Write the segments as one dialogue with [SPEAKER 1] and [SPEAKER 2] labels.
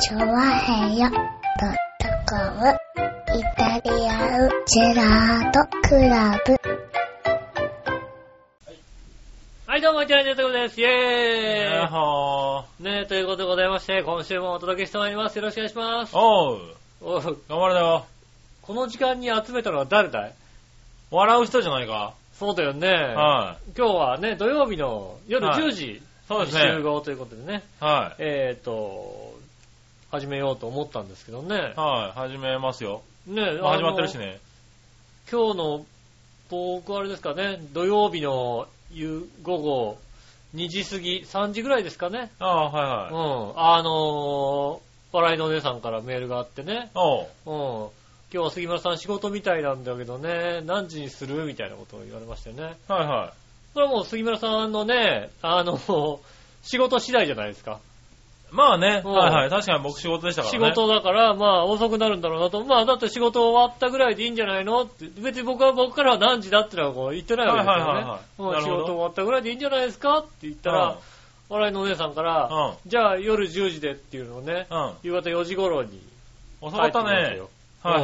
[SPEAKER 1] チョワヘヨドットコムイタリアンジェラートクラブ。
[SPEAKER 2] はい、どうも、イタリアンジェラートクラブです。イ
[SPEAKER 3] な
[SPEAKER 2] ェ
[SPEAKER 3] るほ
[SPEAKER 2] ーイねえ、ということでございまして、今週もお届けしてまいります。よろしくお願いします
[SPEAKER 3] ど。。おう、
[SPEAKER 2] おう
[SPEAKER 3] 頑張れだよ。
[SPEAKER 2] この時間に集めたのは誰だい
[SPEAKER 3] 笑う人じゃないか。
[SPEAKER 2] そうだよね。
[SPEAKER 3] はい。
[SPEAKER 2] 今日はね、土曜日の夜
[SPEAKER 3] はい
[SPEAKER 2] 10時
[SPEAKER 3] そうです
[SPEAKER 2] 集
[SPEAKER 3] ね。
[SPEAKER 2] 合ということでね、
[SPEAKER 3] は
[SPEAKER 2] えーと、始めようと思ったんですけどね
[SPEAKER 3] い。。はい、始めますよ。
[SPEAKER 2] ねえ、
[SPEAKER 3] もう
[SPEAKER 2] あの
[SPEAKER 3] 始まってるし。ね。
[SPEAKER 2] 今日の、僕はあれですかね、土曜日の夕午後2時過ぎ、3時ぐらいですかね。
[SPEAKER 3] ああ、はいはい。
[SPEAKER 2] うん。あのー、笑いのお姉さんからメールがあってね。
[SPEAKER 3] お
[SPEAKER 2] う
[SPEAKER 3] う、
[SPEAKER 2] ん。今日は杉村さん仕事みたいなんだけどね、何時にするみたいなことを言われましてね。
[SPEAKER 3] はいは
[SPEAKER 2] それはもう杉村さんのね、あの、 仕事次第じゃないですか。
[SPEAKER 3] い。まあね、
[SPEAKER 2] うん
[SPEAKER 3] はいはい。確かに僕仕事でしたから
[SPEAKER 2] 仕
[SPEAKER 3] ね。
[SPEAKER 2] 事だから、まあ遅くなるんだろうなと。まあだって仕事終わったぐらいでいいんじゃないのって。別に僕は僕からは何時だってのはこう言ってないわけですよね。
[SPEAKER 3] はいはいはいはい
[SPEAKER 2] うん
[SPEAKER 3] なる
[SPEAKER 2] 仕
[SPEAKER 3] ほど
[SPEAKER 2] 事終わったぐらいでいいんじゃないですかって言ったら、笑いのお姉さんから、
[SPEAKER 3] うん
[SPEAKER 2] じゃあ夜10時でっていうのをね、
[SPEAKER 3] うん。うん。
[SPEAKER 2] 夕方4時頃に
[SPEAKER 3] 遅かったね。
[SPEAKER 2] 帰ってきたん
[SPEAKER 3] はい
[SPEAKER 2] ですよ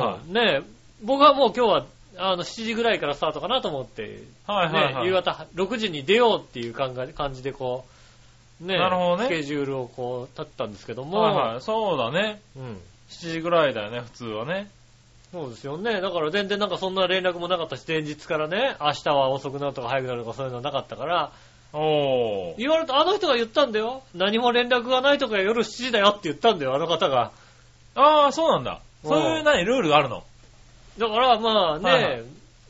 [SPEAKER 3] は
[SPEAKER 2] うんねえ僕はもう今日は、あの、7時ぐらいからスタートかなと思って、
[SPEAKER 3] い。はいはいは
[SPEAKER 2] ね、
[SPEAKER 3] い。
[SPEAKER 2] 夕方6時に出ようっていう考え感じでこう、ねえ
[SPEAKER 3] なるほどね
[SPEAKER 2] スケジュールをこう立ったんですけども、
[SPEAKER 3] はいはい。そうだね。
[SPEAKER 2] うん
[SPEAKER 3] 7時ぐらいだよね、普通はね。
[SPEAKER 2] そうですよね。だから全然なんかそんな連絡もなかったし、前日からね、明日は遅くなるとか早くなるとかそういうのはなかったから、
[SPEAKER 3] おう。
[SPEAKER 2] 言われた、あの人が言ったんだよ。何も連絡がないとか夜7時だよって言ったんだよ、あの方が。
[SPEAKER 3] ああ、そうなんだ。そういううん何、ルールがあるの。
[SPEAKER 2] だからまあね、
[SPEAKER 3] はいはい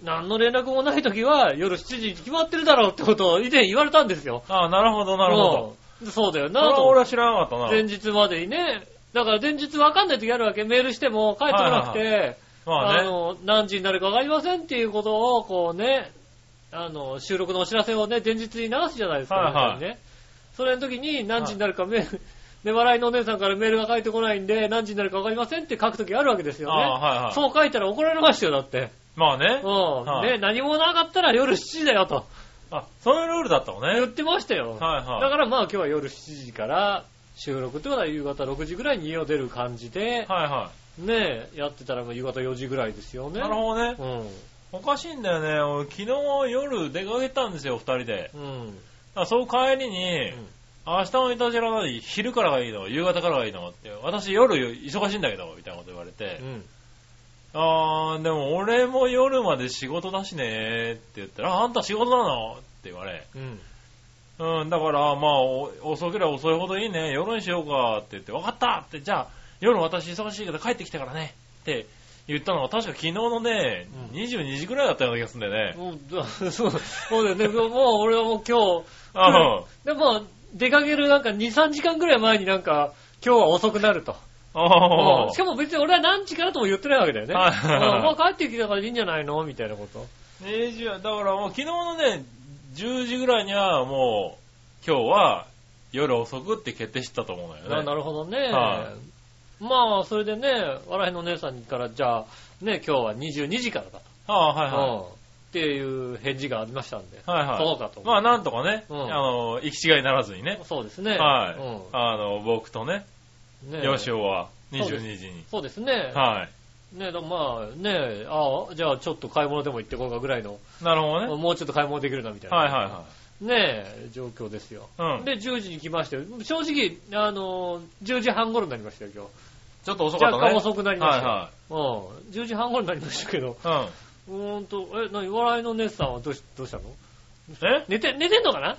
[SPEAKER 2] 何の連絡もない時は夜7時に決まってるだろうってことを以前言われたんですよ。
[SPEAKER 3] ああ、なるほど、なるほど。
[SPEAKER 2] うん。そうだよ
[SPEAKER 3] それ
[SPEAKER 2] な
[SPEAKER 3] は俺
[SPEAKER 2] と。
[SPEAKER 3] は知らなかった
[SPEAKER 2] 前
[SPEAKER 3] な。
[SPEAKER 2] 日までにね。だから前日わかんない時あるわけ。メールしても返ってこなくて、
[SPEAKER 3] はま
[SPEAKER 2] あ
[SPEAKER 3] あね。
[SPEAKER 2] の、何時になるかわかりませんっていうことを、こうね、あの、収録のお知らせをね、前日に流すじゃないですか、
[SPEAKER 3] はいはい
[SPEAKER 2] 皆さんにね。それの時に何時になるかメール、ね、笑いのお姉さんからメールが返ってこないんで、何時になるかわかりませんって書く時あるわけですよね。
[SPEAKER 3] ああはいはい
[SPEAKER 2] そう書いたら怒られましたよ、だって。
[SPEAKER 3] まあね
[SPEAKER 2] うん。。
[SPEAKER 3] はい
[SPEAKER 2] ね、何もなかったら夜7時だよと
[SPEAKER 3] あ、そういうルールだったのね。
[SPEAKER 2] 言ってましたよ。
[SPEAKER 3] はいはい。
[SPEAKER 2] だからまあ今日は夜7時から収録ってことは夕方6時ぐらいに家を出る感じで、
[SPEAKER 3] はいは
[SPEAKER 2] ね、やってたらもう夕方4時ぐらいですよ
[SPEAKER 3] い。
[SPEAKER 2] ね。
[SPEAKER 3] なるほどね。
[SPEAKER 2] うん。
[SPEAKER 3] おかしいんだよね。俺昨日夜出かけたんですよ、二人で。
[SPEAKER 2] うん。
[SPEAKER 3] あそう帰りに、
[SPEAKER 2] うん
[SPEAKER 3] 明日のいたじらなり昼からがいいの夕方からがいいのって、私夜忙しいんだけど、みたいなこと言われて、
[SPEAKER 2] うん。
[SPEAKER 3] あー、でも俺も夜まで仕事だしねーって言ったら、ああんた仕事なのって言われ、
[SPEAKER 2] うん。
[SPEAKER 3] うん、だからまあ、お遅ければ遅いほどいいね、夜にしようかって言って、わかったって、じゃあ夜私忙しいから帰ってきてからねって言ったのが確か昨日のね、
[SPEAKER 2] うん
[SPEAKER 3] 22時くらいだったような気がするんだよね。
[SPEAKER 2] もうだ、そう、そうだよね。もうもう俺はもう今日、
[SPEAKER 3] あ
[SPEAKER 2] う
[SPEAKER 3] あ
[SPEAKER 2] でも、出かけるなんか2、3時間ぐらい前になんか、今日は遅くなると。
[SPEAKER 3] あ
[SPEAKER 2] うん
[SPEAKER 3] あ
[SPEAKER 2] しかも別に俺は何時からとも言ってないわけだよね。
[SPEAKER 3] はいはいはい
[SPEAKER 2] うんもう帰ってきたからいいんじゃないのみたいなこと。
[SPEAKER 3] 20だからもう昨日のね、10時ぐらいにはもう、今日は夜遅くって決定してたと思うのよね。
[SPEAKER 2] ななるほどね。
[SPEAKER 3] は
[SPEAKER 2] まあ、それでね、笑いのお姉さんから、じゃあ、ね、今日は22時からだ
[SPEAKER 3] ああ、はい
[SPEAKER 2] と。
[SPEAKER 3] は
[SPEAKER 2] うんっていう返事がありましたんで。
[SPEAKER 3] い。はいはい。
[SPEAKER 2] そうかと思う
[SPEAKER 3] まあなんとかね、
[SPEAKER 2] うん
[SPEAKER 3] あの、行き違いにならずにね。
[SPEAKER 2] そうですね。
[SPEAKER 3] はい。
[SPEAKER 2] う
[SPEAKER 3] あの、僕とね、
[SPEAKER 2] んね
[SPEAKER 3] よしおは
[SPEAKER 2] そうで
[SPEAKER 3] 22時に。
[SPEAKER 2] そうですね。
[SPEAKER 3] は
[SPEAKER 2] ねえ、でもまあ、ねえ、ああ、じゃあちょっと買い物でも行ってこうかぐらいの、
[SPEAKER 3] い。なるほどね。
[SPEAKER 2] もうちょっと買い物できるなみたいな。
[SPEAKER 3] はいは
[SPEAKER 2] ねえ、状況ですよ。
[SPEAKER 3] いはい。うん。
[SPEAKER 2] で、10時に来ましたよ。正直、あのー、10時半頃になりましたよ、今
[SPEAKER 3] ちょっと遅
[SPEAKER 2] 日。
[SPEAKER 3] かったね。
[SPEAKER 2] 若干遅くなりましたよ。
[SPEAKER 3] は
[SPEAKER 2] うん。10時半頃になりましたけど、
[SPEAKER 3] いはい。
[SPEAKER 2] うーんと、え、なに、笑いの姉さんはどうしどうしたの
[SPEAKER 3] うん。え
[SPEAKER 2] 寝て、寝てんのかな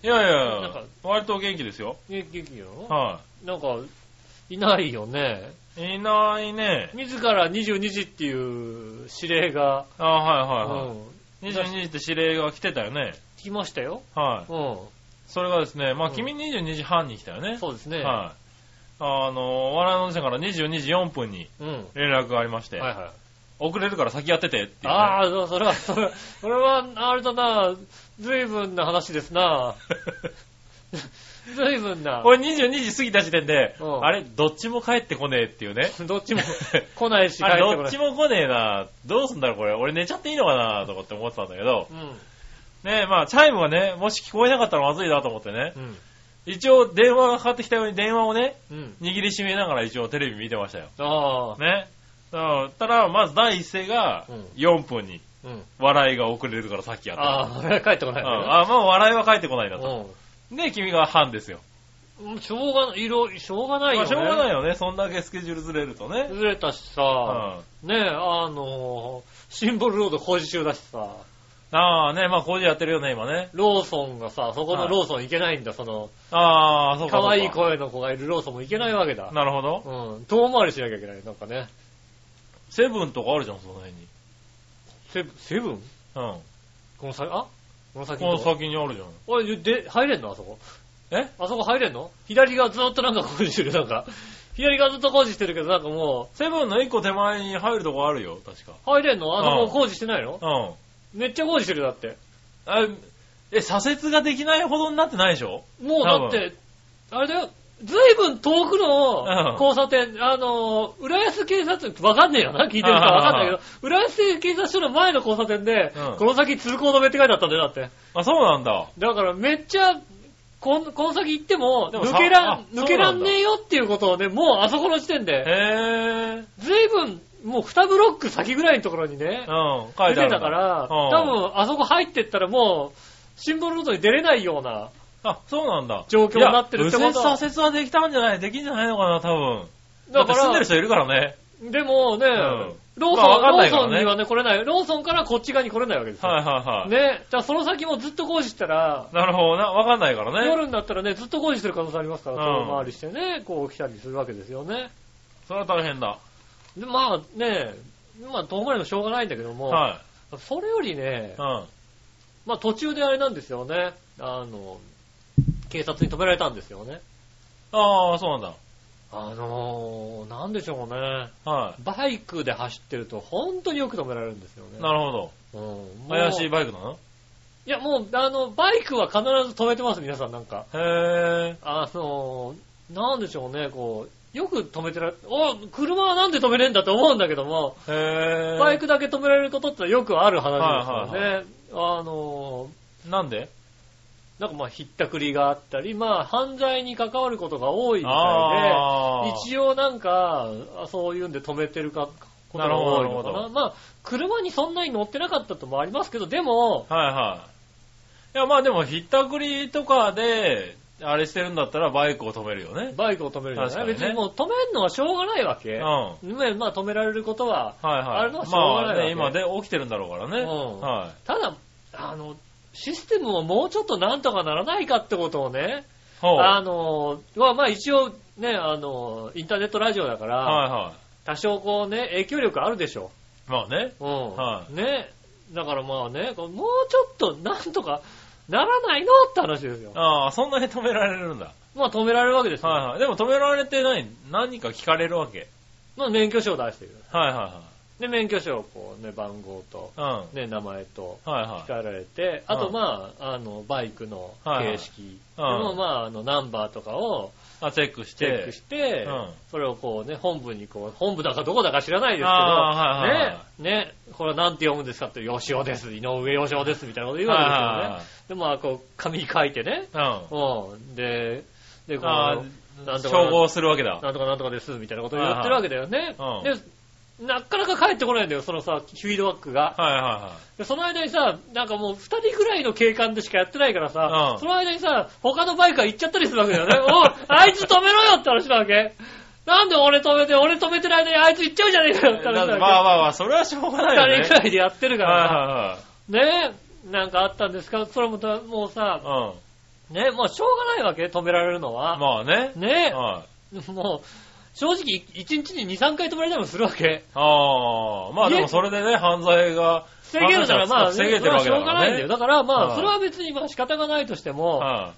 [SPEAKER 2] い
[SPEAKER 3] やいやい
[SPEAKER 2] なんか
[SPEAKER 3] や、割と元気ですよ。
[SPEAKER 2] 元気元気よ。
[SPEAKER 3] は
[SPEAKER 2] なんか、いないよね。
[SPEAKER 3] い。いないね。
[SPEAKER 2] 自ら22時っていう指令が、
[SPEAKER 3] ああ、はいはいは
[SPEAKER 2] うん
[SPEAKER 3] い。22時って指令が来てたよね。
[SPEAKER 2] 来ましたよ。
[SPEAKER 3] はい。
[SPEAKER 2] うん。
[SPEAKER 3] それがですね、まあ、
[SPEAKER 2] うん
[SPEAKER 3] 君22時半に来たよね。
[SPEAKER 2] そうですね。
[SPEAKER 3] はい。あの、笑いのおじさんから22時4分に
[SPEAKER 2] うん。
[SPEAKER 3] 連絡がありまして、
[SPEAKER 2] はいはい。
[SPEAKER 3] 遅れるから先やっててっていう、ね。
[SPEAKER 2] ああ、そうそれは、それそれは、あれだな、随分な話です な。随分な。
[SPEAKER 3] これ22時過ぎた時点で、
[SPEAKER 2] うん
[SPEAKER 3] あれ、どっちも帰ってこねえっていうね。
[SPEAKER 2] どっ ちも来ないし、帰っ
[SPEAKER 3] あ
[SPEAKER 2] て
[SPEAKER 3] れ、
[SPEAKER 2] こ
[SPEAKER 3] ど
[SPEAKER 2] な
[SPEAKER 3] っち
[SPEAKER 2] い。
[SPEAKER 3] も来ねえな。どうすんだろう、これ。俺寝ちゃっていいのかなとかって思ってたんだけど、
[SPEAKER 2] うん。
[SPEAKER 3] ねえ、まあ、チャイムがね、もし聞こえなかったらまずいなと思ってね。
[SPEAKER 2] うん。
[SPEAKER 3] 一応電話がかかってきたように電話をね、
[SPEAKER 2] うん。
[SPEAKER 3] 握りしめながら一応テレビ見てましたよ。
[SPEAKER 2] ああ。
[SPEAKER 3] ね。だからたら、まず第一声が
[SPEAKER 2] うん、
[SPEAKER 3] 4分に
[SPEAKER 2] うん。
[SPEAKER 3] 笑いが遅れるからさっきやった。
[SPEAKER 2] ああ、帰ってこな
[SPEAKER 3] う
[SPEAKER 2] い
[SPEAKER 3] ん
[SPEAKER 2] よね。
[SPEAKER 3] あまあ笑いは返ってこないなと。
[SPEAKER 2] うん。
[SPEAKER 3] で、君が半ですよ。
[SPEAKER 2] うんしょうがない、いろ、しょうがないよ
[SPEAKER 3] まあ
[SPEAKER 2] ね。
[SPEAKER 3] しょうがない
[SPEAKER 2] い。
[SPEAKER 3] よね。そんだけスケジュールずれるとね。
[SPEAKER 2] ずれたし
[SPEAKER 3] うん
[SPEAKER 2] さ、ねえ、あの、シンボルロード工事中だしさ、
[SPEAKER 3] ああね、まあ工事やってるよね、今ね。
[SPEAKER 2] ローソンがさ、そこのローソン行けないんだ、その、
[SPEAKER 3] ああ、そうか。
[SPEAKER 2] 可愛い
[SPEAKER 3] 子。
[SPEAKER 2] 声の子がいるローソンも行けないわけだ。
[SPEAKER 3] なるほど。
[SPEAKER 2] うん。遠回りしなきゃいけない、なんかね。
[SPEAKER 3] セブンとかあるじゃん、その辺に。
[SPEAKER 2] セブン、セブン
[SPEAKER 3] うん。
[SPEAKER 2] この先、あこの先
[SPEAKER 3] この
[SPEAKER 2] のとこ。
[SPEAKER 3] 先にあるじゃん。
[SPEAKER 2] おい、で、入れんのあそこ。
[SPEAKER 3] え
[SPEAKER 2] あそこ入れんの左側ずっとなんか工事してる、なんか。左側ずっと工事してるけど、なんかも
[SPEAKER 3] セブンの一個手前に入るとこあるよ、確か。
[SPEAKER 2] う、入れんのあそこ工事してないの
[SPEAKER 3] うん。
[SPEAKER 2] めっちゃ工事してるよだって。
[SPEAKER 3] あえ、左折ができないほどになってないでしょ
[SPEAKER 2] もうだって、あれだよ、ずいぶん遠く
[SPEAKER 3] うん
[SPEAKER 2] の交差点、あのー、浦安警察署、わかんねえよな、聞いてるからわかんないけど、浦安警察署の前の交差点で、
[SPEAKER 3] うん
[SPEAKER 2] この先通行止めって書いてあったんだよ、だって。
[SPEAKER 3] あ、そうなんだ。
[SPEAKER 2] だからめっちゃ、こんこの先行っても、
[SPEAKER 3] でも
[SPEAKER 2] 抜けら
[SPEAKER 3] さ
[SPEAKER 2] ん
[SPEAKER 3] あ、
[SPEAKER 2] 抜けらんねえよっていうことをね、もうあそこの時点で、
[SPEAKER 3] へえ。
[SPEAKER 2] ずいぶん、もう2ブロック先ぐらいのところにね、
[SPEAKER 3] うん、
[SPEAKER 2] 出
[SPEAKER 3] 書いてあ
[SPEAKER 2] て
[SPEAKER 3] るん
[SPEAKER 2] たから、
[SPEAKER 3] うん
[SPEAKER 2] 多分あそこ入ってったらもう、シンボルロードに出れないような、
[SPEAKER 3] あ、そうなんだ。
[SPEAKER 2] 状況になってるってことはい
[SPEAKER 3] や右折左折はできたんじゃないできんじゃないのかな、多分。
[SPEAKER 2] だ
[SPEAKER 3] だって
[SPEAKER 2] か
[SPEAKER 3] 住んで
[SPEAKER 2] ら
[SPEAKER 3] る、人いるからね。
[SPEAKER 2] でもね、
[SPEAKER 3] ん
[SPEAKER 2] ローソン、
[SPEAKER 3] まあわかん
[SPEAKER 2] ロ
[SPEAKER 3] な
[SPEAKER 2] ー
[SPEAKER 3] いから
[SPEAKER 2] ソ
[SPEAKER 3] ね
[SPEAKER 2] ンにはね、来れない。ローソンからこっち側に来れないわけですよ。
[SPEAKER 3] はいはいはい。
[SPEAKER 2] ね。じゃあその先もずっと工事したら、
[SPEAKER 3] なるほどな。わかんないからね。
[SPEAKER 2] 夜になったらね、ずっと工事してる可能性ありますから、
[SPEAKER 3] うん
[SPEAKER 2] 遠回りしてね、こう来たりするわけですよね。
[SPEAKER 3] それは大変だ。
[SPEAKER 2] で、まあね、まあ遠回りもしょうがないんだけども、
[SPEAKER 3] は
[SPEAKER 2] それよりね
[SPEAKER 3] い。う、ん。
[SPEAKER 2] まあ途中であれなんですよね、あの、警察に止められたんですよね。
[SPEAKER 3] ああ、そうなん
[SPEAKER 2] あのー、なんでしょうね。
[SPEAKER 3] だ。は
[SPEAKER 2] バイクで走ってると本当によく止められるんですよね
[SPEAKER 3] い。。なるほど。
[SPEAKER 2] うんもう
[SPEAKER 3] 怪しいバイクなの
[SPEAKER 2] いや、もう、あの、バイクは必ず止めてます、皆さん、なんか。
[SPEAKER 3] へえ。
[SPEAKER 2] あの、なんでしょうね、こう、よく止めてら、お車はなんで止めねえんだって思うんだけども、
[SPEAKER 3] へえ。
[SPEAKER 2] バイクだけ止められることってよくある話ですよね。
[SPEAKER 3] はい
[SPEAKER 2] あの、
[SPEAKER 3] なんで
[SPEAKER 2] なんかまあ、ひったくりがあったり、まあ、犯罪に関わることが多いみた
[SPEAKER 3] あ
[SPEAKER 2] い
[SPEAKER 3] あ。
[SPEAKER 2] で、一応なんか、あそういうんで止めてるか、ことが多いのか
[SPEAKER 3] なるほどなる
[SPEAKER 2] な。
[SPEAKER 3] ほ
[SPEAKER 2] まあ、車にそんなに乗ってなかったともありますけど、でも、
[SPEAKER 3] はいはい。いや、まあでも、ひったくりとかで、あれしてるんだったらバイクを止めるよね。
[SPEAKER 2] バイクを止めるじゃない、
[SPEAKER 3] 確かにね
[SPEAKER 2] 別にもう止めるのはしょうがないわけ。
[SPEAKER 3] うん。はい
[SPEAKER 2] ねまあ止められることは、
[SPEAKER 3] はい。
[SPEAKER 2] あれのはしょうがない
[SPEAKER 3] ま
[SPEAKER 2] わ
[SPEAKER 3] あ
[SPEAKER 2] け
[SPEAKER 3] ね、今で起きてるんだろうからね。
[SPEAKER 2] うん
[SPEAKER 3] は
[SPEAKER 2] ただ、あの、システムをもうちょっとなんとかならないかってことをね、
[SPEAKER 3] い。ほう。は
[SPEAKER 2] あの、はまあ一応ね、あの、インターネットラジオだから、
[SPEAKER 3] いは
[SPEAKER 2] 多少こうね、影響力あるでしょ。
[SPEAKER 3] い。まあね。
[SPEAKER 2] うん。
[SPEAKER 3] はい
[SPEAKER 2] ね。だからまあね、こうもうちょっとなんとかならないのって話ですよ。
[SPEAKER 3] ああ、そんなに止められるんだ。
[SPEAKER 2] まあ止められるわけですよ。
[SPEAKER 3] はいはい。でも止められてない、何か聞かれるわけ。
[SPEAKER 2] まあ免許証を出している。
[SPEAKER 3] はいは
[SPEAKER 2] で、免許証をこうね、番号と、
[SPEAKER 3] いはい。
[SPEAKER 2] ね、名前と、
[SPEAKER 3] うん。はいはい。
[SPEAKER 2] 叱られて、あ
[SPEAKER 3] う
[SPEAKER 2] と
[SPEAKER 3] ん
[SPEAKER 2] まあ、あの、バイクの形式で
[SPEAKER 3] はいはいうん
[SPEAKER 2] もまあ、あの、ナンバーとかを
[SPEAKER 3] あ、チェックし
[SPEAKER 2] チェッ
[SPEAKER 3] て
[SPEAKER 2] ク。して、
[SPEAKER 3] うん
[SPEAKER 2] それをこうね、本部にこう、本部だかどこだか知らないですけど、
[SPEAKER 3] あーはいはいは
[SPEAKER 2] ね、ね、これはなんて読むんですかって、吉尾です、井上吉尾です、みたいなこと言う
[SPEAKER 3] はい
[SPEAKER 2] わ
[SPEAKER 3] は
[SPEAKER 2] けですよね。で、まあ、こう、紙に書いてね、
[SPEAKER 3] いはい。
[SPEAKER 2] うん、で、で、
[SPEAKER 3] うん。
[SPEAKER 2] こ
[SPEAKER 3] あ
[SPEAKER 2] の、
[SPEAKER 3] あ
[SPEAKER 2] な、んとか
[SPEAKER 3] 照合するわけだ。
[SPEAKER 2] なんとかなんとかです、みたいなことを言ってるわけだよね。
[SPEAKER 3] はいはい
[SPEAKER 2] で、なかなか返ってこないんだよ、そのさ、フィードバックが。
[SPEAKER 3] はいは
[SPEAKER 2] で、その間にさ、なんかもう二人ぐらいの警官でしかやってないからさ、
[SPEAKER 3] うん
[SPEAKER 2] その間にさ、他のバイクが行っちゃったりするわけだよね。おい、あいつ止めろよって話なわけ。なんで俺止めて、俺止めてる間にあいつ行っちゃうじゃねえか
[SPEAKER 3] い
[SPEAKER 2] よ
[SPEAKER 3] は
[SPEAKER 2] っ
[SPEAKER 3] い。
[SPEAKER 2] て
[SPEAKER 3] だ
[SPEAKER 2] 話
[SPEAKER 3] って
[SPEAKER 2] な
[SPEAKER 3] まあ
[SPEAKER 2] わ
[SPEAKER 3] まあまあ、それはしょうが
[SPEAKER 2] け。
[SPEAKER 3] ないよね。
[SPEAKER 2] 二人ぐらいでやってるから
[SPEAKER 3] は
[SPEAKER 2] さ、ねなんかあったんですかそれもた、もう
[SPEAKER 3] い
[SPEAKER 2] さ、
[SPEAKER 3] はいはい。
[SPEAKER 2] ねもうしょうがないわけ止められるの
[SPEAKER 3] うん。
[SPEAKER 2] は。
[SPEAKER 3] まあね。
[SPEAKER 2] ね
[SPEAKER 3] はい。
[SPEAKER 2] もう、正直、一日に2、3回止められたりもするわけ。
[SPEAKER 3] ああ、まあでもそれでね、犯罪が。
[SPEAKER 2] 制限るならまあ、
[SPEAKER 3] 犯罪者が
[SPEAKER 2] し
[SPEAKER 3] 少
[SPEAKER 2] ょう
[SPEAKER 3] なく
[SPEAKER 2] が
[SPEAKER 3] て
[SPEAKER 2] ないんだよ。だからま
[SPEAKER 3] は
[SPEAKER 2] あ、
[SPEAKER 3] い
[SPEAKER 2] それは別にまあ仕方がないとしても、
[SPEAKER 3] は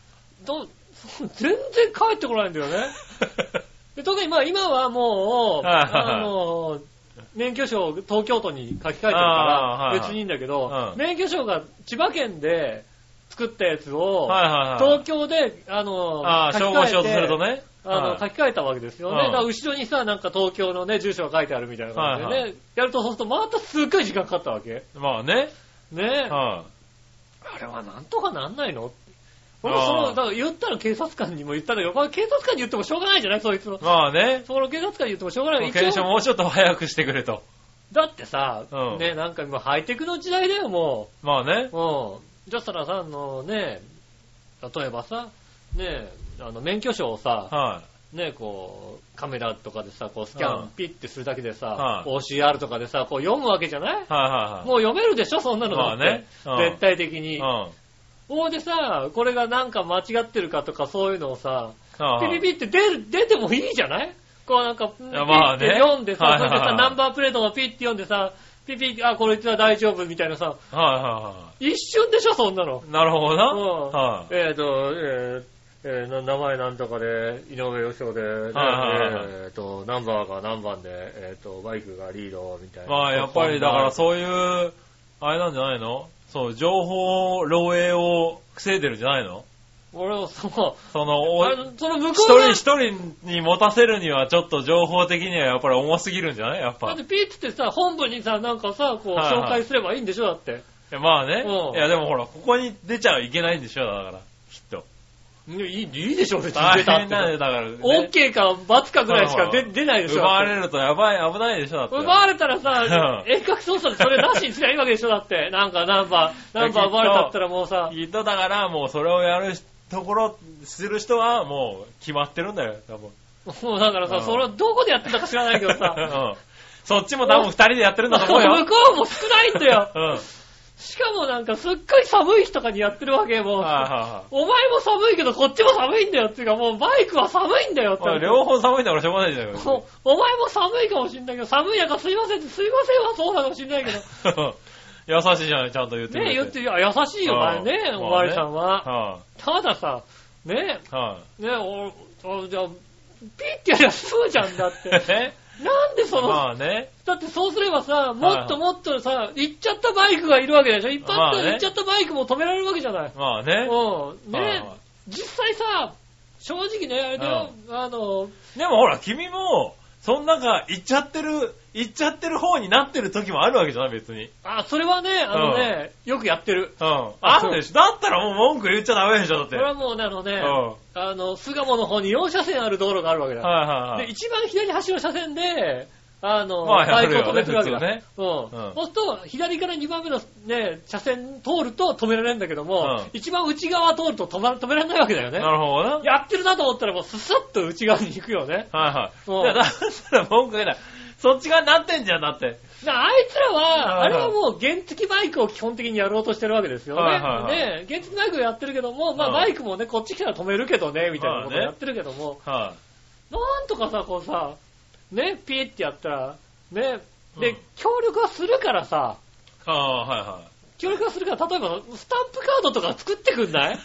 [SPEAKER 2] どう 全然帰ってこないんだよ ね。で特にまあ今はもう、
[SPEAKER 3] はいはいはい
[SPEAKER 2] あの、免許証を東京都に書き換えてるか
[SPEAKER 3] あーは
[SPEAKER 2] ら
[SPEAKER 3] いはい
[SPEAKER 2] 別にいいんだけど
[SPEAKER 3] う、ん
[SPEAKER 2] 免許証が千葉県で作ったやつ
[SPEAKER 3] い。
[SPEAKER 2] を、
[SPEAKER 3] はいはいはい。
[SPEAKER 2] 東京で、あの、
[SPEAKER 3] ああ、
[SPEAKER 2] 書き
[SPEAKER 3] 照
[SPEAKER 2] 換え
[SPEAKER 3] 合
[SPEAKER 2] て
[SPEAKER 3] しようとするとね。
[SPEAKER 2] あの、
[SPEAKER 3] はい
[SPEAKER 2] 書き換えたわけですよね。
[SPEAKER 3] うん
[SPEAKER 2] だから後ろにさ、なんか東京のね、住所が書いてあるみたいな感じでね、
[SPEAKER 3] はいは
[SPEAKER 2] やるとそうするとまたすっごい時間かかったわけ。
[SPEAKER 3] まあね。
[SPEAKER 2] ね
[SPEAKER 3] は
[SPEAKER 2] あれはなんとかなんないの俺
[SPEAKER 3] あ
[SPEAKER 2] も
[SPEAKER 3] ー
[SPEAKER 2] その、だから言ったら警察官にも言ったんだけど、これ警察官に言ってもしょうがないじゃないそいつの。
[SPEAKER 3] まあね、
[SPEAKER 2] その警察官に言ってもしょうがない。
[SPEAKER 3] 検証
[SPEAKER 2] 応
[SPEAKER 3] もうちょっと早くしてくれと。
[SPEAKER 2] だってさ、
[SPEAKER 3] うん
[SPEAKER 2] ね、なんか今ハイテクの時代だよ、も
[SPEAKER 3] まあね
[SPEAKER 2] う。。うん。だったらさ、あのね、例えばさ、ね、あの、免許証をさ、
[SPEAKER 3] は
[SPEAKER 2] ね、こう、カメラとかでさ、こう、スキャ
[SPEAKER 3] う
[SPEAKER 2] ン
[SPEAKER 3] ん
[SPEAKER 2] ピッてするだけでさ
[SPEAKER 3] は、い
[SPEAKER 2] OCR とかでさ、こう読むわけじゃない
[SPEAKER 3] い。はいはい
[SPEAKER 2] もう読めるでしょ、そんなのだって。
[SPEAKER 3] まあねうん
[SPEAKER 2] 絶対的に。
[SPEAKER 3] はい。
[SPEAKER 2] ほいでさ、これがなんか間違ってるかとかそういうのをさ、
[SPEAKER 3] うん。は
[SPEAKER 2] ピ
[SPEAKER 3] いは
[SPEAKER 2] ピ
[SPEAKER 3] い
[SPEAKER 2] ピって出る、出てもいいじゃないこうなんか、ピ
[SPEAKER 3] やまあ
[SPEAKER 2] ッ
[SPEAKER 3] ね
[SPEAKER 2] て読んでさ、
[SPEAKER 3] は
[SPEAKER 2] そ
[SPEAKER 3] い
[SPEAKER 2] れ
[SPEAKER 3] はい
[SPEAKER 2] で
[SPEAKER 3] はい
[SPEAKER 2] さ、ナンバープレートもピッて読んでさ、ピピ、あ、これは大丈夫みたいなさ、
[SPEAKER 3] はいは
[SPEAKER 2] 一瞬でしょ、そんなの。
[SPEAKER 3] い。なるほどな。
[SPEAKER 2] うん
[SPEAKER 3] はい。
[SPEAKER 2] えーと、えーえーな名前なんとかで、井上義雄で、ね
[SPEAKER 3] はいはいはい
[SPEAKER 2] えーと、ナンバーが何番で、えーと、バイクがリードみたいな。
[SPEAKER 3] まあやっぱりだから
[SPEAKER 2] う。
[SPEAKER 3] そういう、あれなんじゃないのそう、情報漏洩を防いでるんじゃないの
[SPEAKER 2] 俺もそう、
[SPEAKER 3] その、お
[SPEAKER 2] あのその向
[SPEAKER 3] 一
[SPEAKER 2] こう
[SPEAKER 3] 人
[SPEAKER 2] が
[SPEAKER 3] 一人に持たせるにはちょっと情報的にはやっぱり重すぎるんじゃないやっ
[SPEAKER 2] だ
[SPEAKER 3] ぱ
[SPEAKER 2] って。ピッつってさ、本部にさ、なんかさ、こう、
[SPEAKER 3] はいはい
[SPEAKER 2] 紹介すればいいんでしょだって。
[SPEAKER 3] いやまあね
[SPEAKER 2] う。ん
[SPEAKER 3] いやでもほら、ここに出ちゃいけないんでしょだから。きっと。
[SPEAKER 2] いやいい、いいでしょ、別に
[SPEAKER 3] 大
[SPEAKER 2] 出たっ
[SPEAKER 3] 変
[SPEAKER 2] て。
[SPEAKER 3] なんだよ、だからね。
[SPEAKER 2] OK か×かぐらいしか出
[SPEAKER 3] うん
[SPEAKER 2] 出ないでしょ。
[SPEAKER 3] 奪わ
[SPEAKER 2] だ
[SPEAKER 3] れ
[SPEAKER 2] って
[SPEAKER 3] るとやばい、危ないでしょだって。
[SPEAKER 2] 奪われたらさ、
[SPEAKER 3] うん
[SPEAKER 2] 遠隔操作でそれなしにすりゃいいわけでしょだ って。なんかナンバー、ナンバー奪われたったらもうさ、
[SPEAKER 3] きっとだから、もうそれをやるところ、する人はもう決まってるんだよ、多分。
[SPEAKER 2] もうだから
[SPEAKER 3] う
[SPEAKER 2] さ、
[SPEAKER 3] ん
[SPEAKER 2] それはどこでやってたか知らないけどさ、
[SPEAKER 3] うんそっちも多分二人でやってるんだと
[SPEAKER 2] 向
[SPEAKER 3] 思う よ。
[SPEAKER 2] こうも少ないんだよ。
[SPEAKER 3] うん。はい
[SPEAKER 2] しかもなんかすっごい寒い日とかにやってるわけよ、もう。
[SPEAKER 3] は
[SPEAKER 2] お前も寒いけどこっちも寒いんだよっていうか、もうバイクは寒いんだよっ
[SPEAKER 3] い
[SPEAKER 2] て
[SPEAKER 3] はい。。両方寒いんだからしょうがないじゃん。
[SPEAKER 2] おお前も寒いかもしんないけど、寒い中すいませんって、すいませんはそうなのかもしんないけ ど。
[SPEAKER 3] 優しいじゃん、ちゃんと言ってくれ
[SPEAKER 2] ね
[SPEAKER 3] て。
[SPEAKER 2] 言ってるよ。あ優しいよ、お前ね、
[SPEAKER 3] うん
[SPEAKER 2] おまわりさんは。
[SPEAKER 3] は
[SPEAKER 2] たださ、ね
[SPEAKER 3] い。は
[SPEAKER 2] ねお、おじゃあピッてやりゃ済むじゃんだって
[SPEAKER 3] い。。え
[SPEAKER 2] なんでその、
[SPEAKER 3] まあね。
[SPEAKER 2] だってそうすればさ、もっと
[SPEAKER 3] はい
[SPEAKER 2] もっとさ、行っちゃったバイクがいるわけでしょ一般
[SPEAKER 3] まあ
[SPEAKER 2] 的に
[SPEAKER 3] ね
[SPEAKER 2] 行っちゃったバイクも止められるわけじゃない。
[SPEAKER 3] まあね。
[SPEAKER 2] うん。
[SPEAKER 3] はい
[SPEAKER 2] ね実際さ、正直ね、あれだよ、あの、
[SPEAKER 3] でもほら、君も、そん中、行っちゃってる、行っちゃってる方になってる時もあるわけじゃない、別に。
[SPEAKER 2] あ、それはね、あのね、よくやってる。
[SPEAKER 3] うん。
[SPEAKER 2] あ
[SPEAKER 3] あ
[SPEAKER 2] そう
[SPEAKER 3] るでしょ。だったらもう文句言っちゃダメでしょ、だっ
[SPEAKER 2] そ
[SPEAKER 3] て。
[SPEAKER 2] れはもうね、あのね、
[SPEAKER 3] う
[SPEAKER 2] あの、巣鴨の方に4車線ある道路があるわけ
[SPEAKER 3] ん。
[SPEAKER 2] だ。
[SPEAKER 3] はいはいは
[SPEAKER 2] で、
[SPEAKER 3] い。
[SPEAKER 2] 一番左端の車線で、あの、
[SPEAKER 3] まあ
[SPEAKER 2] バイクを
[SPEAKER 3] やる
[SPEAKER 2] 止
[SPEAKER 3] よ
[SPEAKER 2] めてるわけだ。
[SPEAKER 3] ね
[SPEAKER 2] うん。
[SPEAKER 3] う
[SPEAKER 2] そ
[SPEAKER 3] ん
[SPEAKER 2] うすると、左から2番目のね、車線通ると止められるんだけども、
[SPEAKER 3] うん
[SPEAKER 2] 一番内側通ると止,、ま、止められないわけだよね。
[SPEAKER 3] なるほどな。
[SPEAKER 2] やってるなと思ったらもうススッと内側に行くよね。
[SPEAKER 3] はいは
[SPEAKER 2] うん
[SPEAKER 3] い。いや、だったら文句言えない。そっち側になってんじゃん、だって。
[SPEAKER 2] だからあいつらは、
[SPEAKER 3] うん
[SPEAKER 2] あれはもう原付バイクを基本的にやろうとしてるわけですよね。
[SPEAKER 3] はいはいはい
[SPEAKER 2] ね原付バイクをやってるけども、まあ
[SPEAKER 3] うん
[SPEAKER 2] バイクもね、こっち来たら止めるけどね、みたいなことを
[SPEAKER 3] まあね
[SPEAKER 2] やってるけども、
[SPEAKER 3] は
[SPEAKER 2] なんとかさ、こうさ、ね、ピーってやったら、ね、で、
[SPEAKER 3] うん
[SPEAKER 2] 協力はするからさ、
[SPEAKER 3] い。ああ、はいはい。
[SPEAKER 2] 協力はするから、例えば、スタンプカードとか作ってくんない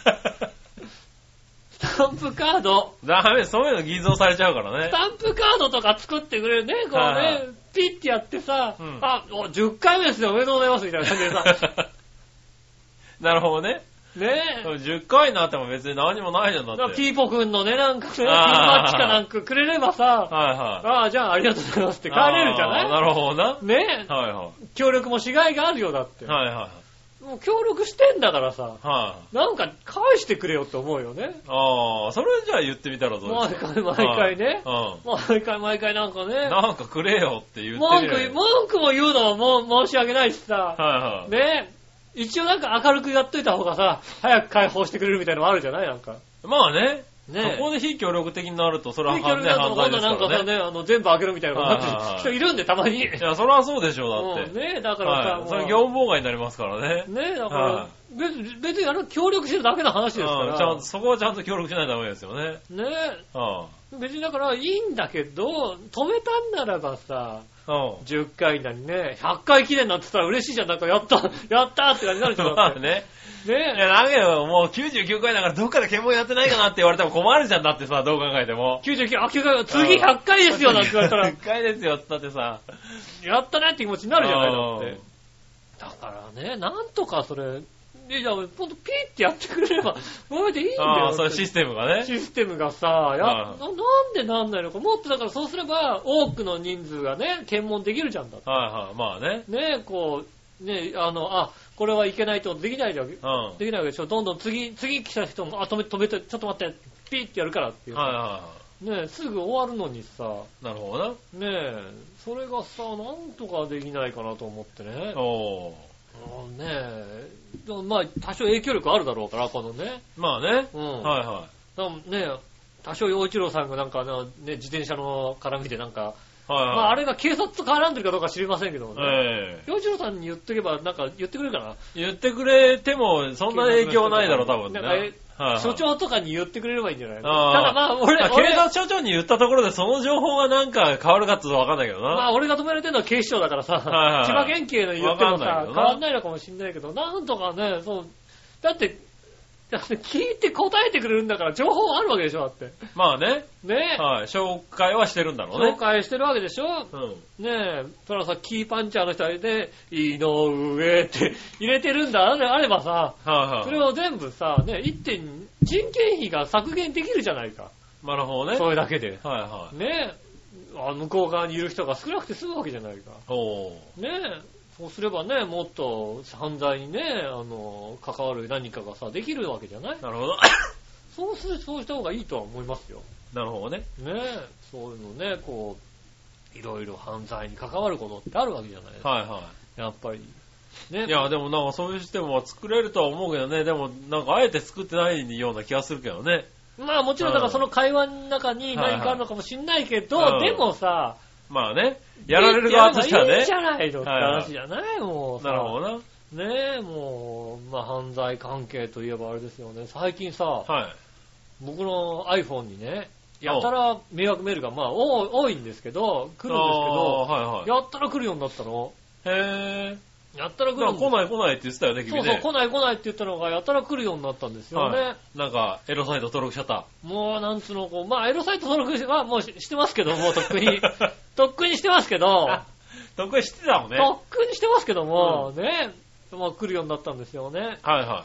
[SPEAKER 2] スタンプカード。
[SPEAKER 3] ダメ、そういうの偽造されちゃうからね
[SPEAKER 2] ス。タンプカードとか作ってくれるね、こう
[SPEAKER 3] はいは
[SPEAKER 2] ね、ピッてやってさ、
[SPEAKER 3] うん
[SPEAKER 2] あ、お、10回目ですね、おめでとうございます、みたいな感じでさ、
[SPEAKER 3] なるほ どね。
[SPEAKER 2] ねえ。
[SPEAKER 3] 10回になっても別に何もないじゃん、だ
[SPEAKER 2] だか
[SPEAKER 3] っ
[SPEAKER 2] ら
[SPEAKER 3] て。
[SPEAKER 2] ピーポくんのね、なんかね、ピーマ
[SPEAKER 3] あー
[SPEAKER 2] ッチかなんかくれればさ、
[SPEAKER 3] はいはい。
[SPEAKER 2] ああ、じゃあありがとうございますって帰れるじゃ
[SPEAKER 3] あー
[SPEAKER 2] な
[SPEAKER 3] なる ほどな。はい
[SPEAKER 2] ね
[SPEAKER 3] いは
[SPEAKER 2] え、協力もしがいがあるよ、だって
[SPEAKER 3] い。。はいはい。
[SPEAKER 2] もう協力してんだからさ、
[SPEAKER 3] はい。
[SPEAKER 2] なんか返してくれよって思うよね。
[SPEAKER 3] ああ、それじゃあ言ってみたらどうで
[SPEAKER 2] 毎
[SPEAKER 3] すか
[SPEAKER 2] 回毎回ね。
[SPEAKER 3] は
[SPEAKER 2] 毎回毎回なんか
[SPEAKER 3] いうん。
[SPEAKER 2] ね、
[SPEAKER 3] なんかくれよって言って
[SPEAKER 2] 文
[SPEAKER 3] み
[SPEAKER 2] 句、
[SPEAKER 3] れば
[SPEAKER 2] 文句も言うのはもう申し訳ないしさ、
[SPEAKER 3] はいはい。
[SPEAKER 2] ねえ、一応なんか明るくやっといた方がさ、早く解放してくれるみたいなのもあるじゃないなんか。
[SPEAKER 3] まあね。
[SPEAKER 2] ねえ
[SPEAKER 3] そこで非協力的になると、それは
[SPEAKER 2] で、協
[SPEAKER 3] 犯
[SPEAKER 2] 力
[SPEAKER 3] 罪
[SPEAKER 2] だと今
[SPEAKER 3] 犯罪で
[SPEAKER 2] 度
[SPEAKER 3] す
[SPEAKER 2] なん
[SPEAKER 3] か
[SPEAKER 2] からさ
[SPEAKER 3] ね。
[SPEAKER 2] ね、あの、全部開けるみたいなことに
[SPEAKER 3] はいはい
[SPEAKER 2] なっ
[SPEAKER 3] は
[SPEAKER 2] て
[SPEAKER 3] い
[SPEAKER 2] 人いるんで、たまに。
[SPEAKER 3] いや、それはそうでしょう、だっ
[SPEAKER 2] うん
[SPEAKER 3] て。
[SPEAKER 2] ねえ、だからさ、
[SPEAKER 3] はい。それ
[SPEAKER 2] も
[SPEAKER 3] は
[SPEAKER 2] う
[SPEAKER 3] 業務妨害になりますからね。
[SPEAKER 2] ねえ、だか
[SPEAKER 3] は
[SPEAKER 2] ら、別に別にあの、協力してるだけの話
[SPEAKER 3] う
[SPEAKER 2] ですか
[SPEAKER 3] んちゃ
[SPEAKER 2] ら
[SPEAKER 3] んと、、そこはちゃんと協力しないとダメですよね。
[SPEAKER 2] ね
[SPEAKER 3] うん。
[SPEAKER 2] え、別にだからいいんだけど、止めたんならばさ、
[SPEAKER 3] うん。
[SPEAKER 2] 10回なりね、100回記念なんて言ったら嬉しいじゃん、なんかやった、 やったって感じになるじゃん。だ
[SPEAKER 3] ま
[SPEAKER 2] っ
[SPEAKER 3] あ
[SPEAKER 2] て
[SPEAKER 3] ね。い
[SPEAKER 2] ね
[SPEAKER 3] や、だけど、もう99回だからどっかで検問やってないかなって言われても困るじゃんだってさ、どう考えても。
[SPEAKER 2] え、99、あ、9回、次100回ですよなんて言われ たら、
[SPEAKER 3] 1回ですよって言ったってさ。
[SPEAKER 2] やったねって気持ちになるじゃないだって
[SPEAKER 3] うん。
[SPEAKER 2] だからね、なんとかそれ、いや、ほんとピーってやってくれれば、もうでいいんだよ。
[SPEAKER 3] ああ、
[SPEAKER 2] 本
[SPEAKER 3] そ
[SPEAKER 2] 当
[SPEAKER 3] ういう
[SPEAKER 2] に
[SPEAKER 3] システムがね。
[SPEAKER 2] システムがさ、やな
[SPEAKER 3] は
[SPEAKER 2] いなんでなんないのか。もっとだからそうすれば、多くの人数がね、検問できるじゃんだって。
[SPEAKER 3] はいはい、まあね。
[SPEAKER 2] ねえ、こう、ねえ、あの、あ、これはいけないってことできないわけ、
[SPEAKER 3] うん。は
[SPEAKER 2] できないわけでしょ。どんどん次、次来た人も、あ、止め、止めて、ちょっと待って、ピーってやるからって
[SPEAKER 3] い
[SPEAKER 2] いう。
[SPEAKER 3] はいは
[SPEAKER 2] ねえ、すぐ終わるのにさ、
[SPEAKER 3] い。なるほどな。
[SPEAKER 2] ねえ、それがさ、なんとかできないかなと思ってね。
[SPEAKER 3] おー。
[SPEAKER 2] うんねえ、でもまあ、多少影響力あるだろうから、このね。
[SPEAKER 3] まあね。
[SPEAKER 2] うん。
[SPEAKER 3] はいは
[SPEAKER 2] でもねえ、多少陽一郎さんがなんかな、ね、自転車の絡みでなんか、
[SPEAKER 3] い。はい
[SPEAKER 2] ま
[SPEAKER 3] はい。
[SPEAKER 2] あ、あれが警察と絡んでるかどうか知りませんけどもね。
[SPEAKER 3] ええ
[SPEAKER 2] 洋一郎さんに言っとけば、なんか言ってくれるかな。
[SPEAKER 3] 言ってくれても、そんな影響ないだろう、多分
[SPEAKER 2] な
[SPEAKER 3] ね。
[SPEAKER 2] んかえ
[SPEAKER 3] はいはい
[SPEAKER 2] 所長とかに言ってくれればいいんじゃないの
[SPEAKER 3] あー
[SPEAKER 2] ただまあ、俺、
[SPEAKER 3] まあ
[SPEAKER 2] 俺
[SPEAKER 3] 警察署長に言ったところで、その情報がなんか変わるかっつうとわかんないけどな。
[SPEAKER 2] まあ、俺が止められてるのは警視庁だからさ、
[SPEAKER 3] いはい
[SPEAKER 2] 千葉県警の言っても
[SPEAKER 3] わかんない
[SPEAKER 2] さ
[SPEAKER 3] け、ど
[SPEAKER 2] 変
[SPEAKER 3] な
[SPEAKER 2] わんないのかもしんないけど、なんとかね、そう、だって、だって聞いて答えてくれるんだから、情報あるわけでしょ、だって。
[SPEAKER 3] まあね、
[SPEAKER 2] ねえ。
[SPEAKER 3] はい、紹介はしてるんだろう
[SPEAKER 2] 紹
[SPEAKER 3] ね。
[SPEAKER 2] 介してるわけでしょ
[SPEAKER 3] うん。
[SPEAKER 2] ねえ、そらさ、キーパンチャーの人で、井上って入れてるんだ、あれあればさ、
[SPEAKER 3] はい
[SPEAKER 2] そ
[SPEAKER 3] はい
[SPEAKER 2] れ。を全部さ、ね、一点、人件費が削減できるじゃないか。
[SPEAKER 3] なるほどね。
[SPEAKER 2] そ
[SPEAKER 3] は
[SPEAKER 2] れ
[SPEAKER 3] い
[SPEAKER 2] だけで。
[SPEAKER 3] は
[SPEAKER 2] ねえ、あ向こう側にいる人が少なくて済むわけじゃないか。
[SPEAKER 3] い。おー。
[SPEAKER 2] ねえ、そうすればね、もっと犯罪にね、あの、関わる何かがさ、できるわけじゃない
[SPEAKER 3] なる ほど。
[SPEAKER 2] そうする、そうした方がいいとは思いますよ。
[SPEAKER 3] なるほどね。
[SPEAKER 2] ねえ、そういうのね、こう、いろいろ犯罪に関わることってあるわけじゃない
[SPEAKER 3] はいは
[SPEAKER 2] やっぱり。ね
[SPEAKER 3] い。いや、でもなんかそういうシステムは作れるとは思うけどね、でもなんかあえて作ってないような気がするけどね。
[SPEAKER 2] まあもちろんだからその会話の中に何かあるのかもしんないけど、
[SPEAKER 3] はいはい
[SPEAKER 2] でもさ、
[SPEAKER 3] まあね、やられる側としては
[SPEAKER 2] やればいい
[SPEAKER 3] ね
[SPEAKER 2] じ。ゃないのって話じゃない、もうさ。
[SPEAKER 3] なるほどな。
[SPEAKER 2] ねえ、もう、まあ犯罪関係といえばあれですよね。最近さ、
[SPEAKER 3] はい。
[SPEAKER 2] 僕の iPhone にね、やたら迷惑メールが、まあ、お多いんですけど、来るんですけ
[SPEAKER 3] あ
[SPEAKER 2] ど、
[SPEAKER 3] ーはいはい。
[SPEAKER 2] やったら来るようになったの。
[SPEAKER 3] へ
[SPEAKER 2] やったら
[SPEAKER 3] ぇ
[SPEAKER 2] 来る
[SPEAKER 3] ー。な
[SPEAKER 2] ようんに
[SPEAKER 3] か来ない来ないって言ってたよね、
[SPEAKER 2] そ
[SPEAKER 3] 君
[SPEAKER 2] うそう、
[SPEAKER 3] ね。
[SPEAKER 2] 来ない来ないって言ったのが、やたら来るようになったんですよね。
[SPEAKER 3] はい。なんか、エロサイト登録しちゃった。
[SPEAKER 2] もう、なんつうの、こう、まあ、エロサイト登録して、まあ、もうししてますけど、 もうとっくに、とっくにしてますけど、
[SPEAKER 3] 得意知ってたもんね。
[SPEAKER 2] とっくにしてますけども、ね、まあ、来るようになったんですよね。
[SPEAKER 3] はいは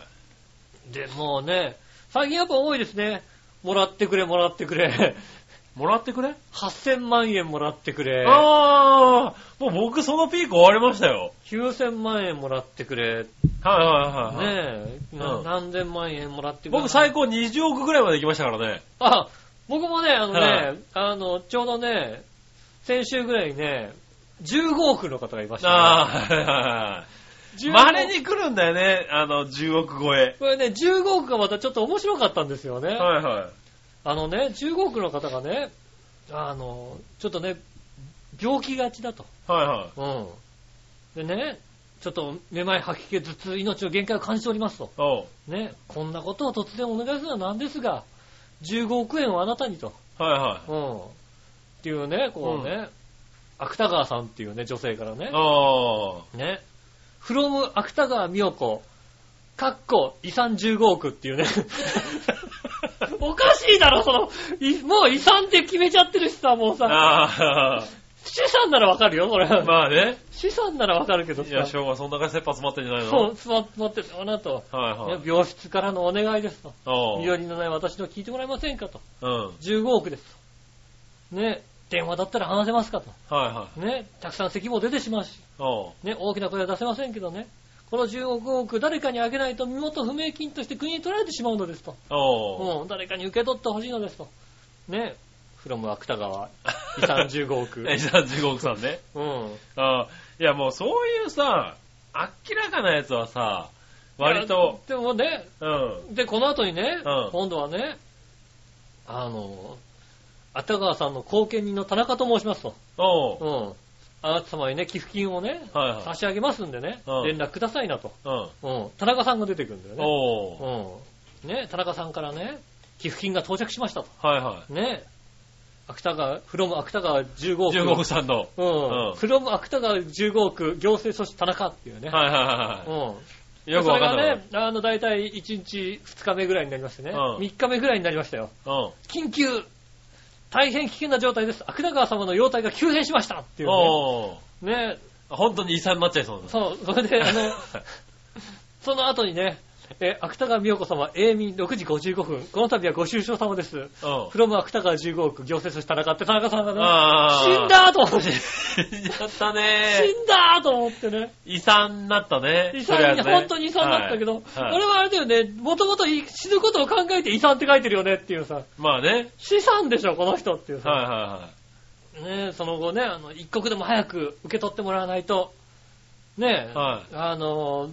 [SPEAKER 2] で、もうね、最近やっぱ多いですね。もらってくれ、もらってくれ。
[SPEAKER 3] い。もらってくれ
[SPEAKER 2] 8000万円もらってくれ。
[SPEAKER 3] ああ、もう僕そのピーク終わりましたよ。
[SPEAKER 2] 9000万円もらってくれ。ね
[SPEAKER 3] はいはいはい、はい
[SPEAKER 2] え、
[SPEAKER 3] う
[SPEAKER 2] なん何千万円もらってくれ。
[SPEAKER 3] 僕最高20億ぐらいまで行きましたからね。
[SPEAKER 2] あ、僕もね、あのね、
[SPEAKER 3] はい
[SPEAKER 2] あの、ちょうどね、先週ぐらいにね、15億の方がいました、ね。
[SPEAKER 3] ああ、はいはいはい
[SPEAKER 2] 15
[SPEAKER 3] 稀に来るんだよね、あの、10億超え。
[SPEAKER 2] これね、15億がまたちょっと面白かったんですよね。
[SPEAKER 3] はいはい。
[SPEAKER 2] あのね、15億の方がね、あの、ちょっとね、病気がちだと。
[SPEAKER 3] はいはい。
[SPEAKER 2] うん。でね、ちょっとめまい吐き気頭痛、命の限界を感じておりますと。
[SPEAKER 3] おう
[SPEAKER 2] ね、こんなことを突然お願いするのはなんですが、15億円をあなたにと。
[SPEAKER 3] はいはい。
[SPEAKER 2] うん。っていうね、こうね、芥川さんっていうね、女性からね、
[SPEAKER 3] あ
[SPEAKER 2] ね、from 芥川美代子、かっこ遺産15億っていう ね。おかしいだろ、その、いもう遺産って決めちゃってるしさ、もう
[SPEAKER 3] あ。
[SPEAKER 2] さ、
[SPEAKER 3] あ
[SPEAKER 2] 資産ならわかるよ、これ。
[SPEAKER 3] あ。まあね。
[SPEAKER 2] 資産ならわかるけど
[SPEAKER 3] いや、
[SPEAKER 2] さ、
[SPEAKER 3] し
[SPEAKER 2] そ
[SPEAKER 3] ょうがそんな感じで切羽詰まってんじゃないの
[SPEAKER 2] う、座座ってて、あなたは、
[SPEAKER 3] はいはい
[SPEAKER 2] ね。病室からのお願いですと。
[SPEAKER 3] お
[SPEAKER 2] 身
[SPEAKER 3] う
[SPEAKER 2] 寄りのない私の聞いてもらえませんかと。
[SPEAKER 3] うん。はい
[SPEAKER 2] 15億ですと。ね、電話だったら話せますかと。
[SPEAKER 3] はい。
[SPEAKER 2] ね、たくさん咳も出てしまうし、
[SPEAKER 3] おう
[SPEAKER 2] ね、大きな声は出せませんけどね、この15億誰かにあげないと身元不明金として国に取られてしまうのですと。
[SPEAKER 3] おう
[SPEAKER 2] うん、誰かに受け取ってほしいのですと。ね、フロム芥 川、遺産15億。
[SPEAKER 3] え、じゃあ15億さんね。
[SPEAKER 2] うん。
[SPEAKER 3] あーいやもうそういうさ、明らかなやつはさ、割と、
[SPEAKER 2] いや。でもね、
[SPEAKER 3] うん。
[SPEAKER 2] で、この後にね、
[SPEAKER 3] うん
[SPEAKER 2] 今度はね、あの、芥川さんの後見人の田中と申しますと。
[SPEAKER 3] おう
[SPEAKER 2] うん。あなた様にね、寄付金をね、
[SPEAKER 3] はいはい
[SPEAKER 2] 差し上げますんでね、
[SPEAKER 3] うん
[SPEAKER 2] 連絡くださいなと。
[SPEAKER 3] うん。
[SPEAKER 2] うん。田中さんが出てくるんだよね。
[SPEAKER 3] おう
[SPEAKER 2] うん。ね、田中さんからね、寄付金が到着しましたと。
[SPEAKER 3] はいは
[SPEAKER 2] ね、芥川、フロム芥川15
[SPEAKER 3] い。
[SPEAKER 2] 億。
[SPEAKER 3] 15億さんの。
[SPEAKER 2] う。
[SPEAKER 3] うんん
[SPEAKER 2] フロム芥川15億、行政組織田中っていうね。
[SPEAKER 3] はいはいは
[SPEAKER 2] うん。
[SPEAKER 3] い。よくわかん
[SPEAKER 2] そ
[SPEAKER 3] な
[SPEAKER 2] れ
[SPEAKER 3] い
[SPEAKER 2] が。ね、あの、大体1日2日目ぐらいになりましてね、
[SPEAKER 3] うん
[SPEAKER 2] 3日目ぐらいになりましたよ。
[SPEAKER 3] うん。
[SPEAKER 2] 緊急大変危険な状態です。芥川様の容体が急変しましたっていうね。
[SPEAKER 3] おう
[SPEAKER 2] ね
[SPEAKER 3] 本当に遺産になっちゃいそうな。
[SPEAKER 2] そう、それで、あの、その後にね、えー、芥川美代子様、永眠6時55分。この度はご愁傷様です。
[SPEAKER 3] うん。
[SPEAKER 2] フロム芥川15億、行政書士田中って田中さんがね、
[SPEAKER 3] あー
[SPEAKER 2] 死んだーと思って、
[SPEAKER 3] 死んじゃった
[SPEAKER 2] 死
[SPEAKER 3] ね。
[SPEAKER 2] んだーと思ってね。
[SPEAKER 3] 遺産になったね。
[SPEAKER 2] 遺
[SPEAKER 3] とりあえ
[SPEAKER 2] 産に、
[SPEAKER 3] ずね
[SPEAKER 2] 本当に遺産だったけど、
[SPEAKER 3] はいはい
[SPEAKER 2] 俺はあれだよね、もともと死ぬことを考えて遺産って書いてるよねっていうさ、
[SPEAKER 3] まあね。
[SPEAKER 2] 資産でしょ、この人っていうさ、
[SPEAKER 3] はいはいはい。
[SPEAKER 2] ねえ、その後ね、あの、一刻でも早く受け取ってもらわないと、ねえ、
[SPEAKER 3] は
[SPEAKER 2] あの、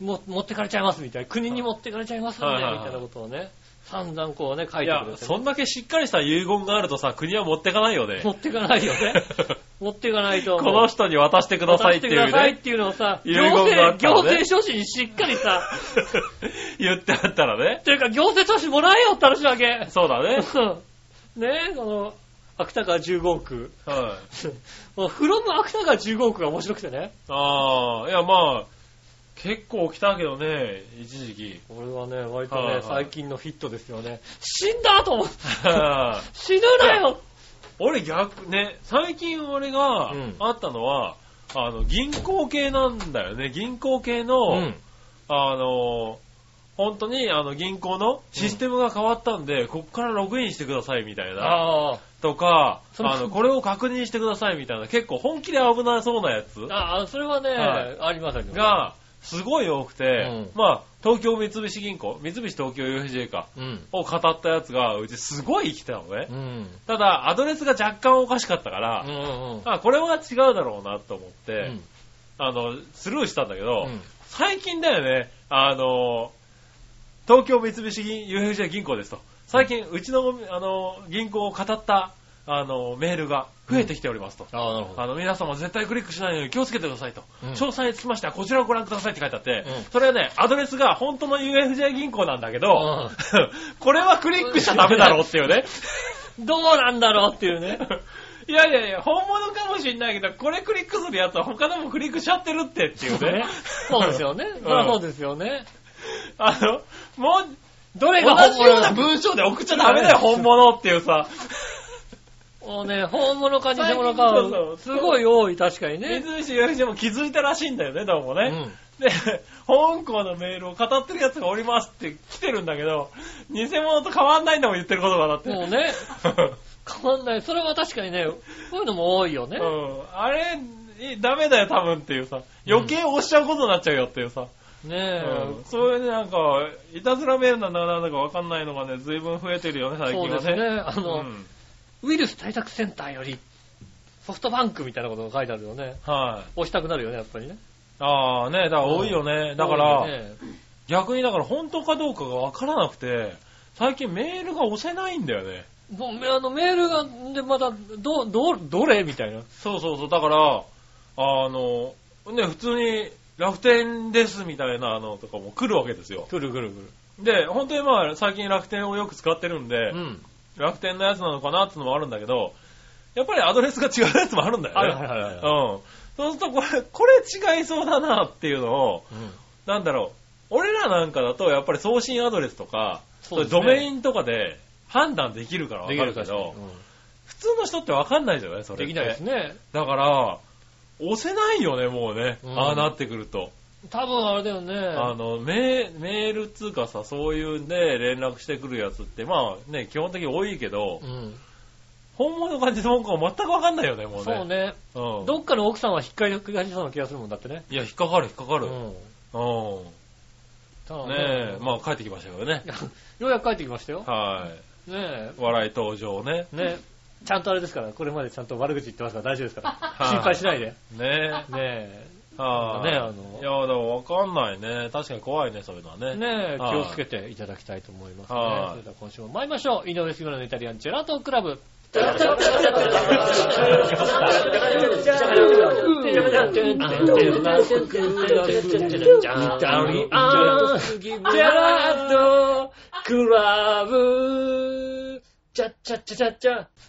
[SPEAKER 2] も、持ってかれちゃいますみたいな、国に持ってかれちゃいますんで、
[SPEAKER 3] はいはいはい
[SPEAKER 2] みたいなことをね、散々こうね、書い
[SPEAKER 3] い
[SPEAKER 2] て
[SPEAKER 3] や
[SPEAKER 2] くれ、てね、
[SPEAKER 3] そんだけしっかりした遺言があるとさ、国は持ってかないよね
[SPEAKER 2] 持。ってかないよね。持ってかないと。
[SPEAKER 3] この人に渡してくださいってい
[SPEAKER 2] 渡
[SPEAKER 3] う
[SPEAKER 2] してくださいっ
[SPEAKER 3] ね。
[SPEAKER 2] ていうのをさ、
[SPEAKER 3] 遺
[SPEAKER 2] 行
[SPEAKER 3] 言があ
[SPEAKER 2] 政、
[SPEAKER 3] った
[SPEAKER 2] 行
[SPEAKER 3] らね
[SPEAKER 2] 政書士にしっかりさ、
[SPEAKER 3] 言ってあったらね。
[SPEAKER 2] というか行政書士もらえよって話なわけ。
[SPEAKER 3] そうだね。
[SPEAKER 2] うんねえ、その、芥川15億。
[SPEAKER 3] はい。
[SPEAKER 2] フロム芥川15億が面白くてね。
[SPEAKER 3] ああ、いやまあ、結構来たけどね、一時 期。
[SPEAKER 2] これはね、割とね、
[SPEAKER 3] はいはい
[SPEAKER 2] 最近のヒットですよね。死んだと思って、
[SPEAKER 3] はあ
[SPEAKER 2] 死ぬなよ
[SPEAKER 3] 俺逆、ね、最近俺が
[SPEAKER 2] うん
[SPEAKER 3] あったのは、あの、銀行系なんだよね。銀行系の、
[SPEAKER 2] うん
[SPEAKER 3] あの、本当にあの銀行のシステムが変わったんで、こっからログインしてくださいみたいな。
[SPEAKER 2] ああ
[SPEAKER 3] とか、
[SPEAKER 2] その
[SPEAKER 3] あの、これを確認してくださいみたいな、結構本気で危なそうなやつ
[SPEAKER 2] ああ、それはね、
[SPEAKER 3] はい
[SPEAKER 2] ありませんけど。
[SPEAKER 3] が、すごい多くて、
[SPEAKER 2] う
[SPEAKER 3] まあ、東京三菱銀行、三菱東京 UFJ か。
[SPEAKER 2] うん。
[SPEAKER 3] を語ったやつが、うちすごい生きてたのね
[SPEAKER 2] う。ん。
[SPEAKER 3] ただ、アドレスが若干おかしかったから、
[SPEAKER 2] うんうん
[SPEAKER 3] あ、これは違うだろうなと思って、
[SPEAKER 2] うん。
[SPEAKER 3] あの、スルーしたんだけど、
[SPEAKER 2] うん
[SPEAKER 3] 最近だよね、あの、東京三菱銀 UFJ 銀行ですと。最近、うちの、あの、銀行を語った、あの、メールが増えてきておりますと。
[SPEAKER 2] ああ、なるほど。
[SPEAKER 3] あの、皆様絶対クリックしないように気をつけてくださいと。
[SPEAKER 2] うん
[SPEAKER 3] 詳細につきましてはこちらをご覧くださいって書いてあって、
[SPEAKER 2] うん
[SPEAKER 3] それはね、アドレスが本当の UFJ 銀行なんだけど、
[SPEAKER 2] う
[SPEAKER 3] これはクリックしちゃダメだろうっていうね。
[SPEAKER 2] どうなんだろうっていうね。
[SPEAKER 3] いやいやいや、本物かもしんないけど、これクリックするやつは他のもクリックしちゃってるってっていうね。
[SPEAKER 2] そうです。よね。そりゃそうですよね。
[SPEAKER 3] あの、もう、どれ
[SPEAKER 2] が
[SPEAKER 3] 同じような
[SPEAKER 2] 本物
[SPEAKER 3] 文章で送っちゃダメだよ、本物っていうさ。
[SPEAKER 2] もうね、本物か偽物か
[SPEAKER 3] そうそうそ
[SPEAKER 2] は、
[SPEAKER 3] う
[SPEAKER 2] すごい多い、確かに
[SPEAKER 3] 三
[SPEAKER 2] ね。
[SPEAKER 3] 菱 UFJ も気づいたらしいんだよね、どうもね。
[SPEAKER 2] うん
[SPEAKER 3] で、香港のメールを語ってるやつがおりますって来てるんだけど、偽物と変わんないんだもん言ってることがだって。
[SPEAKER 2] もうね、変わんない。それは確かにね、こういうのも多いよね。
[SPEAKER 3] うん。あれ、えダメだよ多分っていうさ、余計押しちゃうことになっちゃうよっていうさ。
[SPEAKER 2] ねえ、
[SPEAKER 3] うんそういうね、なんか、いたずらメールなんだかなんだかわかんないのがね、随分増えてるよね、最
[SPEAKER 2] そう
[SPEAKER 3] 近は
[SPEAKER 2] です
[SPEAKER 3] ね。
[SPEAKER 2] ね。あ
[SPEAKER 3] う
[SPEAKER 2] の、
[SPEAKER 3] ん
[SPEAKER 2] ウイルス対策センターより、ソフトバンクみたいなことが書いてあるよね。
[SPEAKER 3] はい。
[SPEAKER 2] 押したくなるよね、やっぱりね。
[SPEAKER 3] ああね、だから多いよね。だから、
[SPEAKER 2] そうね
[SPEAKER 3] 逆にだから本当かどうかがわからなくて、最近メールが押せないんだよね。
[SPEAKER 2] もうあのメールが、で、まだ、ど、ど、どれみたいな。
[SPEAKER 3] そうそうそう、だから、あの、ね、普通に楽天ですみたいなのとかも来るわけですよ。
[SPEAKER 2] くるくるくる。
[SPEAKER 3] で、本当にまあ、最近楽天をよく使ってるんで、
[SPEAKER 2] うん。
[SPEAKER 3] 楽天のやつなのかなってのもあるんだけど、やっぱりアドレスが違うやつもあるんだよね。
[SPEAKER 2] あるあるある
[SPEAKER 3] うん。そうすると、これ、これ違いそうだなっていうのを、
[SPEAKER 2] うん。
[SPEAKER 3] なんだろう。俺らなんかだと、やっぱり送信アドレスとか、
[SPEAKER 2] そうですね
[SPEAKER 3] ドメインとかで判断できるからわか
[SPEAKER 2] でき
[SPEAKER 3] る
[SPEAKER 2] る
[SPEAKER 3] け
[SPEAKER 2] かし
[SPEAKER 3] ど、普通の人ってわかんないじゃないそれ
[SPEAKER 2] で
[SPEAKER 3] って
[SPEAKER 2] きないですね。
[SPEAKER 3] だから、押せないよね、もうね。
[SPEAKER 2] うん
[SPEAKER 3] ああなってくると。
[SPEAKER 2] 多分あれだよね。
[SPEAKER 3] あの、メメールっつうかさ、そういうんで連絡してくるやつって、まあね、基本的に多いけど、
[SPEAKER 2] うん。
[SPEAKER 3] 本物か偽物か全くわかんないよね、もうね。
[SPEAKER 2] そうね。
[SPEAKER 3] うん。
[SPEAKER 2] どっかの奥さんは引っかかりそうな気がするもんだってね。
[SPEAKER 3] いや、引っかかる、引っかか
[SPEAKER 2] う
[SPEAKER 3] る。うん。
[SPEAKER 2] ん。ただ
[SPEAKER 3] ねえ、まあ帰ってきましたけどね。
[SPEAKER 2] ようやく帰ってきましたよ。
[SPEAKER 3] は
[SPEAKER 2] ね
[SPEAKER 3] い。笑い登場ね。
[SPEAKER 2] え。ねえ。ちゃんとあれですから、これまでちゃんと悪口言ってますから大丈夫ですから。
[SPEAKER 3] はい
[SPEAKER 2] 心配しないで。ね
[SPEAKER 3] ね
[SPEAKER 2] え。
[SPEAKER 3] え。は
[SPEAKER 2] ね
[SPEAKER 3] い。
[SPEAKER 2] えあの
[SPEAKER 3] いや、でもわかんないね。確かに怖いね、そういうのはね。
[SPEAKER 2] ねえ、気
[SPEAKER 3] はい
[SPEAKER 2] をつけていただきたいと思いますね。
[SPEAKER 3] はい
[SPEAKER 2] それでは今週も参りましょう。井上杉村のイタリアンジェラートクラブ。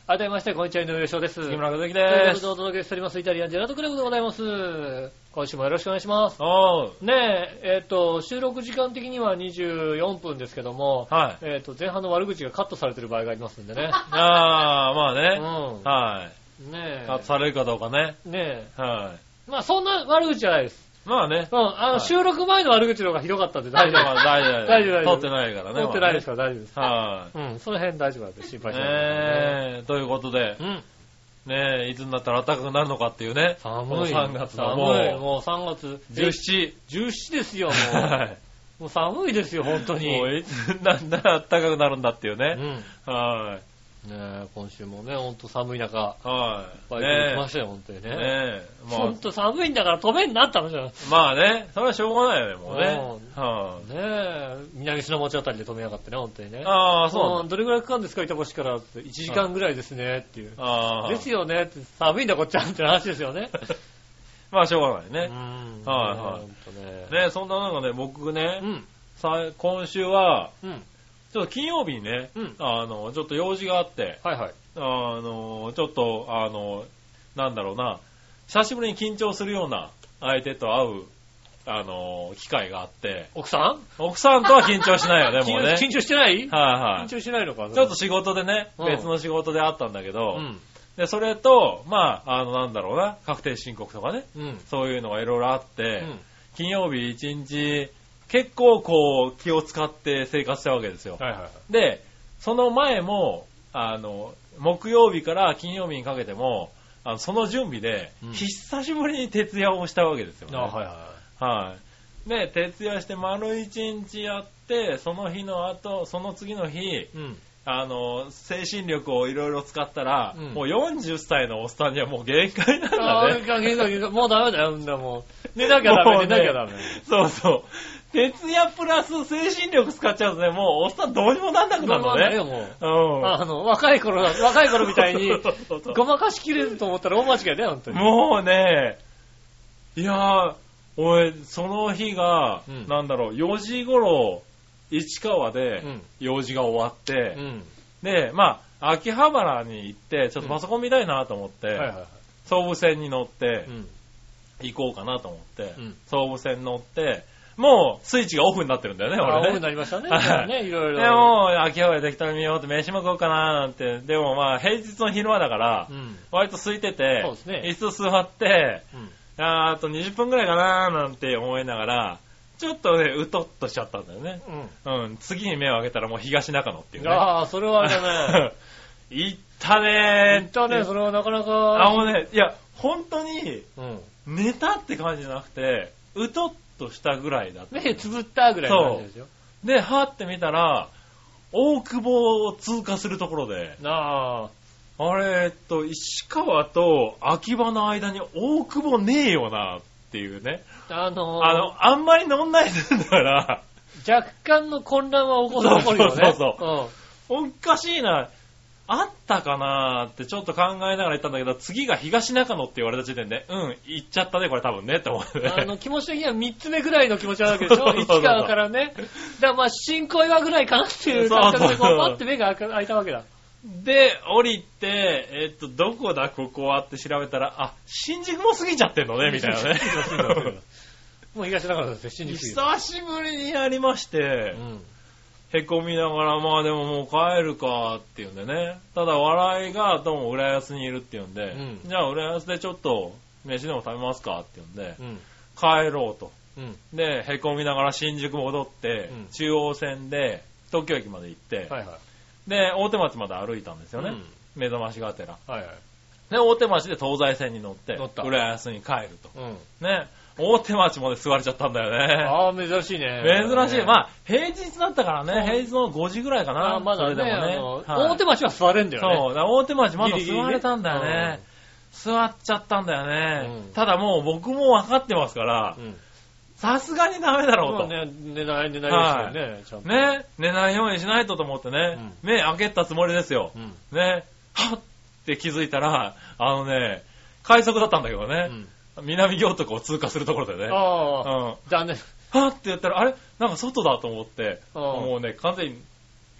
[SPEAKER 2] 改めまして、こんにちは、井上翔です。
[SPEAKER 3] 杉村和之
[SPEAKER 2] というこ
[SPEAKER 3] で
[SPEAKER 2] と
[SPEAKER 3] す。
[SPEAKER 2] でお届けしております、イタリアンジェラートクラブでございます。今週もよろしくお願いします。
[SPEAKER 3] おう
[SPEAKER 2] ねえ、えっ、と、収録時間的には24分ですけども、
[SPEAKER 3] はい。
[SPEAKER 2] えっ、と、前半の悪口がカットされてる場合がありますんでね。
[SPEAKER 3] ああ、まあ
[SPEAKER 2] う
[SPEAKER 3] ね。は
[SPEAKER 2] ん。ね
[SPEAKER 3] い。
[SPEAKER 2] え
[SPEAKER 3] カット。されるかどうかね。
[SPEAKER 2] ね
[SPEAKER 3] は
[SPEAKER 2] え。まあ、そんな悪口じゃないです。
[SPEAKER 3] い。まあね
[SPEAKER 2] う。ん、あ
[SPEAKER 3] は
[SPEAKER 2] の、
[SPEAKER 3] い
[SPEAKER 2] 収録前の悪口の方がひどかったんで大
[SPEAKER 3] 大丈
[SPEAKER 2] 丈
[SPEAKER 3] 夫、
[SPEAKER 2] 夫。
[SPEAKER 3] 大丈
[SPEAKER 2] 大丈夫
[SPEAKER 3] 夫。
[SPEAKER 2] 大丈夫
[SPEAKER 3] 撮ってな いからね。
[SPEAKER 2] 撮ってないですから大丈夫です。
[SPEAKER 3] は
[SPEAKER 2] うん、その辺大丈夫なんで心
[SPEAKER 3] い。
[SPEAKER 2] 配しないで
[SPEAKER 3] ねえ、ということで
[SPEAKER 2] ください、ね。
[SPEAKER 3] ねえ、いつになったら暖かくなるのかっていうね。
[SPEAKER 2] うん。寒い。
[SPEAKER 3] この3月
[SPEAKER 2] 寒
[SPEAKER 3] の
[SPEAKER 2] い。
[SPEAKER 3] もう
[SPEAKER 2] もう3月
[SPEAKER 3] 17。
[SPEAKER 2] 17ですよ、もう。
[SPEAKER 3] は
[SPEAKER 2] もう寒いですよ、本当
[SPEAKER 3] い。も
[SPEAKER 2] に。
[SPEAKER 3] ういつに なったら暖かくなるんだっていう
[SPEAKER 2] う
[SPEAKER 3] ね。
[SPEAKER 2] ん。
[SPEAKER 3] は
[SPEAKER 2] ねえ、今週もね、ほんと寒い中、
[SPEAKER 3] い。は
[SPEAKER 2] バ
[SPEAKER 3] い。
[SPEAKER 2] イク
[SPEAKER 3] ね
[SPEAKER 2] 来ましたよ、ほんとに
[SPEAKER 3] え。
[SPEAKER 2] ね。
[SPEAKER 3] ねえ。ま
[SPEAKER 2] ほんと寒いんだから飛べになったのじゃん。ね
[SPEAKER 3] あ、 まあね、それはしょうがないよね、もうね。は
[SPEAKER 2] え、南市の町あたりで飛べなかったね、ほんとにね
[SPEAKER 3] い。。ああ、そうなん
[SPEAKER 2] んど
[SPEAKER 3] だ。
[SPEAKER 2] れくらいかかるんですか、板橋からって。1時間ぐらいですね、っていう。
[SPEAKER 3] ああ。
[SPEAKER 2] ですよねって、寒いんだこっちはって話ですよね。
[SPEAKER 3] まあ、しょうがないうね。
[SPEAKER 2] ん
[SPEAKER 3] はいはい
[SPEAKER 2] ほんとね。
[SPEAKER 3] ねそんな中ね、僕ね
[SPEAKER 2] う、ん。
[SPEAKER 3] さい今週は、
[SPEAKER 2] うん。
[SPEAKER 3] ちょっと金曜日にね、
[SPEAKER 2] うん。
[SPEAKER 3] あの、ちょっと用事があって、
[SPEAKER 2] はいはい。
[SPEAKER 3] あの、ちょっと、あの、なんだろうな、久しぶりに緊張するような相手と会う、あの、機会があって、
[SPEAKER 2] 奥さん
[SPEAKER 3] 奥さんとは緊張しない よね、もうね。
[SPEAKER 2] 緊張してない
[SPEAKER 3] はいは
[SPEAKER 2] 緊張
[SPEAKER 3] い。
[SPEAKER 2] しないのか
[SPEAKER 3] ちょっと仕事でね、
[SPEAKER 2] うん
[SPEAKER 3] 別の仕事で会ったんだけど、
[SPEAKER 2] うん。
[SPEAKER 3] で、それと、まあ、あの、なんだろうな、確定申告とかね、
[SPEAKER 2] うん。
[SPEAKER 3] そういうのがいろいろあって、
[SPEAKER 2] うん
[SPEAKER 3] 金曜日一日、結構こう、気を使って生活したわけですよ。
[SPEAKER 2] はいはいはい。
[SPEAKER 3] で、その前も、あの、木曜日から金曜日にかけても、あのその準備で、
[SPEAKER 2] うん
[SPEAKER 3] 久しぶりに徹夜をしたわけですよ、ね。
[SPEAKER 2] あはいは
[SPEAKER 3] はい。で、徹夜して丸一日やって、その日の後、その次の日、
[SPEAKER 2] い。うん。
[SPEAKER 3] あの、精神力をいろいろ使ったら、
[SPEAKER 2] うん
[SPEAKER 3] もう40歳のおっさんにはもう限界なん
[SPEAKER 2] あ
[SPEAKER 3] だね。
[SPEAKER 2] あ、限界もうダメだよ、うんだもう。寝なきゃダメ、
[SPEAKER 3] もう
[SPEAKER 2] 寝
[SPEAKER 3] ね
[SPEAKER 2] なきゃダメ。
[SPEAKER 3] そうそう。徹夜プラス精神力使っちゃうとね、もうおっさんどうにもなんなくなるの
[SPEAKER 2] ど
[SPEAKER 3] ね
[SPEAKER 2] う。にもなんないよもう。
[SPEAKER 3] うん。
[SPEAKER 2] あの、若い頃、若い頃みたいに
[SPEAKER 3] そうそうそうそう、
[SPEAKER 2] ごまかしきれると思ったら大間違いだよ、本当に。
[SPEAKER 3] もうね、いやー、俺、その日が、
[SPEAKER 2] うん
[SPEAKER 3] なんだろう、4時頃、市川で
[SPEAKER 2] うん
[SPEAKER 3] 用事が終わって、
[SPEAKER 2] うん。
[SPEAKER 3] で、まあ、秋葉原に行って、ちょっとパソコン見たいなと思って、
[SPEAKER 2] はいはいは
[SPEAKER 3] 総武線に乗って
[SPEAKER 2] い。う、ん。
[SPEAKER 3] 行こうかなと思って、
[SPEAKER 2] うん
[SPEAKER 3] 総武線乗って、もうスイッチがオフになってるんだよね、
[SPEAKER 2] あ、
[SPEAKER 3] 俺
[SPEAKER 2] 多
[SPEAKER 3] ね
[SPEAKER 2] く。なりましたね。
[SPEAKER 3] はい
[SPEAKER 2] じゃあね、いろいろ。
[SPEAKER 3] でも、秋葉原できたら見ようって、飯も食おうかななんて、でもまあ、平日の昼間だから、
[SPEAKER 2] うん。
[SPEAKER 3] 割と空いてて、
[SPEAKER 2] そうですね
[SPEAKER 3] 椅子座って、
[SPEAKER 2] うん。
[SPEAKER 3] あーあと20分くらいかなーなんて思いながら、ちょっとね、うとっとしちゃったんだよね。
[SPEAKER 2] うん。
[SPEAKER 3] うん、次に目を開けたらもう東中野っていうね。
[SPEAKER 2] ああ、それはあれだね。
[SPEAKER 3] 行った
[SPEAKER 2] え
[SPEAKER 3] ねー
[SPEAKER 2] っとね、それはなかな
[SPEAKER 3] あ、も
[SPEAKER 2] か、
[SPEAKER 3] うね、いや、本当に、
[SPEAKER 2] うん。
[SPEAKER 3] 寝たって感じじゃなくて、うとっとしたぐらいだった。
[SPEAKER 2] 目つぶったぐらいの感じですよ。
[SPEAKER 3] で、はーって見たら、大久保を通過するところで、
[SPEAKER 2] あ
[SPEAKER 3] あれ、えっと、石川と秋葉の間に大久保ねえよな、っていうね。
[SPEAKER 2] あ、あのー、
[SPEAKER 3] あの、あんまり飲んないんだから、
[SPEAKER 2] 若干の混乱は起こる起こるよね。
[SPEAKER 3] そうそう
[SPEAKER 2] そ
[SPEAKER 3] おかしいな。あったかなーってちょっと考えながら言ったんだけど、次が東中野って言われた時点で、うん、行っちゃったね、これ多分ね、って思って、
[SPEAKER 2] うん。あ
[SPEAKER 3] ね。
[SPEAKER 2] の、気持ち的には3つ目ぐらいの気持ちなわけでしょ
[SPEAKER 3] そうそう
[SPEAKER 2] 市
[SPEAKER 3] そう
[SPEAKER 2] 川からね。だからまあ、新小岩ぐらいかなっていう感覚で、こ
[SPEAKER 3] そうそう
[SPEAKER 2] う、パッて目が開か開いたわけだ。
[SPEAKER 3] で、降りて、えっと、どこだ、ここはって調べたら、あ、新宿も過ぎちゃってんのね、みたいなね。
[SPEAKER 2] もう東中野ですよ、新宿過
[SPEAKER 3] 久しぶりにやりまして
[SPEAKER 2] ぎう、ん。
[SPEAKER 3] へこみながら、まあでももう帰るかっていうんでね。ただ笑いがどうも浦安にいるっていうんで、
[SPEAKER 2] うん
[SPEAKER 3] じゃあ浦安でちょっと飯でも食べますかっていうんで
[SPEAKER 2] う、ん。
[SPEAKER 3] 帰ろうと。
[SPEAKER 2] うん。
[SPEAKER 3] で、へこみながら新宿戻って、
[SPEAKER 2] うん
[SPEAKER 3] 中央線で東京駅まで行って、
[SPEAKER 2] はいはい。
[SPEAKER 3] で、大手町まで歩いたんですよね。
[SPEAKER 2] うん
[SPEAKER 3] 目覚ましがてら。
[SPEAKER 2] はいはい。
[SPEAKER 3] で、大手町で東西線に乗って
[SPEAKER 2] 乗った、
[SPEAKER 3] 浦安に帰ると。
[SPEAKER 2] うん。
[SPEAKER 3] ね、大手町まで座れちゃったんだよね。
[SPEAKER 2] ああ、珍しいね。
[SPEAKER 3] 珍しい。
[SPEAKER 2] あ、
[SPEAKER 3] まあ、平日だったからね、平日の5時ぐらいか
[SPEAKER 2] あ
[SPEAKER 3] な。
[SPEAKER 2] ーまだ
[SPEAKER 3] それで
[SPEAKER 2] ね、あの
[SPEAKER 3] もね。はい
[SPEAKER 2] 大手町は座れんだよね。
[SPEAKER 3] そう、だから大手町まだ
[SPEAKER 2] ギリギリね
[SPEAKER 3] 座れたんだよね。座っちゃったんだよね。
[SPEAKER 2] うん
[SPEAKER 3] ただもう僕も分かってますから
[SPEAKER 2] う、ん。
[SPEAKER 3] さすがにダメだろう
[SPEAKER 2] ま
[SPEAKER 3] と。
[SPEAKER 2] あね、寝ない、寝ないですよね、ちゃんと。。
[SPEAKER 3] ね、寝ないようにしないとと思ってね、目開けたつもりですよ
[SPEAKER 2] う。ん。
[SPEAKER 3] ね、はっって気づいたら、あのね、快速だったんだけど
[SPEAKER 2] う
[SPEAKER 3] ね、
[SPEAKER 2] ん
[SPEAKER 3] 南行徳を通過するところでね、うん、
[SPEAKER 2] ああ、
[SPEAKER 3] は
[SPEAKER 2] 残念。
[SPEAKER 3] っって言ったら、あれなんか外だと思って、
[SPEAKER 2] うん
[SPEAKER 3] もうね、完全に、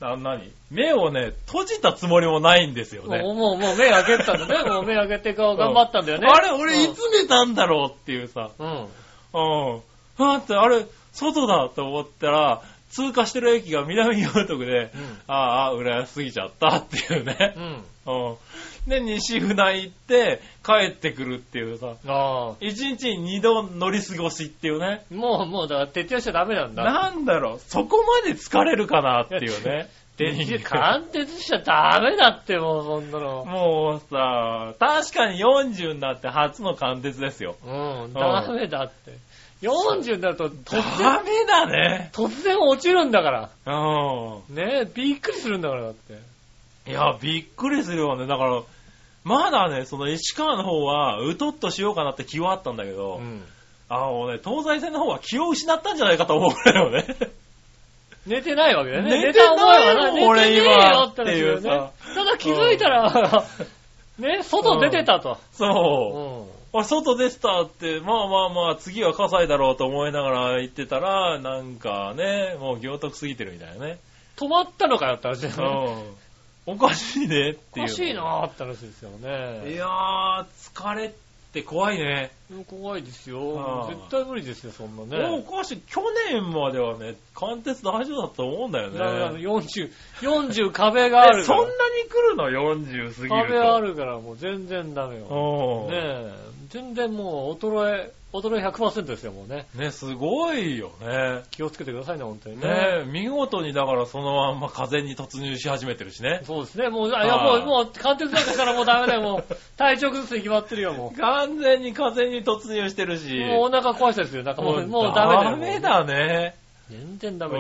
[SPEAKER 3] な、なに目をね、閉じたつもりもないんですよね。
[SPEAKER 2] もう、もう、もう目開けたん だね。もう目開けてこう頑張ったんだよね。
[SPEAKER 3] あれ俺
[SPEAKER 2] うん
[SPEAKER 3] いつ寝たんだろうっていうさ、
[SPEAKER 2] うん。
[SPEAKER 3] うん。はって、あれ、外だと思ったら、通過してる駅が南行徳で、ああ、浦安過ぎちゃったっていうね
[SPEAKER 2] う。ん。
[SPEAKER 3] うん。で、西船行って、帰ってくるっていうさ、
[SPEAKER 2] ああ。
[SPEAKER 3] 一日に二度乗り過ごしっていうね。
[SPEAKER 2] もう、もう、だから徹底しちゃダメなんだ。
[SPEAKER 3] なんだろう、そこまで疲れるかなっていう ね。
[SPEAKER 2] 徹底、貫徹しちゃダメだって、もう、そんなの。
[SPEAKER 3] もうさ、確かに40になって初の貫徹ですよ。
[SPEAKER 2] うん、ダメだって。40になると、突然、
[SPEAKER 3] ダメだね。
[SPEAKER 2] 突然落ちるんだから。
[SPEAKER 3] うん。
[SPEAKER 2] ねえ、びっくりするんだから、だって。
[SPEAKER 3] いや、びっくりするよね。だから、まだね、その石川の方は、うとっとしようかなって気はあったんだけど、
[SPEAKER 2] ん。
[SPEAKER 3] あのね、東西線の方は気を失ったんじゃないかと思うくらいよね。
[SPEAKER 2] 寝てないわけだよね。
[SPEAKER 3] 寝てないも
[SPEAKER 2] 寝た
[SPEAKER 3] ん
[SPEAKER 2] 覚えは
[SPEAKER 3] 俺
[SPEAKER 2] 寝てねえよって話だよね
[SPEAKER 3] 今っていう
[SPEAKER 2] ただ気づいたら、ね、外出てたと。う
[SPEAKER 3] そう。
[SPEAKER 2] ん。
[SPEAKER 3] あ外出てたって、まあまあまあ、次は火災だろうと思いながら行ってたら、なんかね、もう行徳すぎてるみたいなね。
[SPEAKER 2] 止まったのかよって話だ
[SPEAKER 3] う
[SPEAKER 2] よね。
[SPEAKER 3] ん。おかしいねって
[SPEAKER 2] お
[SPEAKER 3] い
[SPEAKER 2] か
[SPEAKER 3] う。
[SPEAKER 2] しいなーって話ですよね。
[SPEAKER 3] いやー、疲れって怖いね。
[SPEAKER 2] 怖いです
[SPEAKER 3] あ
[SPEAKER 2] よ。
[SPEAKER 3] あ
[SPEAKER 2] 絶対無理ですよ、そんな
[SPEAKER 3] もう
[SPEAKER 2] ね。
[SPEAKER 3] おかしい。去年まではね、貫徹大丈夫だったと思うんだよ
[SPEAKER 2] だから
[SPEAKER 3] ね。
[SPEAKER 2] 40、40壁があ
[SPEAKER 3] え
[SPEAKER 2] る
[SPEAKER 3] そ
[SPEAKER 2] か
[SPEAKER 3] んな
[SPEAKER 2] ら
[SPEAKER 3] に。来るの ?40 過ぎると。
[SPEAKER 2] 壁あるからもう全然ダメよ。
[SPEAKER 3] う
[SPEAKER 2] ね
[SPEAKER 3] ん。
[SPEAKER 2] え。全然もう衰え、衰え100%ですよ、もうね。
[SPEAKER 3] ね、すごいよね。
[SPEAKER 2] 気をつけてくださいね、本当にね。
[SPEAKER 3] ね、見事にだからそのまんま風に突入し始めてるしね。
[SPEAKER 2] そうですね、もう、あいや、も
[SPEAKER 3] ああ
[SPEAKER 2] う、もう、貫徹なんかしたらもうダメだよ、もう。体調崩すに決まってるよ、もう。
[SPEAKER 3] 完全に風に突入してるし。
[SPEAKER 2] もうお腹壊したですよ、なんかもう、
[SPEAKER 3] もう
[SPEAKER 2] もうダメだよ。
[SPEAKER 3] ダメ
[SPEAKER 2] も
[SPEAKER 3] だね。
[SPEAKER 2] う。全然ダ
[SPEAKER 3] う
[SPEAKER 2] メ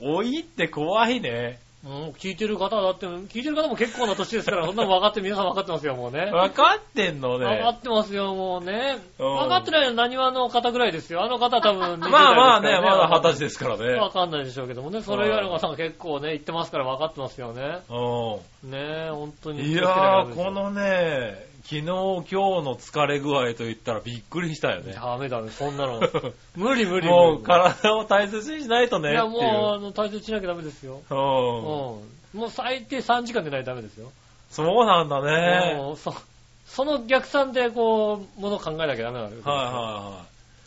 [SPEAKER 2] で
[SPEAKER 3] ん。老いって怖いね。
[SPEAKER 2] す。もう聞いてる方だって、聞いてる方も結構な年です から、そんなの分かって、皆さん分かってますよ、もうね。
[SPEAKER 3] わかってんの
[SPEAKER 2] 分か
[SPEAKER 3] ね。
[SPEAKER 2] ってますよ、もうね。
[SPEAKER 3] うん
[SPEAKER 2] 分かってないのは何話の方ぐらいですよ。あの方は多分、
[SPEAKER 3] まあまあね、まだ二十歳
[SPEAKER 2] で
[SPEAKER 3] ですから
[SPEAKER 2] すから。
[SPEAKER 3] ね
[SPEAKER 2] 分。かんないでしょうけどもね、それ以外の方は結構ね、言ってますから分かってますよね。
[SPEAKER 3] うん。
[SPEAKER 2] ねえ、本当に。
[SPEAKER 3] いやー、こ。のね、昨日、今日の疲れ具合といったらびっくりしたよね。
[SPEAKER 2] ダメだね、そんなの。無理無理無理。
[SPEAKER 3] もう体を大切にしないとね。
[SPEAKER 2] いや、
[SPEAKER 3] ってい
[SPEAKER 2] もう、あの、体調しなきゃダメですよ。
[SPEAKER 3] う
[SPEAKER 2] うん。
[SPEAKER 3] ん。
[SPEAKER 2] もう最低3時間でないとダメですよ。
[SPEAKER 3] そうなんだね。
[SPEAKER 2] もうそ、その逆算で、こう、ものを考えなきゃダメなわけですよ
[SPEAKER 3] はいはいはい。だか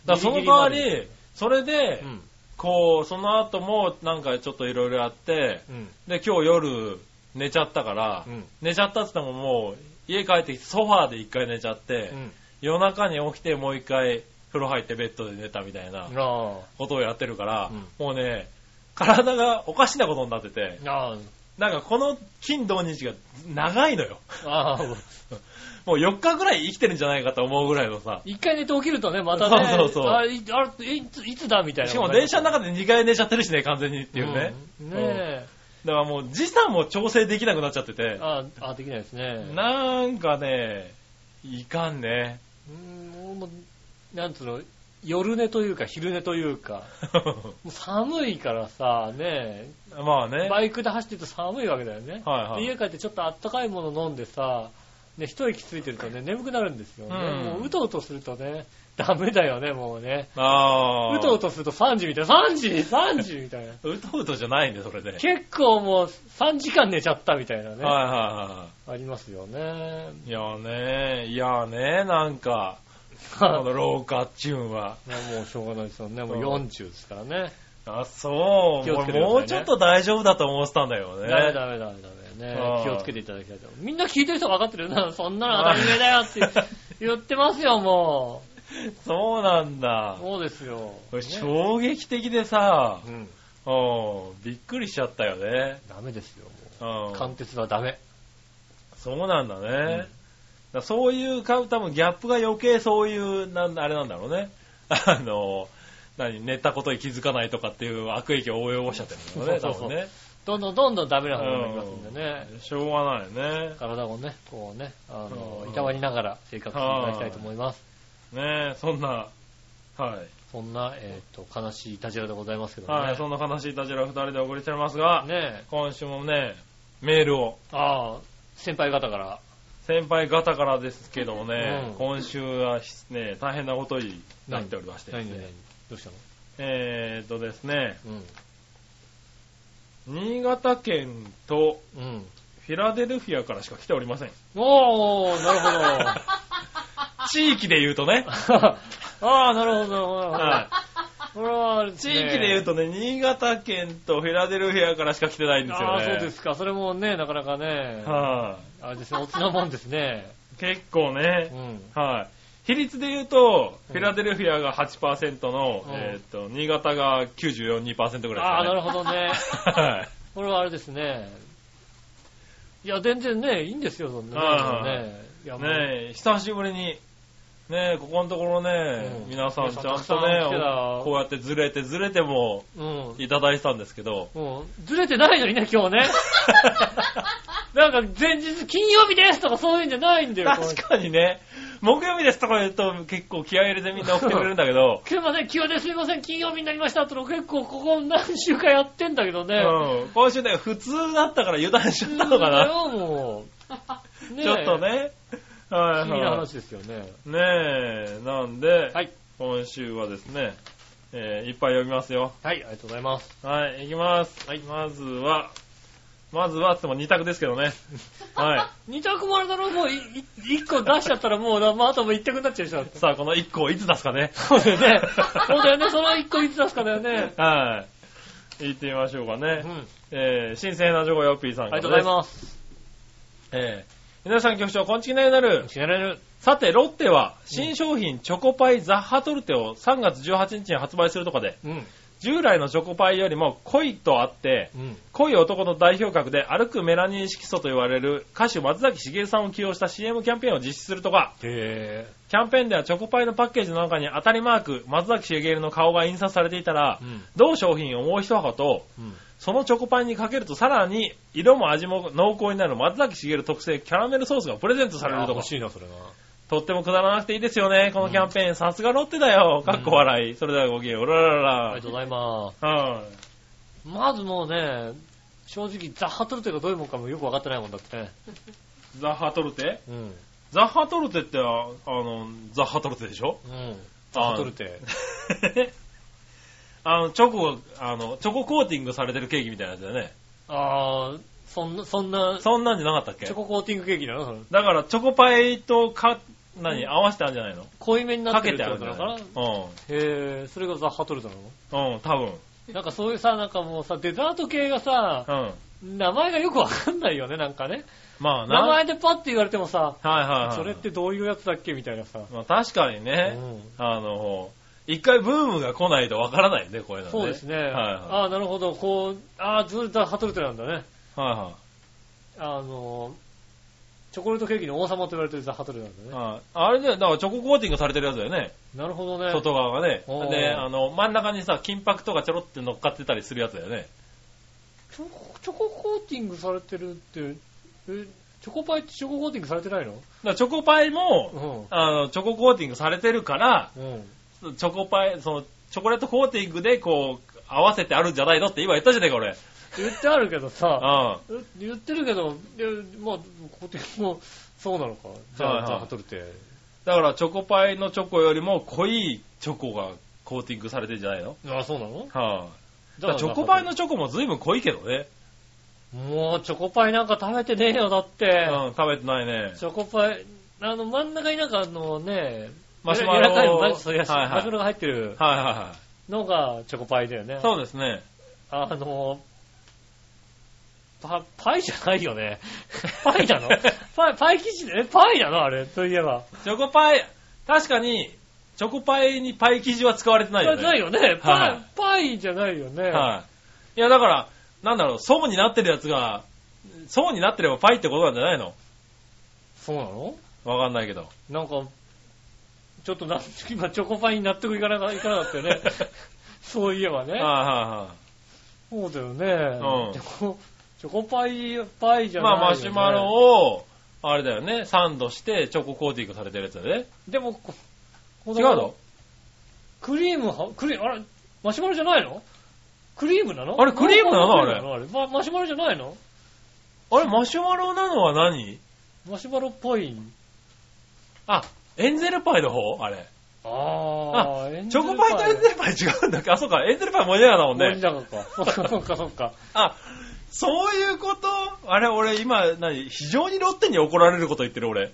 [SPEAKER 3] らその代わ
[SPEAKER 2] ギリギリ
[SPEAKER 3] り、それで
[SPEAKER 2] う、ん。
[SPEAKER 3] こう、その後もなんかちょっといろいろやって、
[SPEAKER 2] うん。
[SPEAKER 3] で、今日夜寝ちゃったから
[SPEAKER 2] う、ん。
[SPEAKER 3] 寝ちゃったって言ってももう、家帰ってきてソファーで一回寝ちゃって
[SPEAKER 2] う、ん。
[SPEAKER 3] 夜中に起きてもう一回風呂入ってベッドで寝たみたいな
[SPEAKER 2] なあ
[SPEAKER 3] ことをやってるから
[SPEAKER 2] うん、
[SPEAKER 3] もうね、体がおかしなことになってて、
[SPEAKER 2] ああ。
[SPEAKER 3] なんかこの金土日が長いのよ。
[SPEAKER 2] ああ。
[SPEAKER 3] もう4日ぐらい生きてるんじゃないかと思うぐらいのさ。
[SPEAKER 2] 一回寝て起きるとね、またね、
[SPEAKER 3] そうそうそう
[SPEAKER 2] あれ、いあれえいついつだみたいな。
[SPEAKER 3] しかも電車の中で2回寝ちゃってるしね、完全にっていうね。
[SPEAKER 2] うんね
[SPEAKER 3] だからもう時差も調整できなくなっちゃって
[SPEAKER 2] え
[SPEAKER 3] て。
[SPEAKER 2] ああ、あできないですね。
[SPEAKER 3] なんかね、いかんね。
[SPEAKER 2] うん、もう、なんつうの、夜寝というか昼寝というか、もう寒いからさ、ね
[SPEAKER 3] まあ
[SPEAKER 2] え
[SPEAKER 3] ね。
[SPEAKER 2] バイクで走ってると寒いわけだよね。
[SPEAKER 3] はいはい
[SPEAKER 2] で家帰ってちょっとあったかいもの飲んでさ、ね、一息ついてるとね、眠くなるんですよね。
[SPEAKER 3] うん
[SPEAKER 2] もううとうとするとね、ダメだよね、もうね。
[SPEAKER 3] ああ。
[SPEAKER 2] うとうとすると3時みたいな、3時 ?3 時みた いな。
[SPEAKER 3] うとうとじゃないね、それで。はい
[SPEAKER 2] 結構もう3時間寝ちゃったみたいなね。
[SPEAKER 3] は
[SPEAKER 2] ありますよね。
[SPEAKER 3] いはい。いやね、いやね、なんか、こ の廊下チューンは。
[SPEAKER 2] ねもうしょうがないですよね。もう
[SPEAKER 3] うん
[SPEAKER 2] 40ですからね。
[SPEAKER 3] あ、そう。
[SPEAKER 2] 気をつけてくださいね
[SPEAKER 3] 俺もうちょっと大丈夫だと思ってたんだよね。
[SPEAKER 2] ダメダメダメダメ
[SPEAKER 3] あ
[SPEAKER 2] ね
[SPEAKER 3] あ。
[SPEAKER 2] 気をつけていただきたいと。みんな聞いてる人分かってるよ な。そんなの当たり前だよって言ってますよ、も
[SPEAKER 3] そうなんだ
[SPEAKER 2] う。。そうですよ。
[SPEAKER 3] これ
[SPEAKER 2] ね
[SPEAKER 3] 衝撃的でさ、
[SPEAKER 2] うん。
[SPEAKER 3] うん、びっくりしちゃったよね。
[SPEAKER 2] ダメですよ。も
[SPEAKER 3] う
[SPEAKER 2] うん貫徹はダメ。
[SPEAKER 3] そうなんだね。
[SPEAKER 2] ん
[SPEAKER 3] だからそういうか、多分ギャップが余計そういう、なんあれなんだろうね。 あの、何、寝たことに気づかないとかっていう悪影響を及ぼしちゃってるんだろうね、
[SPEAKER 2] そう
[SPEAKER 3] 多
[SPEAKER 2] そうそう
[SPEAKER 3] 分ね。
[SPEAKER 2] どんどんどんどんダメな方になりますんでね。
[SPEAKER 3] しょうがないね。
[SPEAKER 2] 体をね、こうね、あの
[SPEAKER 3] う、ん
[SPEAKER 2] いたわりながら生活していただきたいと思います。
[SPEAKER 3] ねえ、そんな、はい。
[SPEAKER 2] そんな、えっと、悲しいいたじらでございますけど
[SPEAKER 3] はい、
[SPEAKER 2] ね。
[SPEAKER 3] そんな悲しいたちら二人でお送りしておりますが、
[SPEAKER 2] ねえ。
[SPEAKER 3] 今週もね、メールを、
[SPEAKER 2] ああ、先輩方から。
[SPEAKER 3] 先輩方からですけどもね、
[SPEAKER 2] うん
[SPEAKER 3] 今週はね、大変なことになっておりましてです
[SPEAKER 2] 何
[SPEAKER 3] ね、
[SPEAKER 2] 何何どうした
[SPEAKER 3] えーっとですね、
[SPEAKER 2] の
[SPEAKER 3] 新潟県と
[SPEAKER 2] うん。うん。
[SPEAKER 3] フィラデルフィアからしか来ておりません。
[SPEAKER 2] おー、なる ほど。
[SPEAKER 3] 地域で言うとね。
[SPEAKER 2] ああ、なるほど、なるほど。
[SPEAKER 3] は
[SPEAKER 2] これは、
[SPEAKER 3] 地域で言う
[SPEAKER 2] と
[SPEAKER 3] とね、新潟県とフィラデルフィアからしか来てないんですよ
[SPEAKER 2] あ
[SPEAKER 3] ね。
[SPEAKER 2] あ、そうですか。それもね、なかなかね、
[SPEAKER 3] は
[SPEAKER 2] あれですね、おつなもんですね。
[SPEAKER 3] い。結構
[SPEAKER 2] う
[SPEAKER 3] ね、
[SPEAKER 2] ん。
[SPEAKER 3] はい。比率で言うと、
[SPEAKER 2] うん
[SPEAKER 3] フィラデルフィアが8%の、
[SPEAKER 2] うん
[SPEAKER 3] えーっと、新潟が94、2%ぐらいですかね。
[SPEAKER 2] ああ、なるほど ね。
[SPEAKER 3] はい。
[SPEAKER 2] これはあれですね。いや、全然ね、いいんですよ、そんな
[SPEAKER 3] はい
[SPEAKER 2] ね。いや、もう
[SPEAKER 3] ねえ、久しぶりに、ねえ、ここのところね、
[SPEAKER 2] うん
[SPEAKER 3] 皆さんちゃ
[SPEAKER 2] 皆
[SPEAKER 3] ん
[SPEAKER 2] さん
[SPEAKER 3] と
[SPEAKER 2] たく
[SPEAKER 3] ね
[SPEAKER 2] さん来てた、
[SPEAKER 3] こうやってずれてずれても
[SPEAKER 2] うん。
[SPEAKER 3] いただいてたんですけど、
[SPEAKER 2] もう、ずれてないのにね、今日 ね。なんか、前日金曜日ですとかそういうんじゃないんだよ、
[SPEAKER 3] 確かにね、木曜日ですとか言うと結構気合い入れてみんな送ってくれるんだけど、
[SPEAKER 2] すいません、急ですいません、金曜日になりましたっての結構ここ何週かやってんだけどね。
[SPEAKER 3] うん、今週ね、普通だったから油断しちゃったの
[SPEAKER 2] 普
[SPEAKER 3] か
[SPEAKER 2] 通だ
[SPEAKER 3] な。
[SPEAKER 2] よ、もう。ねえ
[SPEAKER 3] ちょっと。ね。
[SPEAKER 2] 不
[SPEAKER 3] はい
[SPEAKER 2] 思議な
[SPEAKER 3] は
[SPEAKER 2] 話ですよね。
[SPEAKER 3] い。ねえ、なんで、
[SPEAKER 2] はい。
[SPEAKER 3] 今週はですね、えーいっぱい読みますよ。
[SPEAKER 2] はい、ありがとうございます。
[SPEAKER 3] はい、いきます。はい、まずは、まずは、つっても2択です けどね。はい。
[SPEAKER 2] 二択もあれだろ、もういい一個出しちゃったらもうな、まあ、あともう一択になっちゃうで しょ。
[SPEAKER 3] さあ、この1個をいつ出すかね。
[SPEAKER 2] そうだよね。そうだよね、その一個いつ出すかだよね。
[SPEAKER 3] はい。行ってみましょうか
[SPEAKER 2] う
[SPEAKER 3] ね。
[SPEAKER 2] ん。
[SPEAKER 3] えー、新鮮な情報よっぴーさん
[SPEAKER 2] あり
[SPEAKER 3] か
[SPEAKER 2] がと
[SPEAKER 3] らです。
[SPEAKER 2] うございます。
[SPEAKER 3] えー、皆さん局長、こんちきなよなる。
[SPEAKER 2] 知られる。
[SPEAKER 3] さて、ロッテは、新商品、チョコパイザッハトルテを3月18日に発売するとかで、
[SPEAKER 2] うん。
[SPEAKER 3] 従来のチョコパイよりも濃いとあって、
[SPEAKER 2] うん。
[SPEAKER 3] 濃い男の代表格で歩くメラニン色素と言われる歌手松崎しげるさんを起用した CM キャンペーンを実施するとか、
[SPEAKER 2] へ
[SPEAKER 3] キャンペーンではチョコパイのパッケージの中に当たりマーク、松崎しげるの顔が印刷されていたら、
[SPEAKER 2] うん。
[SPEAKER 3] 同商品をもう一箱と、
[SPEAKER 2] うん。
[SPEAKER 3] そのチョコパンにかけるとさらに色も味も濃厚になる松崎しげる特製キャラメルソースがプレゼントされるとか
[SPEAKER 2] 欲。しいな、それは。
[SPEAKER 3] とってもくだらなくていいですよね、このキャンペーン。さすがロッテだよ。かっこ笑い。それではごきげんよう。うらら
[SPEAKER 2] あり
[SPEAKER 3] ら
[SPEAKER 2] がとうございます。
[SPEAKER 3] ら。はい。
[SPEAKER 2] まずもうね、正直、ザッハトルテがどういうもんかもよくわかってないもんだってね。
[SPEAKER 3] ザッハトルテ
[SPEAKER 2] うん。
[SPEAKER 3] ザッハトルテってあ、あの、ザッハトルテでしょ
[SPEAKER 2] うん。ザッハトルテ。
[SPEAKER 3] あの、チョコが、あの、チョココーティングされてるケーキみたいなやつだよね。
[SPEAKER 2] あー、そんな、そんな、チ
[SPEAKER 3] そんなんじゃなかったっけ
[SPEAKER 2] ョココーティングケーキなのそれ
[SPEAKER 3] だから、チョコパイとか、何、合わせてあるんじゃないの
[SPEAKER 2] 濃いめにな
[SPEAKER 3] か
[SPEAKER 2] ってるっ
[SPEAKER 3] け
[SPEAKER 2] てて
[SPEAKER 3] ある
[SPEAKER 2] こ
[SPEAKER 3] んじ
[SPEAKER 2] と
[SPEAKER 3] ゃ
[SPEAKER 2] な
[SPEAKER 3] ない
[SPEAKER 2] のかな
[SPEAKER 3] の
[SPEAKER 2] へ
[SPEAKER 3] うん。
[SPEAKER 2] え、それがザッハトルテなの
[SPEAKER 3] うん、多分。
[SPEAKER 2] なんかそういうさ、なんかもうさ、デザート系がさ、
[SPEAKER 3] うん。
[SPEAKER 2] 名前がよくわかんないよね、なんかね。
[SPEAKER 3] まあな。
[SPEAKER 2] 名前でパッて言われてもさ、
[SPEAKER 3] はいはいはい。
[SPEAKER 2] それって。どういうやつだっけみたいなさ。
[SPEAKER 3] まあ確かに
[SPEAKER 2] う
[SPEAKER 3] ね、
[SPEAKER 2] ん
[SPEAKER 3] あの、一回ブームが来ないとわからないね、こういうのね。
[SPEAKER 2] そうですね。
[SPEAKER 3] はいは
[SPEAKER 2] ああ、なるほど。こう、ああ、ずーっとハトルテなんだね。
[SPEAKER 3] い。は
[SPEAKER 2] あの、チョコレートケーキの王様と言われてるザ・ハトルなん
[SPEAKER 3] い
[SPEAKER 2] だね。
[SPEAKER 3] はい。ああれだよ、だからチョココーティングされてるやつだよね。
[SPEAKER 2] なるほどね。
[SPEAKER 3] 外側がね。
[SPEAKER 2] おー
[SPEAKER 3] で、あの、真ん中にさ、金箔とかちょろって乗っかってたりするやつだよね。
[SPEAKER 2] チョコチョココーティングされてるって、え、チョコパイってチョココーティングされてないの
[SPEAKER 3] だからチョコパイも、
[SPEAKER 2] う
[SPEAKER 3] あの、チョココーティングされてるから、
[SPEAKER 2] ん。うん。
[SPEAKER 3] チョコパイ、その、チョコレートコーティングで、こう、合わせてあるんじゃないのって今言ったじゃねえか、俺。
[SPEAKER 2] 言ってあるけどさ、
[SPEAKER 3] う
[SPEAKER 2] う言ってるけど、でまあ、コーティングもそうなのか。じ
[SPEAKER 3] はい
[SPEAKER 2] ゃ
[SPEAKER 3] は
[SPEAKER 2] あ、
[SPEAKER 3] い
[SPEAKER 2] ザ・ハトルテ。
[SPEAKER 3] ん。だから、チョコパイのチョコよりも濃いチョコがコーティングされてるんじゃないの
[SPEAKER 2] ああ、そうなの
[SPEAKER 3] はい、
[SPEAKER 2] じ
[SPEAKER 3] だからチョコパイのチョコも随分濃いけどね。
[SPEAKER 2] もう、チョコパイなんか食べてねえよ、だって。
[SPEAKER 3] うん、食べてないね。
[SPEAKER 2] チョコパイ、あの、真ん中になんかあのね、
[SPEAKER 3] マシュマ
[SPEAKER 2] 柔
[SPEAKER 3] ロ
[SPEAKER 2] らかいの、マシュマ
[SPEAKER 3] はいはい
[SPEAKER 2] ロが入ってる
[SPEAKER 3] はいはいは
[SPEAKER 2] のがチョコパイだよね
[SPEAKER 3] い。。そうですね。
[SPEAKER 2] あの、パ、パイじゃないよね。 パイなのパイ、パイ生地で、え、パイなのあれ、といえば。
[SPEAKER 3] チョコパイ、確かに、チョコパイにパイ生地は使われてないよね。
[SPEAKER 2] ないよね。パイ、
[SPEAKER 3] はい
[SPEAKER 2] パイじゃないよね。
[SPEAKER 3] はい。いや、だから、なんだろう、層になってるやつが、層になってればパイってことなんじゃないの
[SPEAKER 2] そうなの
[SPEAKER 3] わかんないけど。
[SPEAKER 2] なんか、ちょっとな、 今チョコパイに納得いかなかいかなか ったよね。そういえばね。
[SPEAKER 3] は
[SPEAKER 2] そうだよね。
[SPEAKER 3] うん
[SPEAKER 2] チョコ、チョコパイ、パイじ
[SPEAKER 3] いはい
[SPEAKER 2] ゃない、ね。
[SPEAKER 3] はい。まあマシュマロを、あれだよね、サンドしてチョココーティングされてるやつだね。
[SPEAKER 2] でも、こ
[SPEAKER 3] 違
[SPEAKER 2] 違
[SPEAKER 3] うの
[SPEAKER 2] クリームは、クリーム、あれ、マシュマロじゃないのクリームなの
[SPEAKER 3] あれクリームなの
[SPEAKER 2] 濃厚あれまマシュマロじゃないの
[SPEAKER 3] あれ、マシュマロなのは何
[SPEAKER 2] マシュマロっぽい。
[SPEAKER 3] あ、エンゼルパイの方あれ。
[SPEAKER 2] ああ、エン
[SPEAKER 3] チ
[SPEAKER 2] ゼ
[SPEAKER 3] ョ
[SPEAKER 2] ル
[SPEAKER 3] コパイとエンゼルパイ違うんだっけあ、そうか、エンゼルパイもエンゼルだもん
[SPEAKER 2] 森
[SPEAKER 3] ね。
[SPEAKER 2] 永か。そっかそっかそっか。
[SPEAKER 3] あ、そういうことあれ、俺今、何非常にロッテに怒られること言ってる俺。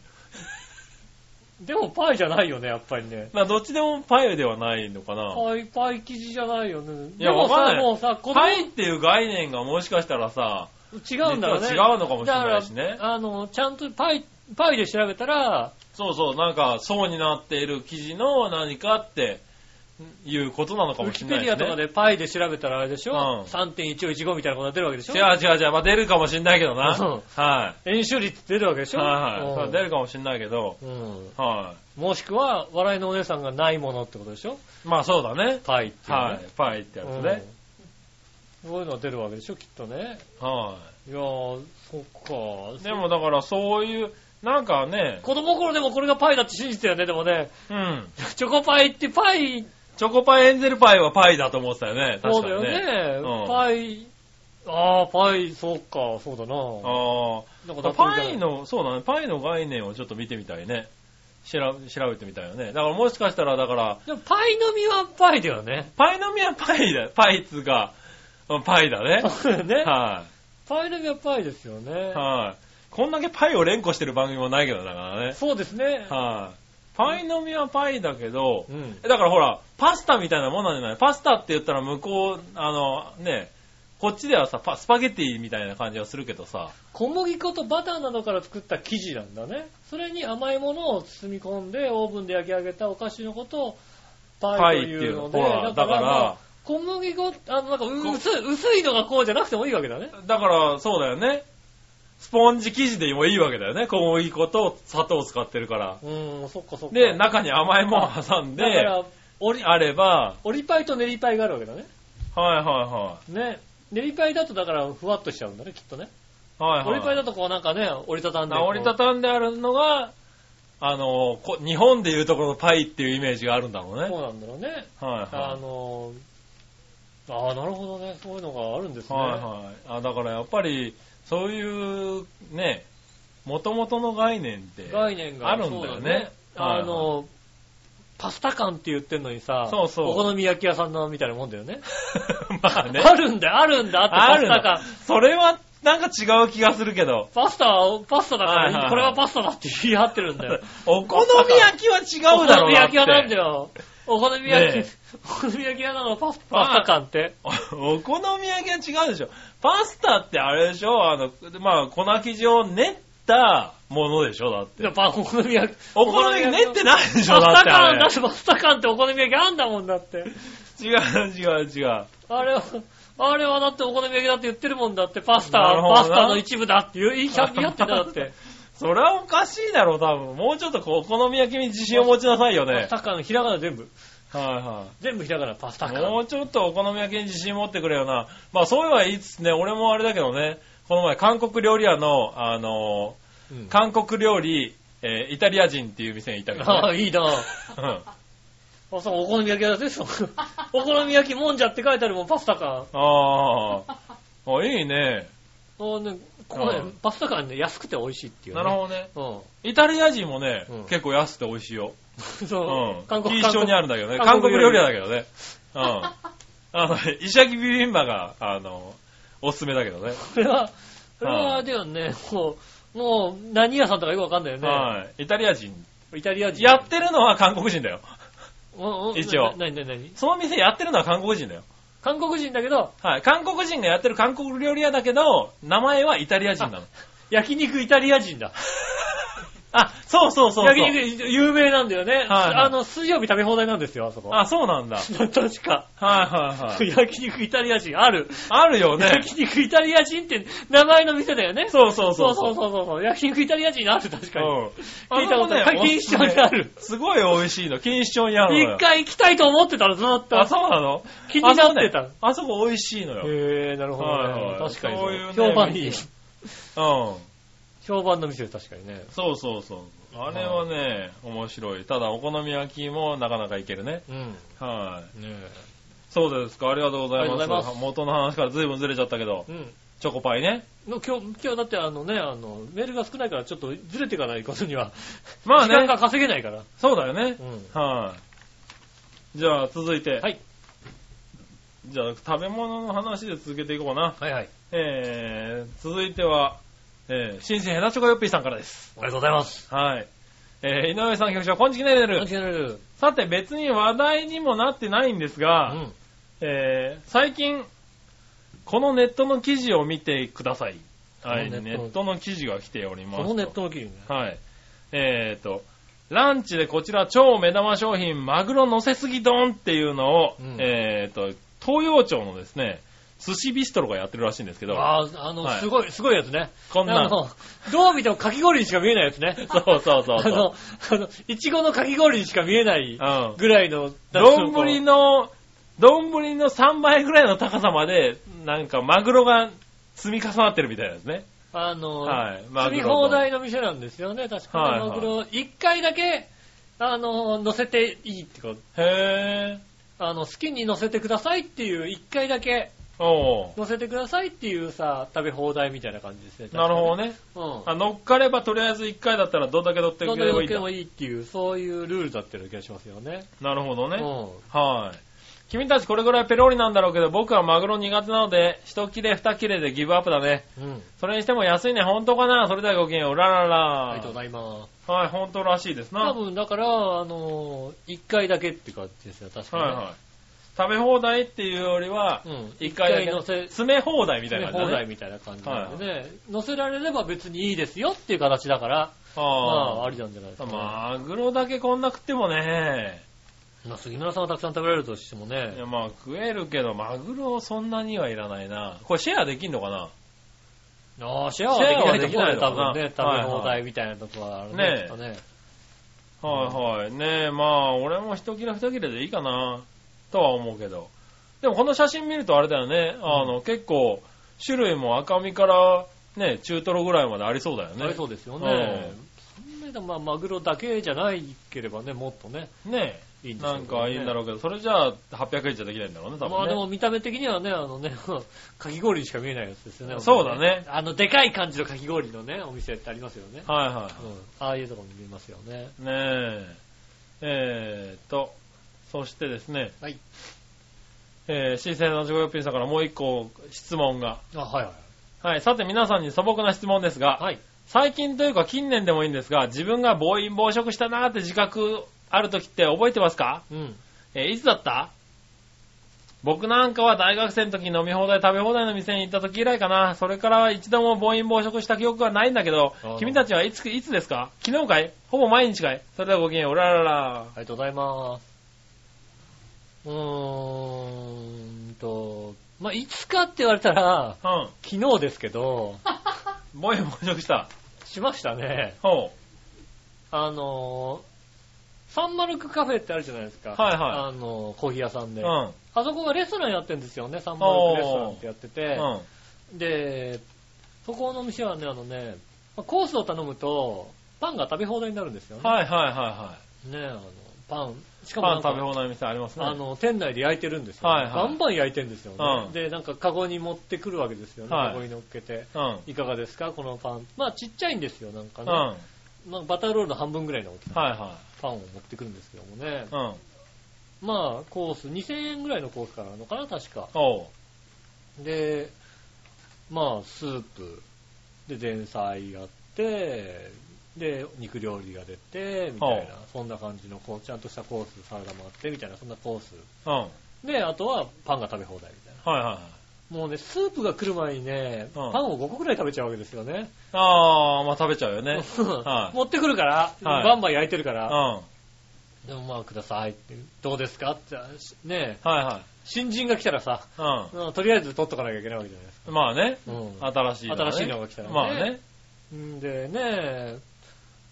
[SPEAKER 2] でもパイじゃないよね、やっぱりね。
[SPEAKER 3] まあ、どっちでもパイではないのかな。
[SPEAKER 2] パイ、パイ生地じゃないよね。
[SPEAKER 3] いや
[SPEAKER 2] でも
[SPEAKER 3] わかん
[SPEAKER 2] さ、
[SPEAKER 3] ない
[SPEAKER 2] もうさ、子供、
[SPEAKER 3] パイっていう概念がもしかしたらさ、
[SPEAKER 2] 違うんだろうね。
[SPEAKER 3] 実は違うのかもしれないしね
[SPEAKER 2] だからあの、ちゃんとパイ、パイで調べたら、
[SPEAKER 3] そうそう、なんか層になっている生地の何かっていうことなのか
[SPEAKER 2] ウィ
[SPEAKER 3] もし
[SPEAKER 2] キ
[SPEAKER 3] れ
[SPEAKER 2] ペ
[SPEAKER 3] ない
[SPEAKER 2] ディア
[SPEAKER 3] ですね。
[SPEAKER 2] とかでパイで調べたらあれでしょ、
[SPEAKER 3] うん
[SPEAKER 2] ?3.115 みたいなことが出るわけでしょ
[SPEAKER 3] 違う違う違う、まあ、出るかもしれないけどな。
[SPEAKER 2] うん
[SPEAKER 3] は
[SPEAKER 2] 演習率出るわけで
[SPEAKER 3] い。
[SPEAKER 2] しょ
[SPEAKER 3] はいはい。それ
[SPEAKER 2] うん
[SPEAKER 3] 出るかもしれないけど、
[SPEAKER 2] うん。
[SPEAKER 3] は
[SPEAKER 2] もしくは、笑いのお姉さんがないものってことでしょ
[SPEAKER 3] い。まあそうだね。
[SPEAKER 2] パイっていうね。
[SPEAKER 3] はい。パイってやつね。
[SPEAKER 2] うん。そういうのが出るわけでしょきっとね。
[SPEAKER 3] はい
[SPEAKER 2] やー、そっ
[SPEAKER 3] い。
[SPEAKER 2] か。
[SPEAKER 3] でもだからそういう、なんかね、
[SPEAKER 2] 子供頃でもこれがパイだって信じてたよね、でもね。
[SPEAKER 3] うん。
[SPEAKER 2] チョコパイってパイ、
[SPEAKER 3] チョコパイエンゼルパイはパイだと思ってたよね。
[SPEAKER 2] そ
[SPEAKER 3] 確
[SPEAKER 2] う
[SPEAKER 3] か
[SPEAKER 2] だよ
[SPEAKER 3] にね。
[SPEAKER 2] ね。
[SPEAKER 3] うん
[SPEAKER 2] パイ、あー、パイ、そっか、そうだな。
[SPEAKER 3] あ
[SPEAKER 2] なん
[SPEAKER 3] あ。
[SPEAKER 2] か
[SPEAKER 3] パイ、の、そうだね。パイの概念をちょっと見てみたいね。調べ調べてみたいよね。だからもしかしたら、だから、
[SPEAKER 2] でもパイの実はパイだよね。
[SPEAKER 3] パイの実はパイだ。パイっつうか、うんパイ だね。
[SPEAKER 2] そうだよね。
[SPEAKER 3] は
[SPEAKER 2] パイの実はパイですよね
[SPEAKER 3] い。。 はい。こんだけパイを連呼してる番組もないけどだからね。
[SPEAKER 2] そうですね。
[SPEAKER 3] はい。パイの実はパイだけど
[SPEAKER 2] う、ん。
[SPEAKER 3] えだからほら、パスタみたいなもんなんじゃないパスタって言ったら向こう、あの、ね、こっちではさ、パスパゲティみたいな感じはするけどさ、
[SPEAKER 2] 小麦粉とバターなどから作った生地なんだね。それに甘いものを包み込んで、オーブンで焼き上げたお菓子のことをパ
[SPEAKER 3] パ
[SPEAKER 2] イと
[SPEAKER 3] イって
[SPEAKER 2] い
[SPEAKER 3] いうう
[SPEAKER 2] の
[SPEAKER 3] の。
[SPEAKER 2] で、
[SPEAKER 3] ほら、だから、
[SPEAKER 2] 小麦粉、あの、なんか薄い、薄いのがこうじゃなくてもいいわけだね。
[SPEAKER 3] だから、そうだよね。スポンジ生地でもいいわけだよね。小麦粉と砂糖を使ってるから。
[SPEAKER 2] うーん、そっかそっか。
[SPEAKER 3] で、
[SPEAKER 2] だ
[SPEAKER 3] 中に甘いもん挟んで、
[SPEAKER 2] から、折り、
[SPEAKER 3] あれば、
[SPEAKER 2] 折りパイと練りパイがあるわけだね。
[SPEAKER 3] はいはいは
[SPEAKER 2] ね。練りパイだとだから、ふわっとしちゃうんだね、きっとね。
[SPEAKER 3] い。はいはい、
[SPEAKER 2] 折りパイだとこうなんかね、折りたたんで。
[SPEAKER 3] あ折りたたんであるのが、あのこ、日本でいうところのパイっていうイメージがあるんだろうね。
[SPEAKER 2] そうなんだろうね。
[SPEAKER 3] はい
[SPEAKER 2] あ
[SPEAKER 3] は
[SPEAKER 2] の、ああ、なるほどね。そういうのがあるんです
[SPEAKER 3] い。
[SPEAKER 2] ね。
[SPEAKER 3] はいはい。あだからやっぱり、そういう、ね、元々の概念って、
[SPEAKER 2] 概念が
[SPEAKER 3] あるんだよね
[SPEAKER 2] そうだあの、パスタ感って言ってんのにさ、
[SPEAKER 3] そうそう
[SPEAKER 2] お好み焼き屋さんのみたいなもんだよね。
[SPEAKER 3] まあね。
[SPEAKER 2] あるんだよ、あるんだって
[SPEAKER 3] あ
[SPEAKER 2] パス
[SPEAKER 3] る
[SPEAKER 2] タ
[SPEAKER 3] な
[SPEAKER 2] 感。。
[SPEAKER 3] それは、なんか違う気がするけど。
[SPEAKER 2] パスタは、パスタだから、
[SPEAKER 3] はいはいはい
[SPEAKER 2] これはパスタだって言い合ってるんだ よ。
[SPEAKER 3] お好み焼きは違うだろうなっ
[SPEAKER 2] お好み焼
[SPEAKER 3] て。
[SPEAKER 2] き屋なんだよ。お好み焼き、
[SPEAKER 3] ねえ
[SPEAKER 2] お好み焼き屋なのパスパスタ感って。
[SPEAKER 3] おお好み焼きは違うでしょ。パスタってあれでしょあの、まあ、粉生地を練ったものでしょだって。
[SPEAKER 2] やっぱお好み焼き。
[SPEAKER 3] お好み焼き練ってないでしょ
[SPEAKER 2] パス
[SPEAKER 3] だ
[SPEAKER 2] タ
[SPEAKER 3] ってあ
[SPEAKER 2] 感
[SPEAKER 3] れ
[SPEAKER 2] だってパスタ感ってお好み焼きあんだもんだって。
[SPEAKER 3] 違う違う違う。
[SPEAKER 2] あれは、あれはだってお好み焼きだって言ってるもんだって、パスタ
[SPEAKER 3] な
[SPEAKER 2] は
[SPEAKER 3] るほどな
[SPEAKER 2] パスタの一部だって言う言い言い合ってんだだって。
[SPEAKER 3] それはおかしいだろ、多分。もうちょっとこうお好み焼きに自信を持ちなさいよ
[SPEAKER 2] パ
[SPEAKER 3] ね
[SPEAKER 2] ス。タ感、ひらがな全部。
[SPEAKER 3] は
[SPEAKER 2] 全部ひらがな、パス
[SPEAKER 3] い
[SPEAKER 2] タ
[SPEAKER 3] はい。も
[SPEAKER 2] 感。
[SPEAKER 3] うちょっとお好み焼きに自信持ってくれよな。まあ、そういうのはいいっすね。俺もあれだけどね。この前、韓国料理屋の、あの
[SPEAKER 2] うん
[SPEAKER 3] 韓国料理、えーイタリア人っていう店にいたけど、
[SPEAKER 2] あ
[SPEAKER 3] ね。
[SPEAKER 2] あ、いいな
[SPEAKER 3] うん
[SPEAKER 2] あ、そう、お好み焼き屋だぜ、そう。 お好み焼きもんじゃって書いてあるもん、パスタ感。
[SPEAKER 3] あーあ、いいね。
[SPEAKER 2] そうね、ここね
[SPEAKER 3] うん、
[SPEAKER 2] パスタ感ね、安くて美味しいっていう、ね。
[SPEAKER 3] なるほどね。
[SPEAKER 2] ど。
[SPEAKER 3] イタリア人もね、
[SPEAKER 2] うん
[SPEAKER 3] 結構安くて美味しいよ。
[SPEAKER 2] うん。
[SPEAKER 3] う
[SPEAKER 2] そう、
[SPEAKER 3] ん。
[SPEAKER 2] 韓国韓
[SPEAKER 3] 錦糸町
[SPEAKER 2] 国
[SPEAKER 3] にあるんだけどね。
[SPEAKER 2] 韓国
[SPEAKER 3] 韓国
[SPEAKER 2] 料
[SPEAKER 3] 料
[SPEAKER 2] 理
[SPEAKER 3] 理屋だけどね。うん。 あの、イシャキビビンバが、あの、おすすめだけどね。
[SPEAKER 2] これは、これは、だよね、もう、もう、何屋さんとかよくわかんないよね。
[SPEAKER 3] はい。イタリア人。
[SPEAKER 2] イタリア人。
[SPEAKER 3] やってるのは韓国人だよ。
[SPEAKER 2] おお
[SPEAKER 3] 一応
[SPEAKER 2] なななに
[SPEAKER 3] その店やってるのは韓国人だよ。
[SPEAKER 2] 韓国人だけど、
[SPEAKER 3] はい。韓国人がやってる韓国料理屋だけど、名前はイタリア人なの。
[SPEAKER 2] 焼肉イタリア人だ。
[SPEAKER 3] あ、そうそうそうそう。
[SPEAKER 2] 焼肉有名なんだよね。
[SPEAKER 3] はいはい
[SPEAKER 2] あの、水曜日食べ放題なんですよ、あそこ。
[SPEAKER 3] あ、そうなんだ。はい
[SPEAKER 2] 確か。
[SPEAKER 3] はいはい。
[SPEAKER 2] 焼肉イタリア人、ある。
[SPEAKER 3] あるよね。
[SPEAKER 2] 焼肉イタリア人って名前の店だよね。
[SPEAKER 3] そうそうそう。
[SPEAKER 2] そうそうそうそう焼肉イタリア人ある、確かに。
[SPEAKER 3] うん。
[SPEAKER 2] 聞いたことない
[SPEAKER 3] あそこね
[SPEAKER 2] 錦糸町にある。
[SPEAKER 3] おすすめすごい美味しいの。錦糸町にあるのよ。
[SPEAKER 2] 一回行きたいと思ってたらずっと。
[SPEAKER 3] あ、そうなの
[SPEAKER 2] 気になってた
[SPEAKER 3] あそこねあそこ美味しいのよ。
[SPEAKER 2] へえ、なるほどね、
[SPEAKER 3] はいはい
[SPEAKER 2] 確かに
[SPEAKER 3] そういうね
[SPEAKER 2] 評判いい。
[SPEAKER 3] 店うん。
[SPEAKER 2] 評判の店、確かにね。
[SPEAKER 3] そうそうそう。あれはね、面白い。ただ、お好み焼きもなかなかいけるね。
[SPEAKER 2] うん。
[SPEAKER 3] はい。
[SPEAKER 2] ね
[SPEAKER 3] そうですか。ありがとうござい
[SPEAKER 2] あり
[SPEAKER 3] ま
[SPEAKER 2] が
[SPEAKER 3] す。
[SPEAKER 2] とうございま
[SPEAKER 3] 元の話から随分ずれちゃったけど
[SPEAKER 2] え。う、ん。
[SPEAKER 3] チョコパイね。
[SPEAKER 2] の今日、今日だってあのね、あの、メールが少ないからちょっとずれていかないことには、
[SPEAKER 3] まあ
[SPEAKER 2] 時間
[SPEAKER 3] ね
[SPEAKER 2] が、稼げないから。
[SPEAKER 3] そうだよね
[SPEAKER 2] う。ん。
[SPEAKER 3] はい。じゃあ、続いて。
[SPEAKER 2] はい。
[SPEAKER 3] じゃあ、食べ物の話で続けていこうかな。
[SPEAKER 2] はいはい。
[SPEAKER 3] えー、続いては、えー、新鮮ヘナチョコヨッピーさんからです。
[SPEAKER 2] ありがとうございます。
[SPEAKER 3] はい。えー井上さん局長、こんちきねるね
[SPEAKER 2] うん
[SPEAKER 3] る。さて、別に話題にもなってないんですが、えー最近、このネットの記事を見てください。はい、
[SPEAKER 2] このネ
[SPEAKER 3] ネ
[SPEAKER 2] ット
[SPEAKER 3] ットの記事が来ております。
[SPEAKER 2] ことのネットの記事ね。
[SPEAKER 3] はい。えーと、ランチでこちら超目玉商品、マグロ乗せすぎ丼っていうのを、
[SPEAKER 2] うん
[SPEAKER 3] えーと、東洋町のですね、寿司ビストロがやってるらしいんですけど、
[SPEAKER 2] ああ、あの、
[SPEAKER 3] はい
[SPEAKER 2] すごい、すごいやつね。
[SPEAKER 3] こんな
[SPEAKER 2] あ
[SPEAKER 3] の。
[SPEAKER 2] の、どう見てもかき氷にしか見えないやつね。
[SPEAKER 3] そうそうそ う
[SPEAKER 2] あ
[SPEAKER 3] そう。
[SPEAKER 2] の、あの、いちごのかき氷にしか見えない
[SPEAKER 3] うん
[SPEAKER 2] ぐらいの、
[SPEAKER 3] 丼の、丼の3倍ぐらいの高さまで、なんかマグロが積み重なってるみたいなんですね。
[SPEAKER 2] あの、
[SPEAKER 3] はい。マ
[SPEAKER 2] 積
[SPEAKER 3] グ
[SPEAKER 2] み
[SPEAKER 3] ロ
[SPEAKER 2] 放
[SPEAKER 3] 丼
[SPEAKER 2] 題の店なんですよね、確か
[SPEAKER 3] はい
[SPEAKER 2] に。
[SPEAKER 3] はい
[SPEAKER 2] マグロ、一回だけ、あの、乗せていいってこと。
[SPEAKER 3] へぇ
[SPEAKER 2] あの、好きに乗せてくださいっていう、一回だけ
[SPEAKER 3] ー。お
[SPEAKER 2] 乗せてくださいっていうさ、食べ放題みたいな感じですね。
[SPEAKER 3] うなるほどね。
[SPEAKER 2] ど。うん。
[SPEAKER 3] あ乗っかればとりあえず1回だったらどんだけ乗って
[SPEAKER 2] ど
[SPEAKER 3] く
[SPEAKER 2] んな
[SPEAKER 3] れば
[SPEAKER 2] 料理
[SPEAKER 3] いいん
[SPEAKER 2] で
[SPEAKER 3] だ
[SPEAKER 2] も。いいっていう、そういうルールだったような気がしますよね。
[SPEAKER 3] なるほどね。
[SPEAKER 2] うん。
[SPEAKER 3] はい。君たちこれぐらいペロリなんだろうけど、僕はマグロ苦手なので、一切れ二切れでギブアップだね。
[SPEAKER 2] うん。
[SPEAKER 3] それにしても安いね、本当かなそれではごきげんよう。ラララ。
[SPEAKER 2] ありがとうございます。
[SPEAKER 3] はい、本当らしいですな。
[SPEAKER 2] 多分、だから、あの、一回だけって感じですよ、確かに。
[SPEAKER 3] はいはい。食べ放題っていうよりは、
[SPEAKER 2] うん。
[SPEAKER 3] 一
[SPEAKER 2] 一
[SPEAKER 3] 回だけ
[SPEAKER 2] 回乗せ、
[SPEAKER 3] 詰め放題みたい
[SPEAKER 2] 詰め放
[SPEAKER 3] な感じだ
[SPEAKER 2] 題
[SPEAKER 3] ね。
[SPEAKER 2] みたいな感じなので、ね、乗せられれば別にいいですよっていう形だから、まあ、
[SPEAKER 3] あ
[SPEAKER 2] あ
[SPEAKER 3] あ
[SPEAKER 2] りなんじゃないですか、ね。
[SPEAKER 3] マグロだけこんな食ってもね、
[SPEAKER 2] まあ、杉村さんはたくさん食べられるとしても
[SPEAKER 3] い
[SPEAKER 2] ね、
[SPEAKER 3] やまあ食えるけど、マグロそんなにはいらないな。これシェアできんのかな
[SPEAKER 2] ああ、シェアはできないと
[SPEAKER 3] シェアはできないの
[SPEAKER 2] 思
[SPEAKER 3] かな
[SPEAKER 2] うね、多分ね、食べ放題みたいなとこはあるね。
[SPEAKER 3] ねえ
[SPEAKER 2] きっとね
[SPEAKER 3] はいはい。ねえ、まあ、俺も一切れ二切れでいいかな、とは思うけど。でもこの写真見るとあれだよね、あの、結構、種類も赤身から、ね、中トロぐらいまでありそうだよね。
[SPEAKER 2] ありそうですよね。そんなにまあ、マグロだけじゃないければね、もっとね、
[SPEAKER 3] ね
[SPEAKER 2] いいんでしょう
[SPEAKER 3] な
[SPEAKER 2] けどね
[SPEAKER 3] んかいいんだろうけど、それじゃあ800円じゃできないんだろうね、多分ね。
[SPEAKER 2] まあでも見た目的にはね、あのね、 かき氷にしか見えないやつですよね。
[SPEAKER 3] そうだね
[SPEAKER 2] あの、でかい感じのかき氷のね、お店ってありますよね。
[SPEAKER 3] はいは
[SPEAKER 2] うん。ああいうとこも見えますよね。
[SPEAKER 3] い。ねえ。えーっと、そしてですね、
[SPEAKER 2] はい。
[SPEAKER 3] えー、新鮮なジョコヨッピンさんからもう一個質問が。
[SPEAKER 2] あ、はいはい。
[SPEAKER 3] はい、さて皆さんに素朴な質問ですが、
[SPEAKER 2] はい。
[SPEAKER 3] 最近というか近年でもいいんですが、自分が暴飲暴食したなーって自覚ある時って覚えてますか
[SPEAKER 2] うん。
[SPEAKER 3] えーいつだった僕なんかは大学生の時に飲み放題食べ放題の店に行った時以来かな。それからは一度も暴飲暴食した記憶がないんだけど
[SPEAKER 2] あー、
[SPEAKER 3] 君たちはいつ、いつですか昨日かいほぼ毎日かいそれではごきげんよう、おららら。
[SPEAKER 2] ありがとうございます。うーんと、まあ、いつかって言われたら、
[SPEAKER 3] うん。
[SPEAKER 2] 昨日ですけど、
[SPEAKER 3] 暴飲暴食した。
[SPEAKER 2] しましたね。
[SPEAKER 3] ほ
[SPEAKER 2] あのー、サンマルクカフェってあるじゃないですか。
[SPEAKER 3] はいは
[SPEAKER 2] あのー、コーヒー屋さん
[SPEAKER 3] う。
[SPEAKER 2] で。
[SPEAKER 3] うん。うん。
[SPEAKER 2] あそこがレストランやってるんですよね、サンマルクレストランってやってて。
[SPEAKER 3] は
[SPEAKER 2] で、そこの店はね、あのね、まあコースを頼むと、パンが食べ放題になるんですよ
[SPEAKER 3] い
[SPEAKER 2] ね。
[SPEAKER 3] はいはいは
[SPEAKER 2] ね、あの、パン、し
[SPEAKER 3] い。
[SPEAKER 2] かも
[SPEAKER 3] パ
[SPEAKER 2] な
[SPEAKER 3] ン
[SPEAKER 2] んか
[SPEAKER 3] 食べ放題の店ありますね。
[SPEAKER 2] あの、店内で焼いてるんですよ、
[SPEAKER 3] はいはい
[SPEAKER 2] バンバン焼いてるんですよね、
[SPEAKER 3] うん
[SPEAKER 2] で、なんかカゴに持ってくるわけですよね。
[SPEAKER 3] は
[SPEAKER 2] カ
[SPEAKER 3] い
[SPEAKER 2] ゴに乗っけて。
[SPEAKER 3] うん。
[SPEAKER 2] いかがですかこのパン。まあちっちゃいんですよ、なんか
[SPEAKER 3] うん。
[SPEAKER 2] ね。
[SPEAKER 3] は
[SPEAKER 2] まあバターロールの半分ぐらいの大き
[SPEAKER 3] い
[SPEAKER 2] さ
[SPEAKER 3] は
[SPEAKER 2] パンを持ってくるんですけどもね
[SPEAKER 3] い。。うん。
[SPEAKER 2] まあコース、2000円ぐらいのコースからなのかな、確か。
[SPEAKER 3] おう。
[SPEAKER 2] で、まあ、スープ、で、前菜やって、で、肉料理が出て、みたいな
[SPEAKER 3] は、
[SPEAKER 2] そんな感じの、こう、ちゃんとしたコース、サラダもあって、みたいな、そんなコース。
[SPEAKER 3] うん。はい
[SPEAKER 2] で、あとはパンが食べ放題みたいな。
[SPEAKER 3] はいはい。
[SPEAKER 2] もうね、スープが来る前にね、
[SPEAKER 3] うん
[SPEAKER 2] パンを5個くらい食べちゃうわけですよね。
[SPEAKER 3] ああ、まあ食べちゃう よね。はい
[SPEAKER 2] 持ってくるから、
[SPEAKER 3] はい
[SPEAKER 2] バンバン焼いてるか
[SPEAKER 3] う
[SPEAKER 2] ら、
[SPEAKER 3] ん。
[SPEAKER 2] でもまあくださいって、どうですかって、しねえ
[SPEAKER 3] はいはい。
[SPEAKER 2] 新人が来たらさ、
[SPEAKER 3] う
[SPEAKER 2] うんとりあえず取っとかなきゃいけないわけじゃないですか。
[SPEAKER 3] ん。まあね。
[SPEAKER 2] うん
[SPEAKER 3] 新しいのがね
[SPEAKER 2] 新しいのが来たらね
[SPEAKER 3] まあね。
[SPEAKER 2] んでね、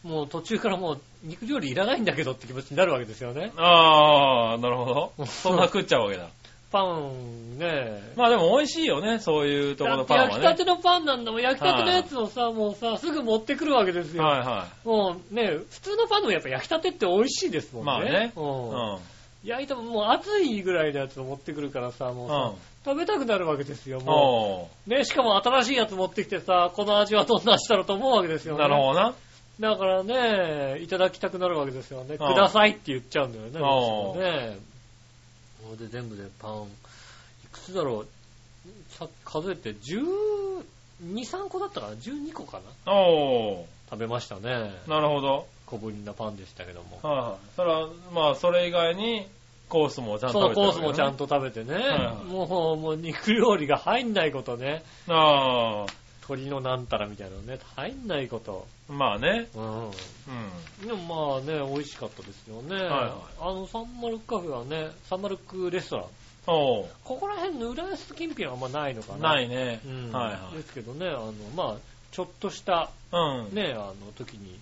[SPEAKER 2] もう途中からもう肉料理いらないんだけどって気持ちになるわけですよね。
[SPEAKER 3] ああ、なるほど。そんな食っちゃうわ けだ。
[SPEAKER 2] パンね。
[SPEAKER 3] まあでも美味しいよね、そういうところ
[SPEAKER 2] だ
[SPEAKER 3] の
[SPEAKER 2] って
[SPEAKER 3] パン
[SPEAKER 2] 焼
[SPEAKER 3] は
[SPEAKER 2] き
[SPEAKER 3] ね。は
[SPEAKER 2] たて
[SPEAKER 3] い
[SPEAKER 2] のパンなんだもん、焼きたてのやつをさ、もうさ、すぐ持ってくるわけですよ。
[SPEAKER 3] は
[SPEAKER 2] もうね、普通のパンでもやっぱ焼きたてって美味しいですもんね。
[SPEAKER 3] まあねい。う
[SPEAKER 2] うん
[SPEAKER 3] ん。
[SPEAKER 2] 焼いたももう熱いぐらいのやつを持ってくるからさ、もうさ、食べたくなるわけですよ、
[SPEAKER 3] うん。
[SPEAKER 2] も
[SPEAKER 3] お
[SPEAKER 2] う。ね、しかも新しいやつ持ってきてさ、この味はどんな味だろうと思うわけです
[SPEAKER 3] ー
[SPEAKER 2] よね。
[SPEAKER 3] なるほどな。
[SPEAKER 2] だからね、いただきたくなるわけですよね。く
[SPEAKER 3] うん
[SPEAKER 2] ださいって言っちゃうんだよね。
[SPEAKER 3] ん
[SPEAKER 2] どうしてもね。これで全部でパン、いくつだろう。さ数えて12、3個だったかな ?12 個かな
[SPEAKER 3] お
[SPEAKER 2] 食べましたね。
[SPEAKER 3] ーなるほど。
[SPEAKER 2] 小ぶりなパンでしたけども。
[SPEAKER 3] はいはい。それは、まあ、それ以外に、コースもちゃん
[SPEAKER 2] そう、
[SPEAKER 3] と食べて
[SPEAKER 2] コ
[SPEAKER 3] る
[SPEAKER 2] ースもちゃん
[SPEAKER 3] と。
[SPEAKER 2] と食べてね。
[SPEAKER 3] はい
[SPEAKER 2] もう、もう肉料理が入んないことね。
[SPEAKER 3] あ
[SPEAKER 2] 鶏のなんたらみたいなのね。入んないこと。
[SPEAKER 3] あ、まあね。
[SPEAKER 2] うん。
[SPEAKER 3] うん。
[SPEAKER 2] でもまあね、美味しかったですよね。
[SPEAKER 3] はい
[SPEAKER 2] あの、サンマルクカフェはね、サンマルクレストラン。
[SPEAKER 3] おう
[SPEAKER 2] ここら辺の浦安近辺はあんまないのかな。。
[SPEAKER 3] ないいね
[SPEAKER 2] う。ん。
[SPEAKER 3] はいはい
[SPEAKER 2] ですけどね、あの、まあ、ちょっとした、。
[SPEAKER 3] うん。
[SPEAKER 2] ね、あの時に、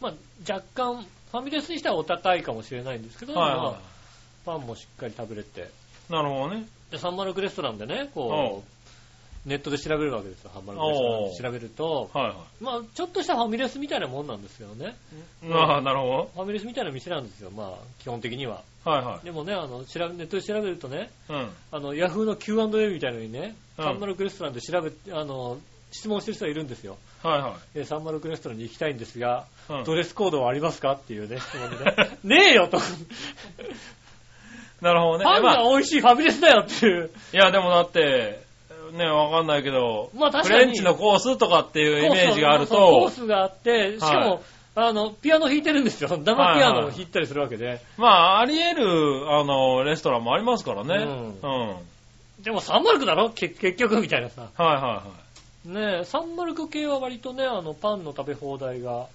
[SPEAKER 2] まあ、若干、ファミレスにしてはお高いかもしれないんですけど、
[SPEAKER 3] はい
[SPEAKER 2] ま
[SPEAKER 3] は
[SPEAKER 2] あパンもしっかり食べれて。
[SPEAKER 3] い。なるほどね。
[SPEAKER 2] で、サンマルクレストランでね、こう、ネットで調べるわけですよ、サンマルクレストランで調べると、
[SPEAKER 3] はいは
[SPEAKER 2] まあ、ちょっとしたファミレスみたいなもんなんですよね。
[SPEAKER 3] い。ああ、なるほ
[SPEAKER 2] ファミレスみたいな店なんですよ、まあ、基本的には。
[SPEAKER 3] ど。はいは
[SPEAKER 2] でもね、あの、調べネットで調べるとね、
[SPEAKER 3] い。うん。
[SPEAKER 2] あの、ヤフーの Q&A みたいのにね、
[SPEAKER 3] うん
[SPEAKER 2] サンマルクレストランで調べ、あの、質問してる人がいるんですよ。
[SPEAKER 3] はいは
[SPEAKER 2] でサンマルクレストランに行きたいんですが、
[SPEAKER 3] い。うん
[SPEAKER 2] ドレスコードはありますかっていうね、質問 でね。ねえよと。
[SPEAKER 3] なるほどね。
[SPEAKER 2] パン
[SPEAKER 3] まあ
[SPEAKER 2] が美味しいファミレスだよっていう。
[SPEAKER 3] いや、でもだって、ね、わかんないけど、
[SPEAKER 2] まあ確
[SPEAKER 3] フ
[SPEAKER 2] かに。
[SPEAKER 3] レンチのコースとかっていうイメージがある
[SPEAKER 2] コー
[SPEAKER 3] と、
[SPEAKER 2] スがあって、しかも、
[SPEAKER 3] はい
[SPEAKER 2] あの、ピアノ弾いてるんですよ。生ピアノを弾いたりするわけで。
[SPEAKER 3] まあ、あり得る、あの、レストランもありますからね。
[SPEAKER 2] う
[SPEAKER 3] うん。はい
[SPEAKER 2] でもサンマルクだろけ結局みたいなさ。
[SPEAKER 3] は
[SPEAKER 2] ねえ、サンマルク系は割とね、あの、パンの食べ放題が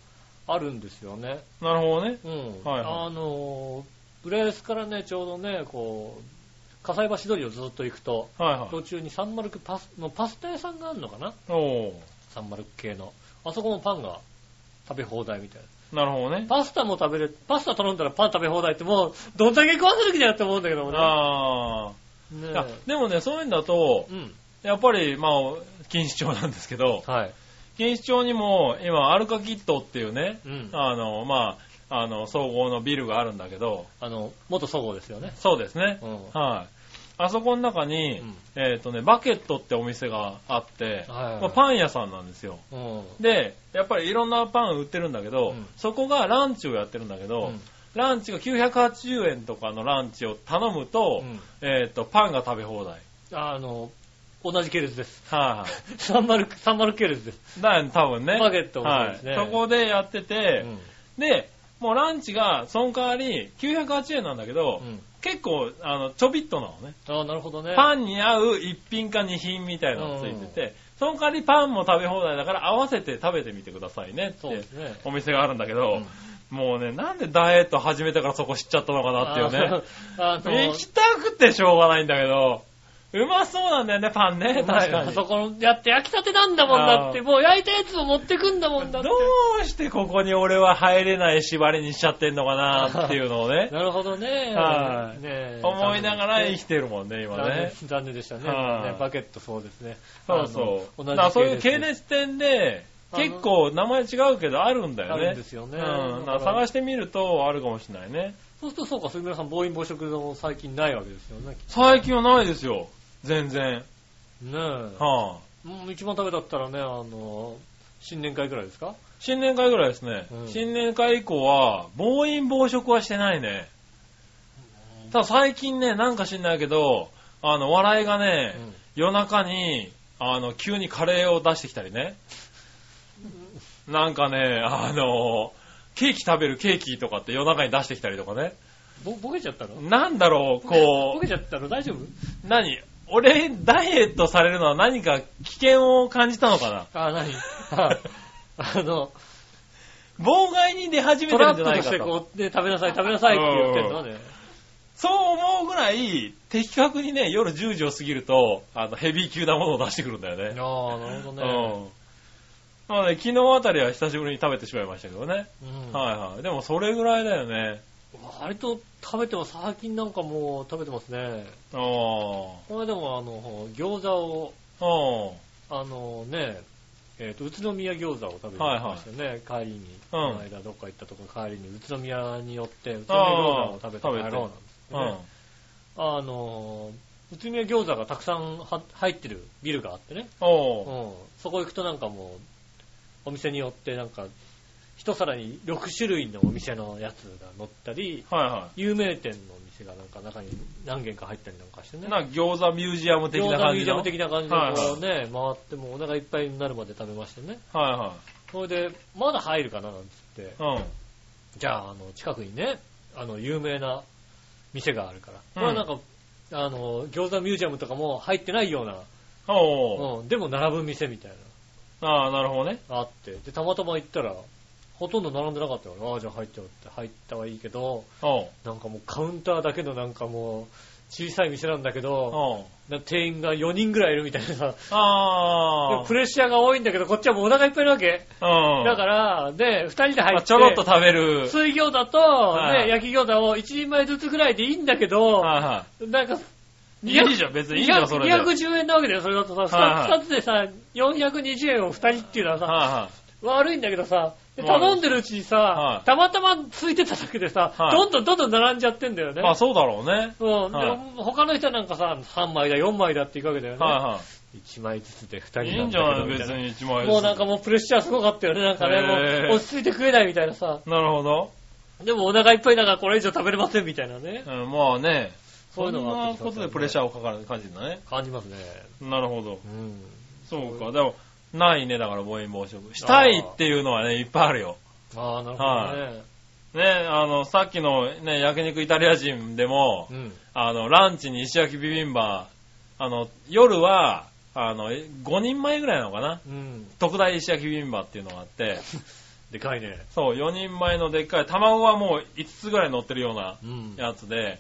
[SPEAKER 2] あるんですよね。
[SPEAKER 3] いはい。なるほどね。
[SPEAKER 2] うん。
[SPEAKER 3] はいはい
[SPEAKER 2] あの、浦安からね、ちょうどね、こう、葛西橋通りをずっと行くと、
[SPEAKER 3] はいは。
[SPEAKER 2] 途中にサンマルクパスのパスタ屋さんがあるのかない
[SPEAKER 3] お
[SPEAKER 2] サンマルク系の。あそこもパンが食べ放題みたいな。
[SPEAKER 3] おなるほどね。
[SPEAKER 2] パスタも食べれ、パスタ頼んだらパン食べ放題ってもう、どんだけ食わせる気だよって思うんだけどもね。
[SPEAKER 3] ああ。いや
[SPEAKER 2] ね
[SPEAKER 3] でもね、そういうんだと
[SPEAKER 2] え。、うん。
[SPEAKER 3] やっぱり、まあ、錦糸町なんですけど、
[SPEAKER 2] はい。
[SPEAKER 3] 錦糸町にも、今、アルカキットっていうね、
[SPEAKER 2] うん。
[SPEAKER 3] あの、まあ、あの、総合のビルがあるんだけど、
[SPEAKER 2] あの、元そごうですよね。
[SPEAKER 3] そうですね。
[SPEAKER 2] うん。
[SPEAKER 3] はい。あそこの中に、
[SPEAKER 2] うん
[SPEAKER 3] えっ、とね、バケットってお店があって、
[SPEAKER 2] はい
[SPEAKER 3] まあパン屋さんなんですよ。
[SPEAKER 2] うん。
[SPEAKER 3] で、やっぱりいろんなパン売ってるんだけど、
[SPEAKER 2] うん
[SPEAKER 3] そこがランチをやってるんだけ
[SPEAKER 2] う
[SPEAKER 3] ど、
[SPEAKER 2] ん
[SPEAKER 3] ランチが980円とかのランチを頼む
[SPEAKER 2] う
[SPEAKER 3] と、
[SPEAKER 2] ん。
[SPEAKER 3] えっ、と、パンが食べ放題。
[SPEAKER 2] あの、同じ系列です。
[SPEAKER 3] は
[SPEAKER 2] サンマルク、サンマルク系列です。
[SPEAKER 3] い、だよね、多分ね。
[SPEAKER 2] バケットもそう
[SPEAKER 3] は
[SPEAKER 2] で
[SPEAKER 3] い
[SPEAKER 2] すね。
[SPEAKER 3] そこでやってて
[SPEAKER 2] う、ん。
[SPEAKER 3] で、もうランチが、その代わり980円なんだけど、
[SPEAKER 2] うん。
[SPEAKER 3] 結構、あの、ちょびっとなのね。
[SPEAKER 2] ああ、なるほどね。
[SPEAKER 3] パンに合う一品か二品みたいなのついてて、その代わりパンも食べ放題だから合わせて食べてみてくださいねっ
[SPEAKER 2] そうで
[SPEAKER 3] て
[SPEAKER 2] すね。
[SPEAKER 3] お店があるんだけど、もうね、なんでダイエット始めたからそこ知っちゃったのかなっていう ね。
[SPEAKER 2] あ の。
[SPEAKER 3] 行きたくてしょうがないんだけど、うまそうなんだよね、パンね。確か
[SPEAKER 2] あ
[SPEAKER 3] に。
[SPEAKER 2] そこの、やって焼きたてなんだもんだって、
[SPEAKER 3] あー
[SPEAKER 2] もう焼いたやつを持ってくんだもんだ
[SPEAKER 3] ど
[SPEAKER 2] って。
[SPEAKER 3] うしてここに俺は入れない縛りにしちゃってんのかなっていうのをね、
[SPEAKER 2] なるほど ね。
[SPEAKER 3] はい
[SPEAKER 2] ねえ
[SPEAKER 3] 思いながら生きてるもんね、今
[SPEAKER 2] 残念
[SPEAKER 3] ね。
[SPEAKER 2] 残念でしたね。
[SPEAKER 3] はい
[SPEAKER 2] ねバケットそうですね。
[SPEAKER 3] そうそ
[SPEAKER 2] あ
[SPEAKER 3] う。
[SPEAKER 2] の同
[SPEAKER 3] だ
[SPEAKER 2] じ
[SPEAKER 3] からそういう系
[SPEAKER 2] 系列
[SPEAKER 3] 列店で、結構名前違うけどあるんだよ
[SPEAKER 2] あ
[SPEAKER 3] ね。
[SPEAKER 2] るんですよね。
[SPEAKER 3] うん。
[SPEAKER 2] だ
[SPEAKER 3] だから
[SPEAKER 2] から
[SPEAKER 3] 探してみるとあるかもしれないね。
[SPEAKER 2] そうするとそうか、杉村さん、暴飲暴食の最近ないわけですよね。
[SPEAKER 3] 最近はないですよ。全然。
[SPEAKER 2] ねえ。
[SPEAKER 3] はあ、
[SPEAKER 2] うん一番食べたったらね、あの、新年会くらいですか
[SPEAKER 3] 新年会ぐらいですね。
[SPEAKER 2] うん
[SPEAKER 3] 新年会以降は、暴飲暴食はしてないね。ただ最近ね、なんか知んないけど、あの、笑いがね、
[SPEAKER 2] うん
[SPEAKER 3] 夜中に、あの、急にカレーを出してきたりね。なんかね、あの、ケーキ食べるケーキとかって夜中に出してきたりとかね。
[SPEAKER 2] ぼ、ボケちゃったの
[SPEAKER 3] なんだろう、
[SPEAKER 2] ボ
[SPEAKER 3] こう
[SPEAKER 2] ケ、ちゃったの大丈夫
[SPEAKER 3] 何俺、ダイエットされるのは何か危険を感じたのかな
[SPEAKER 2] あ、 何あの、
[SPEAKER 3] 妨害に出始め
[SPEAKER 2] ト
[SPEAKER 3] てる
[SPEAKER 2] ラ
[SPEAKER 3] ん
[SPEAKER 2] ッ
[SPEAKER 3] じ
[SPEAKER 2] プ
[SPEAKER 3] ゃな
[SPEAKER 2] と
[SPEAKER 3] い
[SPEAKER 2] し
[SPEAKER 3] か
[SPEAKER 2] て
[SPEAKER 3] と。
[SPEAKER 2] こう、ね、食べなさい、食べなさいって言ってんのね。
[SPEAKER 3] そう思うぐらい、的確にね、夜10時を過ぎると、あの、ヘビー級なものを出してくるんだよね。
[SPEAKER 2] ああ、なるほど
[SPEAKER 3] うん。
[SPEAKER 2] ね。
[SPEAKER 3] なので、昨日あたりは久しぶりに食べてしまいましたけどね。
[SPEAKER 2] うん
[SPEAKER 3] はいはい。でも、それぐらいだよね。
[SPEAKER 2] 割と食べてます。最近なんかもう食べてますね。
[SPEAKER 3] ああ。
[SPEAKER 2] これでもあの、餃子を、
[SPEAKER 3] ああ。
[SPEAKER 2] あのね、えっ、と、宇都宮餃子を食べてきましたよね、帰りに。この間どっか行ったとこ帰りに、宇都宮に寄って、宇都宮餃子を食べて帰ろうなんですけどね。あの、宇都宮餃子がたくさんは入ってるビルがあってね、
[SPEAKER 3] うん。お
[SPEAKER 2] う
[SPEAKER 3] お。
[SPEAKER 2] ん、そこ行くとなんかもう、お店によってなんか、一皿に6種類のお店のやつが載ったり、
[SPEAKER 3] はいは
[SPEAKER 2] 有名店のお店がなんか中に何軒か入ったりなんかして
[SPEAKER 3] い。
[SPEAKER 2] ね。
[SPEAKER 3] なんか餃子ミュージアム的
[SPEAKER 2] 餃
[SPEAKER 3] な
[SPEAKER 2] 子
[SPEAKER 3] 感
[SPEAKER 2] ミュー
[SPEAKER 3] じ
[SPEAKER 2] ジア
[SPEAKER 3] の。
[SPEAKER 2] ム
[SPEAKER 3] はい
[SPEAKER 2] 的な感じで
[SPEAKER 3] はいはい
[SPEAKER 2] こうね、回ってもうお腹いっぱいになるまで食べましてね。
[SPEAKER 3] は
[SPEAKER 2] それで、まだ入るかななんつって、
[SPEAKER 3] い。うん。
[SPEAKER 2] じゃあ、あの、近くにね、あの、有名な店があるから。これはなんか、あの、餃子ミュージアムとかも入ってないような、
[SPEAKER 3] おー
[SPEAKER 2] うん、でも並ぶ店みたい
[SPEAKER 3] ああ、なるほどね。
[SPEAKER 2] な、あって。で、たまたま行ったら、ほとんど並んでなかったから、ああ、じゃあ入っちゃうって、入ったはいいけど、
[SPEAKER 3] おう
[SPEAKER 2] なんかもうカウンターだけのなんかもう、小さい店なんだけど、
[SPEAKER 3] おう
[SPEAKER 2] な店員が4人ぐらいいるみたいなさ、
[SPEAKER 3] あ
[SPEAKER 2] でプレッシャーが多いんだけど、こっちはもうお腹いっぱいなわけ。
[SPEAKER 3] あ、うん。
[SPEAKER 2] だから、で、2人で入
[SPEAKER 3] ま
[SPEAKER 2] っ
[SPEAKER 3] あ
[SPEAKER 2] て、
[SPEAKER 3] ちょろっと食べる。
[SPEAKER 2] 水餃子と、
[SPEAKER 3] はい
[SPEAKER 2] ね、焼き餃子を1人前ずつぐらいでいいんだけど、
[SPEAKER 3] はいは
[SPEAKER 2] なんか、
[SPEAKER 3] い。いいじゃん、別にいいじゃん、それで。はい
[SPEAKER 2] 210円なわけだよ、それだと
[SPEAKER 3] は
[SPEAKER 2] さ
[SPEAKER 3] いは、い
[SPEAKER 2] 2つでさ、420円を2人っていうのはさ、
[SPEAKER 3] は
[SPEAKER 2] 悪いんだけどさ、で
[SPEAKER 3] うん
[SPEAKER 2] 頼んでるうちに
[SPEAKER 3] は
[SPEAKER 2] さ、
[SPEAKER 3] い
[SPEAKER 2] たまたまついてただけでさ、
[SPEAKER 3] はい
[SPEAKER 2] どんどんどんどん並んじゃってんだよ
[SPEAKER 3] い。
[SPEAKER 2] ね。
[SPEAKER 3] まあそうだろうね。はい
[SPEAKER 2] うん、で
[SPEAKER 3] はい
[SPEAKER 2] 他の人なんかさ、3枚だ、4枚だっていくわけだよね。
[SPEAKER 3] は
[SPEAKER 2] 1枚ずつで2人
[SPEAKER 3] い。
[SPEAKER 2] ない
[SPEAKER 3] いんじゃない別に一枚ずつ
[SPEAKER 2] もうなんかもうプレッシャーすごかったよね、なんかね、
[SPEAKER 3] へー
[SPEAKER 2] もう落ち着いて食えないみたいなさ、
[SPEAKER 3] なるほど。
[SPEAKER 2] でもお腹いっぱいだからこれ以上食べれませんみたいなね
[SPEAKER 3] う。ん、まあね。
[SPEAKER 2] そう
[SPEAKER 3] そ
[SPEAKER 2] いうんのがあっ
[SPEAKER 3] な
[SPEAKER 2] てきた
[SPEAKER 3] ことでプレッシャーをかかる感じだね。
[SPEAKER 2] 感じますね。
[SPEAKER 3] なるほど。
[SPEAKER 2] うん。
[SPEAKER 3] そうか。でも、ないね、だから暴飲暴食。したいっていうのはね、いっぱいあるよ。
[SPEAKER 2] ああ、なるほどね。
[SPEAKER 3] ね、あの、さっきのね、焼肉イタリア人でも
[SPEAKER 2] う、ん。
[SPEAKER 3] あの、ランチに石焼きビビンバ、あの、夜は、あの、5人前ぐらいなのかな
[SPEAKER 2] うん。
[SPEAKER 3] 特大石焼きビビンバっていうのがあ って、
[SPEAKER 2] でかいね。
[SPEAKER 3] そう、4人前のでっかい、卵はもう5つぐらい乗ってるような
[SPEAKER 2] うん。
[SPEAKER 3] やつで、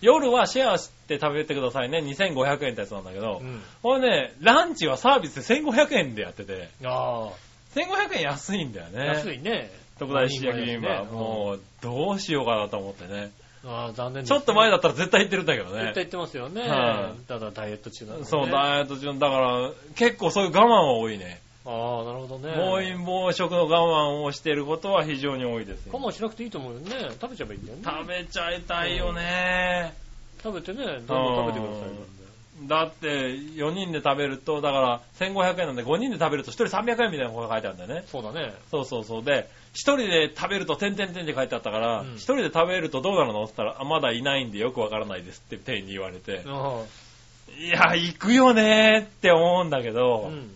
[SPEAKER 3] 夜はシェアして食べてくださいね、2500円ってやつなんだけど
[SPEAKER 2] う、ん。
[SPEAKER 3] これね、ランチはサービスで1500円でやってて、
[SPEAKER 2] あ
[SPEAKER 3] 1500円安いんだよ
[SPEAKER 2] あ、
[SPEAKER 3] ね。
[SPEAKER 2] 安いね。
[SPEAKER 3] 特大石焼きビンバ、
[SPEAKER 2] ね
[SPEAKER 3] もう、どうしようかなと思ってね。
[SPEAKER 2] ああ、残念です
[SPEAKER 3] ちょ
[SPEAKER 2] ね
[SPEAKER 3] っと前だったら絶対行ってるんだけど
[SPEAKER 2] ずっと
[SPEAKER 3] ね。
[SPEAKER 2] 言ってますよね
[SPEAKER 3] は。
[SPEAKER 2] ただダイエット中なんでね。
[SPEAKER 3] そう、
[SPEAKER 2] あ
[SPEAKER 3] ダイエット中の、だから、結構そういう我慢は多いね。
[SPEAKER 2] あ、なるほどね。
[SPEAKER 3] 暴飲暴食の我慢をしていることは非常に多いですよ。
[SPEAKER 2] 我慢しなくていいと思うよね。食べちゃえばいいんだよね。
[SPEAKER 3] 食べちゃいたいよね。
[SPEAKER 2] 食べてね、どんどん食べてくださいよ。
[SPEAKER 3] だって、4人で食べると、だから、1500円なんで、5人で食べると1人300円みたいなことが書いてあるんだよね。
[SPEAKER 2] そうだね。
[SPEAKER 3] そうそうそう。で、1人で食べると、てんてんてんって書いてあったから、
[SPEAKER 2] うん
[SPEAKER 3] 1人で食べるとどうなるのって言ったら、あまだいないんでよくわからないですって店員に言われて、
[SPEAKER 2] あ
[SPEAKER 3] いや、行くよねーって思うんだけ
[SPEAKER 2] あ、う
[SPEAKER 3] ど、
[SPEAKER 2] ん。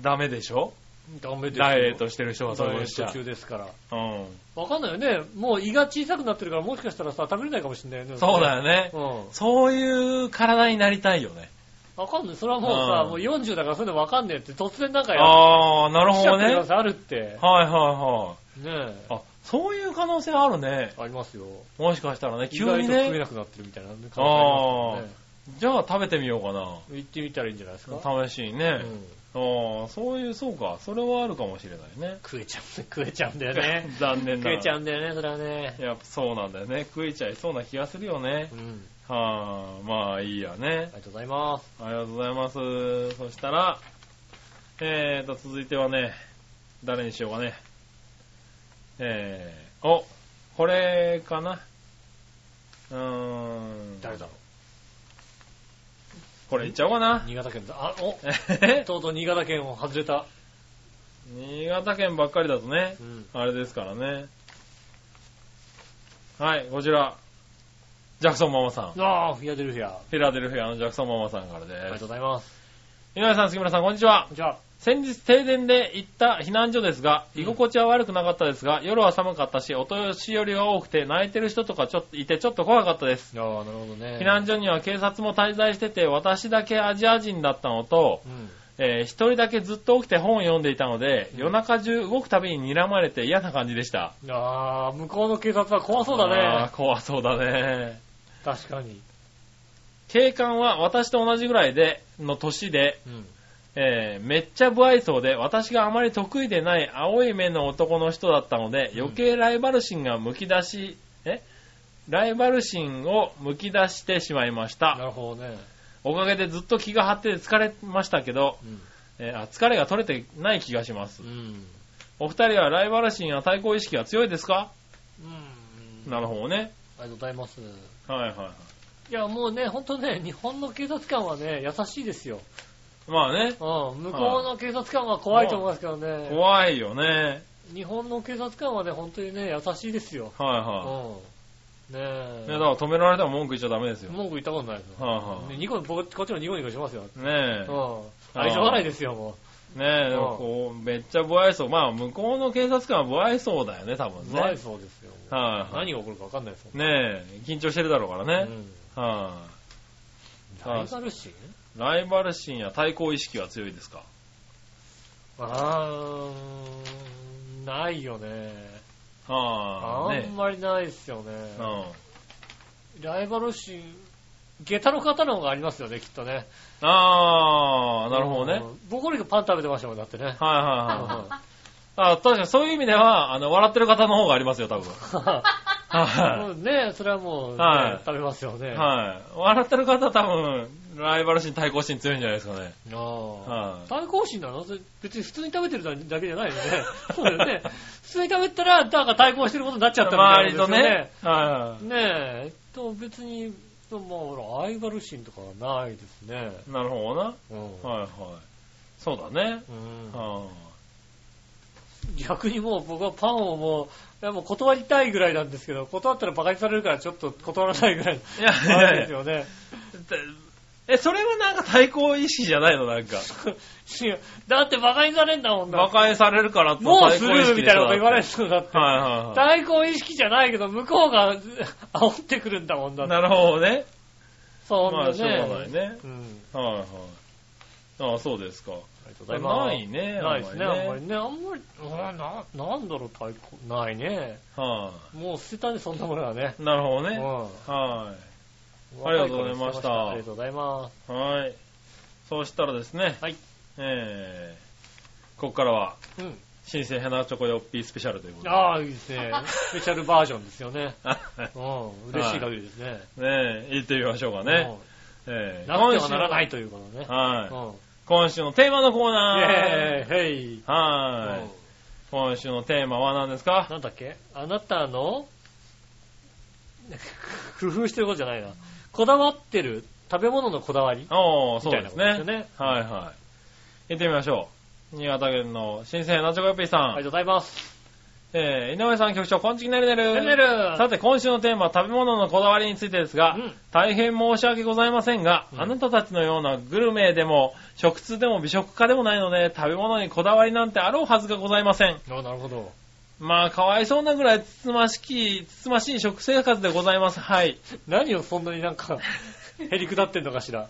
[SPEAKER 3] ダメでしょ
[SPEAKER 2] ダメですよ
[SPEAKER 3] ダイエットしてる人はそ
[SPEAKER 2] ダイエ
[SPEAKER 3] うしち
[SPEAKER 2] ッ
[SPEAKER 3] ゃ
[SPEAKER 2] ト中ですから。
[SPEAKER 3] う。うん。
[SPEAKER 2] わかんないよね。もう胃が小さくなってるから、もしかしたらさ、食べれないかもしれないよね。
[SPEAKER 3] そうだよね。
[SPEAKER 2] よ。
[SPEAKER 3] そういう体になりたいよね。
[SPEAKER 2] うん。わかんない。それはもうさ、
[SPEAKER 3] うん
[SPEAKER 2] もう40だからそういうのわかんねえって、突然なんかやっ
[SPEAKER 3] あー、なる
[SPEAKER 2] ち
[SPEAKER 3] ほ
[SPEAKER 2] ゃっ
[SPEAKER 3] どね。
[SPEAKER 2] て
[SPEAKER 3] はい
[SPEAKER 2] る可
[SPEAKER 3] は
[SPEAKER 2] 能性あるって
[SPEAKER 3] い。は
[SPEAKER 2] ねえ
[SPEAKER 3] い。。あ、そういう可能性あるね。
[SPEAKER 2] ありますよ。
[SPEAKER 3] もしかしたらね、急に
[SPEAKER 2] 意外と食え
[SPEAKER 3] ね。
[SPEAKER 2] なくなってるみたいなね可能性ありますか
[SPEAKER 3] じゃあ食べてみようから
[SPEAKER 2] ね。行ってみたらいいんじゃないですか。
[SPEAKER 3] な。試しに
[SPEAKER 2] う
[SPEAKER 3] ね。
[SPEAKER 2] ん
[SPEAKER 3] あー、そういう、そうか。それはあるかもしれないね。
[SPEAKER 2] 食えちゃう、食えちゃうんだよね。
[SPEAKER 3] 残念な
[SPEAKER 2] 食
[SPEAKER 3] がら。
[SPEAKER 2] えちゃうんだよね、それはね。
[SPEAKER 3] やっぱそうなんだよね。食えちゃいそうな気がするよね
[SPEAKER 2] う。ん。
[SPEAKER 3] はあ、まあいいやね
[SPEAKER 2] あり。がとうございます。
[SPEAKER 3] ありがとうございます。そしたら、えーと、続いてはね、誰にしようかね。えー、お、これかな。うーん。
[SPEAKER 2] 誰だろ
[SPEAKER 3] これいっちゃおうか
[SPEAKER 2] う
[SPEAKER 3] な。
[SPEAKER 2] 新潟県だ。あ、お
[SPEAKER 3] え
[SPEAKER 2] とうとう新潟県を外れた。
[SPEAKER 3] 新潟県ばっかりだとね
[SPEAKER 2] う、ん。
[SPEAKER 3] あれですからね。はい、こちら。ジャクソンママさん。フ
[SPEAKER 2] ああ、フィアデルフィア。あ
[SPEAKER 3] ィラデルフィアのジャクソンママさんから
[SPEAKER 2] りが
[SPEAKER 3] で
[SPEAKER 2] と
[SPEAKER 3] す
[SPEAKER 2] う。ございます。
[SPEAKER 3] 井上さん、杉村さん、こんにちは。
[SPEAKER 2] じゃあ、
[SPEAKER 3] 先日停電で行った避難所ですが、
[SPEAKER 2] うん
[SPEAKER 3] 居心地は悪くなかったですが、夜は寒かったし、お年寄りが多くて、泣いてる人とかちょっといてちょっと怖かったです。
[SPEAKER 2] ああ、なるほどね。
[SPEAKER 3] 避難所には警察も滞在してて、私だけアジア人だったのと、
[SPEAKER 2] うん。
[SPEAKER 3] えー一人だけずっと起きて本を読んでいたので、
[SPEAKER 2] うん
[SPEAKER 3] 夜中中動くたびに睨まれて嫌な感じでした。
[SPEAKER 2] ああ、向こうの警察は怖そうだ
[SPEAKER 3] あ
[SPEAKER 2] ね
[SPEAKER 3] ー。怖そうだね。
[SPEAKER 2] 確かに。
[SPEAKER 3] 警官は私と同じぐらいで、の年で、
[SPEAKER 2] うん。
[SPEAKER 3] えーめっちゃ不愛想で、私があまり得意でない青い目の男の人だったので、
[SPEAKER 2] うん
[SPEAKER 3] 余計ライバル心がむき出し、えライバル心をむき出してしまいまし
[SPEAKER 2] な
[SPEAKER 3] た。
[SPEAKER 2] るほどね。
[SPEAKER 3] おかげでずっと気が張って疲れましたけど、
[SPEAKER 2] うん。
[SPEAKER 3] えーあ疲れが取れてない気がします
[SPEAKER 2] う。ん。
[SPEAKER 3] お二人はライバル心や対抗意識が強いですか、
[SPEAKER 2] うん。あ
[SPEAKER 3] なるほどね。
[SPEAKER 2] りがとうございます。
[SPEAKER 3] はいはいはい
[SPEAKER 2] や、もうね、ほんとね、日本の警察官はね、優しいですよ。
[SPEAKER 3] い。まあ
[SPEAKER 2] う
[SPEAKER 3] ね、
[SPEAKER 2] ん。向こうの警察官は怖いと思いますけどね。
[SPEAKER 3] 怖いよね。
[SPEAKER 2] 日本の警察官はね、ほんとにね、優しいですよ。
[SPEAKER 3] はいうは
[SPEAKER 2] ん。ね
[SPEAKER 3] い。
[SPEAKER 2] え。
[SPEAKER 3] ねだから止められたら文句言っちゃダメですよ。
[SPEAKER 2] 文句言ったことないですよ。
[SPEAKER 3] はいはい
[SPEAKER 2] ねニコニコこっちもニコニコしますよ。
[SPEAKER 3] ねえ。
[SPEAKER 2] うん。愛情笑いですよ、も
[SPEAKER 3] ねえ、でもこう、めっちゃ不愛想。まあ、向こうの警察官は不愛想だよね、多分
[SPEAKER 2] 不愛
[SPEAKER 3] ね。
[SPEAKER 2] 想ですよ。
[SPEAKER 3] はい
[SPEAKER 2] 何が起こるか分かんないですもんね。
[SPEAKER 3] ねえ、緊張してるだろうから
[SPEAKER 2] う
[SPEAKER 3] ね。
[SPEAKER 2] ん
[SPEAKER 3] は
[SPEAKER 2] ライバル心
[SPEAKER 3] い。ライバル心や対抗意識は強いですか
[SPEAKER 2] あー、ないよね。あ
[SPEAKER 3] はあ、
[SPEAKER 2] ん
[SPEAKER 3] ね
[SPEAKER 2] まりないですよね。
[SPEAKER 3] え。うん。
[SPEAKER 2] ライバル心、下駄の方の方がありますよね、きっとね。
[SPEAKER 3] ああ、なるほどね。は
[SPEAKER 2] う
[SPEAKER 3] い
[SPEAKER 2] ん。僕よりパン食べてましたもん、だってね。
[SPEAKER 3] はいはいはい。あ確かにそういう意味では、あの、笑ってる方の方がありますよ、多分。は
[SPEAKER 2] うんねそれはもう、ね
[SPEAKER 3] はい
[SPEAKER 2] 食べますよね。
[SPEAKER 3] い。はい。笑ってる方は多分、ライバル心、対抗心強いんじゃないですかね。
[SPEAKER 2] あー
[SPEAKER 3] はい。
[SPEAKER 2] 対抗心なのそれ別に普通に食べてるだけじゃないよね。そうだよね。普通に食べたら、なんか対抗してることになっちゃったみた
[SPEAKER 3] 周
[SPEAKER 2] い
[SPEAKER 3] り
[SPEAKER 2] な
[SPEAKER 3] と
[SPEAKER 2] ことですよ
[SPEAKER 3] ね。は
[SPEAKER 2] ね。ねえ、と別に、まあ、ほらライバル心とかはないですね。
[SPEAKER 3] い。なるほどな。
[SPEAKER 2] うん
[SPEAKER 3] はいはい。そうだね。
[SPEAKER 2] うん
[SPEAKER 3] は
[SPEAKER 2] 逆にもう僕はパンをもう、いやもう断りたいぐらいなんですけど、断ったら馬鹿にされるからちょっと断らないぐらい
[SPEAKER 3] い。いや
[SPEAKER 2] のあ
[SPEAKER 3] い
[SPEAKER 2] れで
[SPEAKER 3] やい
[SPEAKER 2] す
[SPEAKER 3] や。
[SPEAKER 2] よね。
[SPEAKER 3] え、それはなんか対抗意識じゃないのなんか。
[SPEAKER 2] いやだって馬鹿にされんだもんだ
[SPEAKER 3] 馬
[SPEAKER 2] って。
[SPEAKER 3] 鹿にされるからって
[SPEAKER 2] もうスルーみたいなこと言われる
[SPEAKER 3] し。
[SPEAKER 2] のだって。
[SPEAKER 3] はいはいは
[SPEAKER 2] 対抗意識じゃないけど、向こうが煽ってくるんだもんだっ
[SPEAKER 3] い。
[SPEAKER 2] て。
[SPEAKER 3] なるほどね。
[SPEAKER 2] そん
[SPEAKER 3] ま
[SPEAKER 2] な
[SPEAKER 3] あ、しょう
[SPEAKER 2] ね。
[SPEAKER 3] がないね。
[SPEAKER 2] うん。
[SPEAKER 3] はいはい。ああ、そうですか。
[SPEAKER 2] ありがとうございます。
[SPEAKER 3] ないね。あんま
[SPEAKER 2] な
[SPEAKER 3] り
[SPEAKER 2] いですね、あんまりね。あんまり、うんな、なんだろう、対抗。ないね。
[SPEAKER 3] は
[SPEAKER 2] もう捨てたね、そんなものはね。
[SPEAKER 3] い。なるほど
[SPEAKER 2] う
[SPEAKER 3] ね。
[SPEAKER 2] ん。
[SPEAKER 3] は
[SPEAKER 2] 若
[SPEAKER 3] ありがとうございま
[SPEAKER 2] 頃に捨
[SPEAKER 3] した
[SPEAKER 2] てありがとうございます。
[SPEAKER 3] い。はい。そうしたらですね。
[SPEAKER 2] はい。
[SPEAKER 3] えー、ここからは、
[SPEAKER 2] うん。
[SPEAKER 3] 新生ヘナチョコヨッピースペシャルということで。
[SPEAKER 2] ああ、いいですね。スペシャルバージョンですよね。
[SPEAKER 3] ね
[SPEAKER 2] うん。嬉しい限りですね。
[SPEAKER 3] え、行ってみましょうかね。え
[SPEAKER 2] うん。
[SPEAKER 3] ー
[SPEAKER 2] なくてはならないということね。
[SPEAKER 3] 今週
[SPEAKER 2] う
[SPEAKER 3] のはい。
[SPEAKER 2] ん。
[SPEAKER 3] 今週のテーマのコー
[SPEAKER 2] イ
[SPEAKER 3] ナー。
[SPEAKER 2] ェーイヘイ
[SPEAKER 3] は
[SPEAKER 2] う
[SPEAKER 3] い
[SPEAKER 2] ん。
[SPEAKER 3] 今週のテーマは何ですか
[SPEAKER 2] なんだっけあなたの、 工夫してることじゃないな。こだわってる、食べ物のこだわり
[SPEAKER 3] おー、
[SPEAKER 2] み
[SPEAKER 3] そ
[SPEAKER 2] た
[SPEAKER 3] う
[SPEAKER 2] いな
[SPEAKER 3] です
[SPEAKER 2] ことですよ
[SPEAKER 3] ね。
[SPEAKER 2] ね。
[SPEAKER 3] はいはい。行ってみましょう。新潟県の新生なチョコヨッピーさん。
[SPEAKER 2] ありがとうございます。
[SPEAKER 3] えー、井上さん局長、こんちきなりねる。
[SPEAKER 2] ねるねる
[SPEAKER 3] さて、今週のテーマは食べ物のこだわりについてですが、
[SPEAKER 2] うん
[SPEAKER 3] 大変申し訳ございませんが、
[SPEAKER 2] うん
[SPEAKER 3] あなたたちのようなグルメでも、食通でも美食家でもないので、食べ物にこだわりなんてあろうはずがございません。
[SPEAKER 2] あなるほど。
[SPEAKER 3] まあ、かわいそうなぐらいつつましき、つつましい食生活でございます。はい。
[SPEAKER 2] 何をそんなになんか、へりくだってんのかしら。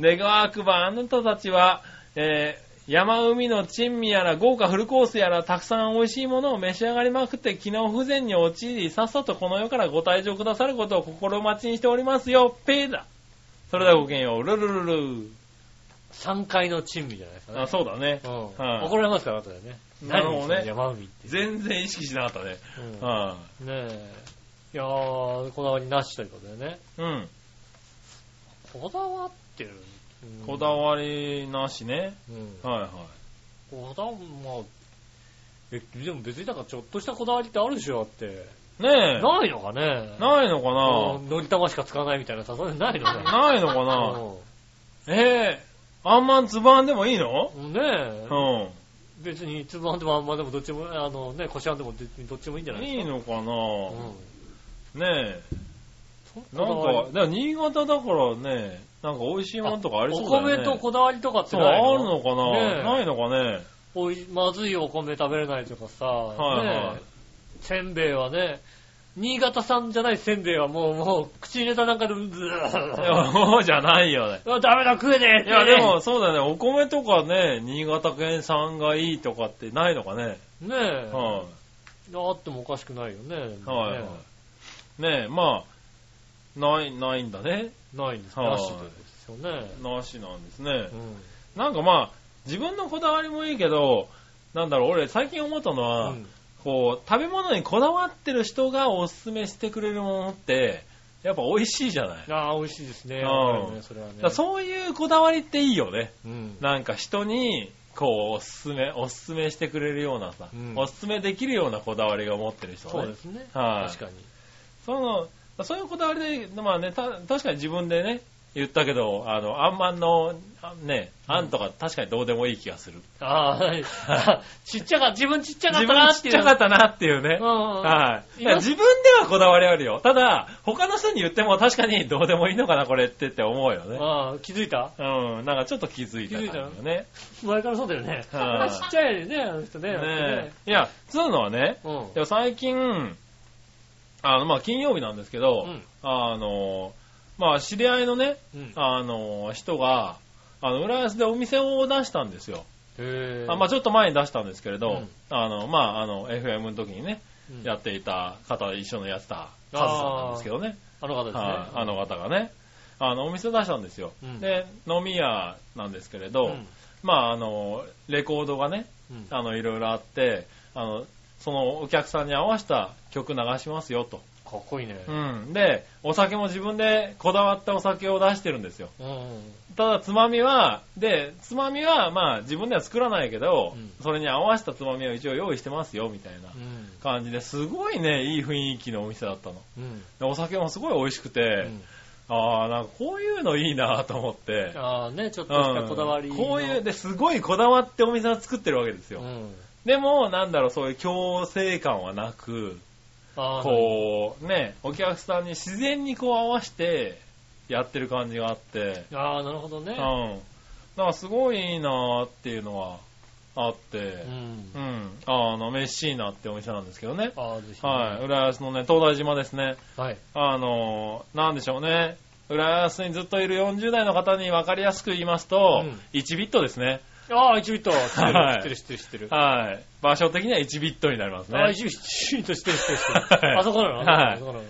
[SPEAKER 3] 願わくばあなたたちは、えー山海の珍味やら豪華フルコースやらたくさん美味しいものを召し上がりまくって機能不全に陥りさっさとこの世からご退場くださることを心待ちにしておりますよ、ペーだ。それではごきげんよう、ルルルルル。
[SPEAKER 2] 3階の珍味じゃないですかね。
[SPEAKER 3] あ、そうだね
[SPEAKER 2] う。ん。
[SPEAKER 3] はい
[SPEAKER 2] 怒られますから、後でね。
[SPEAKER 3] なるほどね
[SPEAKER 2] 何その山海って。
[SPEAKER 3] 全然意識しなかったね。
[SPEAKER 2] うん
[SPEAKER 3] は
[SPEAKER 2] ねえ。いやー、こだわりなしということでね。
[SPEAKER 3] い。うん。
[SPEAKER 2] こだわってる。うん
[SPEAKER 3] こだわりなしね。
[SPEAKER 2] うん。
[SPEAKER 3] はいはい。
[SPEAKER 2] こだわ、まあ、え、でも別になんかちょっとしたこだわりってあるでしょ、だって。
[SPEAKER 3] ねえ。
[SPEAKER 2] ないのかね
[SPEAKER 3] ないのか
[SPEAKER 2] う
[SPEAKER 3] なん
[SPEAKER 2] のり玉しか使わないみたいなさ、そういうのないのかね
[SPEAKER 3] ないのかなええあんまんつばんでもいいの
[SPEAKER 2] うんねえ
[SPEAKER 3] う。ん。
[SPEAKER 2] 別に、つぶあんでもあんまでもどっちも、あのね、こしあんでも別にどっちもいいんじゃない
[SPEAKER 3] いい
[SPEAKER 2] ですか。
[SPEAKER 3] のかな、
[SPEAKER 2] う
[SPEAKER 3] ねえ。
[SPEAKER 2] ん。
[SPEAKER 3] なん
[SPEAKER 2] こだわ
[SPEAKER 3] か、だから新潟だからね、なんか美味しいものとかあり
[SPEAKER 2] り
[SPEAKER 3] そう
[SPEAKER 2] お
[SPEAKER 3] だよ
[SPEAKER 2] 米
[SPEAKER 3] ね。
[SPEAKER 2] とこだわりとかって
[SPEAKER 3] そう、
[SPEAKER 2] な
[SPEAKER 3] あ
[SPEAKER 2] いの
[SPEAKER 3] るのかな、
[SPEAKER 2] ねえ
[SPEAKER 3] ないのかね
[SPEAKER 2] おいまずいお米食べれないとかさ、
[SPEAKER 3] いはい
[SPEAKER 2] ねえせんべいはね、新潟産じゃないせんべいはもう、もう、口に入れたなんかで、うず
[SPEAKER 3] いや、そうじゃないよね。
[SPEAKER 2] ー ダメだ、食えねえって
[SPEAKER 3] いや、でも、そうだよね。お米とかね、新潟県産がいいとかってないのかね。
[SPEAKER 2] ねえ、
[SPEAKER 3] は
[SPEAKER 2] あってもおかしくないよね。
[SPEAKER 3] い。はい、はい。ねえ、まあ、ない、ないんだね。
[SPEAKER 2] い。ないんです
[SPEAKER 3] はい
[SPEAKER 2] なしですよね。
[SPEAKER 3] なしなんですね
[SPEAKER 2] う。ん。
[SPEAKER 3] なんかまあ、自分のこだわりもいいけど、なんだろう、俺最近思ったのは、
[SPEAKER 2] うん
[SPEAKER 3] こう、食べ物にこだわってる人がおすすめしてくれるものって、やっぱ美味しいじゃない。だか
[SPEAKER 2] ああ、美味しいですね。
[SPEAKER 3] うん
[SPEAKER 2] わかるねそれはね。
[SPEAKER 3] らそういうこだわりっていいよね。
[SPEAKER 2] うん。
[SPEAKER 3] なんか人に、こう、おすすめ、おすすめしてくれるようなさ、
[SPEAKER 2] うん
[SPEAKER 3] おすすめできるようなこだわりが持ってる人は
[SPEAKER 2] そ
[SPEAKER 3] ね。
[SPEAKER 2] うですね。
[SPEAKER 3] はい
[SPEAKER 2] 確かに。
[SPEAKER 3] その、そういうこだわりで、まあね、た確かに自分でね、言ったけど、あの、あんまんの、あね、あんとか確かにどうでもいい気がする。
[SPEAKER 2] あ あ、ちっちゃか、自分ちっちゃかっ
[SPEAKER 3] 自
[SPEAKER 2] たな
[SPEAKER 3] 分
[SPEAKER 2] っ
[SPEAKER 3] ち
[SPEAKER 2] て
[SPEAKER 3] っ
[SPEAKER 2] いう。
[SPEAKER 3] ちゃかったなっていうね。
[SPEAKER 2] うんうん
[SPEAKER 3] はい。
[SPEAKER 2] 今
[SPEAKER 3] 自分ではこだわりあるよ。ただ、他の人に言っても確かにどうでもいいのかな、これってって思うよね。
[SPEAKER 2] ああ、気づいた
[SPEAKER 3] うん、なんかちょっと気づいた
[SPEAKER 2] 気づいた
[SPEAKER 3] 感じよね。
[SPEAKER 2] 前からそうだよね。
[SPEAKER 3] はい
[SPEAKER 2] ちっちゃいよね、あの人ね。
[SPEAKER 3] ねえ。いや、そういうのはね、
[SPEAKER 2] うん。
[SPEAKER 3] でも最近、あの、まあ、金曜日なんですけど、
[SPEAKER 2] うん
[SPEAKER 3] あの、まあ、知り合いのね、
[SPEAKER 2] うん。
[SPEAKER 3] あの、人が、あの、浦安でお店を出したんですよ。
[SPEAKER 2] へ
[SPEAKER 3] あまあ、
[SPEAKER 2] ず、
[SPEAKER 3] ちょっと前に出したんですけれど、
[SPEAKER 2] うん
[SPEAKER 3] あの、まあ、あの、FM の時にね、
[SPEAKER 2] うん
[SPEAKER 3] やっていた方、一緒のやってたカズさんなんですけどね。
[SPEAKER 2] あの方ですね。
[SPEAKER 3] はいあの方がね、あの、お店出したんですよ。
[SPEAKER 2] うん
[SPEAKER 3] で、飲み屋なんですけれ
[SPEAKER 2] う
[SPEAKER 3] ど、
[SPEAKER 2] ん
[SPEAKER 3] まあ、あの、レコードがね、
[SPEAKER 2] うん
[SPEAKER 3] あの、いろいろあって、あの、そのお客さんに合わせた曲流しますよと。
[SPEAKER 2] かっこいいね。
[SPEAKER 3] うん。で、お酒も自分でこだわったお酒を出してるんですよ。
[SPEAKER 2] うん。
[SPEAKER 3] ただ、つまみは、で、つまみは、まあ、自分では作らないけど、
[SPEAKER 2] うん
[SPEAKER 3] それに合わせたつまみを一応用意してますよ、みたいな
[SPEAKER 2] うん。
[SPEAKER 3] 感じですごいね、いい雰囲気のお店だったの。
[SPEAKER 2] うん。
[SPEAKER 3] でお酒もすごい美味しくて、ああ、なんかこういうのいいなと思って。
[SPEAKER 2] ああ、ね、ちょっとしたこだわり
[SPEAKER 3] う
[SPEAKER 2] の。
[SPEAKER 3] んこういう、で、すごいこだわってお店は作ってるわけですよ。
[SPEAKER 2] うん。
[SPEAKER 3] でも、なんだろう、そういう強制感はなく、
[SPEAKER 2] ああ、
[SPEAKER 3] こう、ね、お客さんに自然にこう合わせてやってる感じがあって、
[SPEAKER 2] ああ、なるほどね
[SPEAKER 3] う。ん。なんかすごいいいなっていうのはあって
[SPEAKER 2] う、ん
[SPEAKER 3] う。ん。あの、メッシーナってお店なんですけどね。
[SPEAKER 2] ああ、ぜひね。
[SPEAKER 3] はい。浦安のね、東大島ですね。
[SPEAKER 2] はい。
[SPEAKER 3] あの、なんでしょうね。浦安にずっといる40代の方に分かりやすく言いますと、
[SPEAKER 2] うん
[SPEAKER 3] 1ビットですね。
[SPEAKER 2] ああ、1ビット。知ってる
[SPEAKER 3] は
[SPEAKER 2] 知
[SPEAKER 3] い
[SPEAKER 2] ってる、知ってる、知ってる。
[SPEAKER 3] はい。場所的には1ビットになります
[SPEAKER 2] ああ、
[SPEAKER 3] ね。
[SPEAKER 2] 1ビット、知ってる、知ってる、知って
[SPEAKER 3] はい
[SPEAKER 2] る。あそこなの
[SPEAKER 3] はい
[SPEAKER 2] あそこなの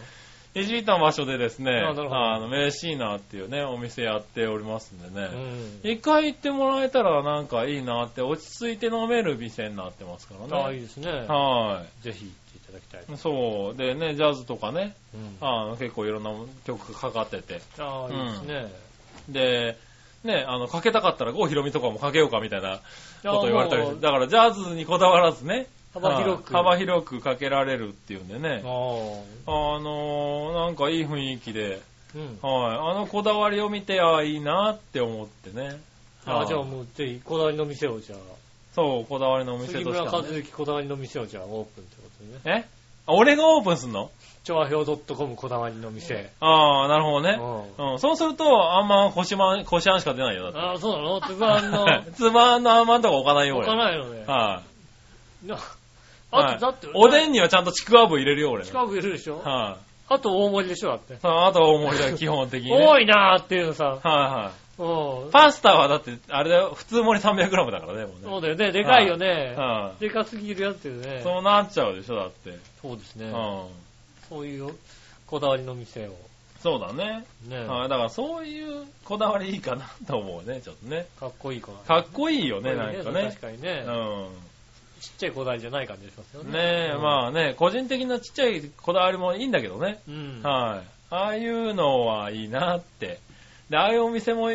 [SPEAKER 3] 1ビットの場所でですね、
[SPEAKER 2] あなるほど
[SPEAKER 3] あの、メーシーナっていうね、お店やっておりますんで
[SPEAKER 2] う
[SPEAKER 3] ね。
[SPEAKER 2] ん。
[SPEAKER 3] 一回行ってもらえたらなんかいいなって、落ち着いて飲める店になってますからね。
[SPEAKER 2] ああ、いいですね。
[SPEAKER 3] は
[SPEAKER 2] ぜひ行っていただきたい。
[SPEAKER 3] い。そう。でね、ジャズとかね、
[SPEAKER 2] うん
[SPEAKER 3] あの結構いろんな曲かかってて。
[SPEAKER 2] ああ、いいですね。
[SPEAKER 3] で、ね、あの、かけたかったら郷ひろみとかもかけようかみたいなこと言われたりしてだからジャズにこだわらずね、
[SPEAKER 2] 幅広く。
[SPEAKER 3] はい幅広くかけられるっていうんでね、
[SPEAKER 2] あ
[SPEAKER 3] あのーなんかいい雰囲気で、
[SPEAKER 2] あ、うん。
[SPEAKER 3] はい、あのこだわりを見て、ああ、いいなって思ってね。
[SPEAKER 2] あ
[SPEAKER 3] はい
[SPEAKER 2] あ、じゃあもう、ぜひ、こだわりの店をじゃあ、
[SPEAKER 3] そう、こだわりのお店と
[SPEAKER 2] 杉
[SPEAKER 3] して
[SPEAKER 2] 村和
[SPEAKER 3] はね、
[SPEAKER 2] 之こだわりの店をじゃあオープンってことでね。
[SPEAKER 3] えあ俺がオープンすんの
[SPEAKER 2] 調和表 .com こだわりの店。
[SPEAKER 3] ああ、なるほど
[SPEAKER 2] う
[SPEAKER 3] ね。
[SPEAKER 2] ん。
[SPEAKER 3] うん、そうすると、あんまん、こしまん、こしあんしか出ないよ、だ
[SPEAKER 2] ああ、そうなのつばんの
[SPEAKER 3] っ、て。つまんのあんまんとか置かないよ、
[SPEAKER 2] 置
[SPEAKER 3] 俺。
[SPEAKER 2] かないのね。
[SPEAKER 3] はい
[SPEAKER 2] な
[SPEAKER 3] は
[SPEAKER 2] あ
[SPEAKER 3] い
[SPEAKER 2] と、だって、
[SPEAKER 3] おで
[SPEAKER 2] ん
[SPEAKER 3] んにはちゃんとちくわぶ入れるよ、俺。
[SPEAKER 2] 近くいるでしょ
[SPEAKER 3] はい。
[SPEAKER 2] あと大盛りでしょだって。
[SPEAKER 3] そのあとは思い出は基本的に、ね。
[SPEAKER 2] 多
[SPEAKER 3] い
[SPEAKER 2] いなーっていうのさ。
[SPEAKER 3] は
[SPEAKER 2] うん。
[SPEAKER 3] いはい。パスタはだって、あれだよ、普通盛り 300g だからね、もうね。
[SPEAKER 2] そうだよね。でかいよね。
[SPEAKER 3] は
[SPEAKER 2] でかすぎるやつよね
[SPEAKER 3] い。。そうなっちゃうでしょ、だって。
[SPEAKER 2] そうです
[SPEAKER 3] う
[SPEAKER 2] ね。
[SPEAKER 3] ん。
[SPEAKER 2] そういうこだわりの店を。
[SPEAKER 3] そうだね。
[SPEAKER 2] ね
[SPEAKER 3] はい。だからそういうこだわりいいかなと思うね、ちょっとね。
[SPEAKER 2] かっこいいかな。
[SPEAKER 3] かっこいいよね、
[SPEAKER 2] こ
[SPEAKER 3] ない
[SPEAKER 2] い
[SPEAKER 3] んかね
[SPEAKER 2] 確。かに
[SPEAKER 3] う
[SPEAKER 2] ね。
[SPEAKER 3] ん。
[SPEAKER 2] ちっちゃいこだわりじゃない感じがしますよね。
[SPEAKER 3] ねえ、
[SPEAKER 2] うん
[SPEAKER 3] まあね、個人的なちっちゃいこだわりもいいんだけどね。
[SPEAKER 2] うん。
[SPEAKER 3] はい。ああいうのはいいなって。で、ああいうお店も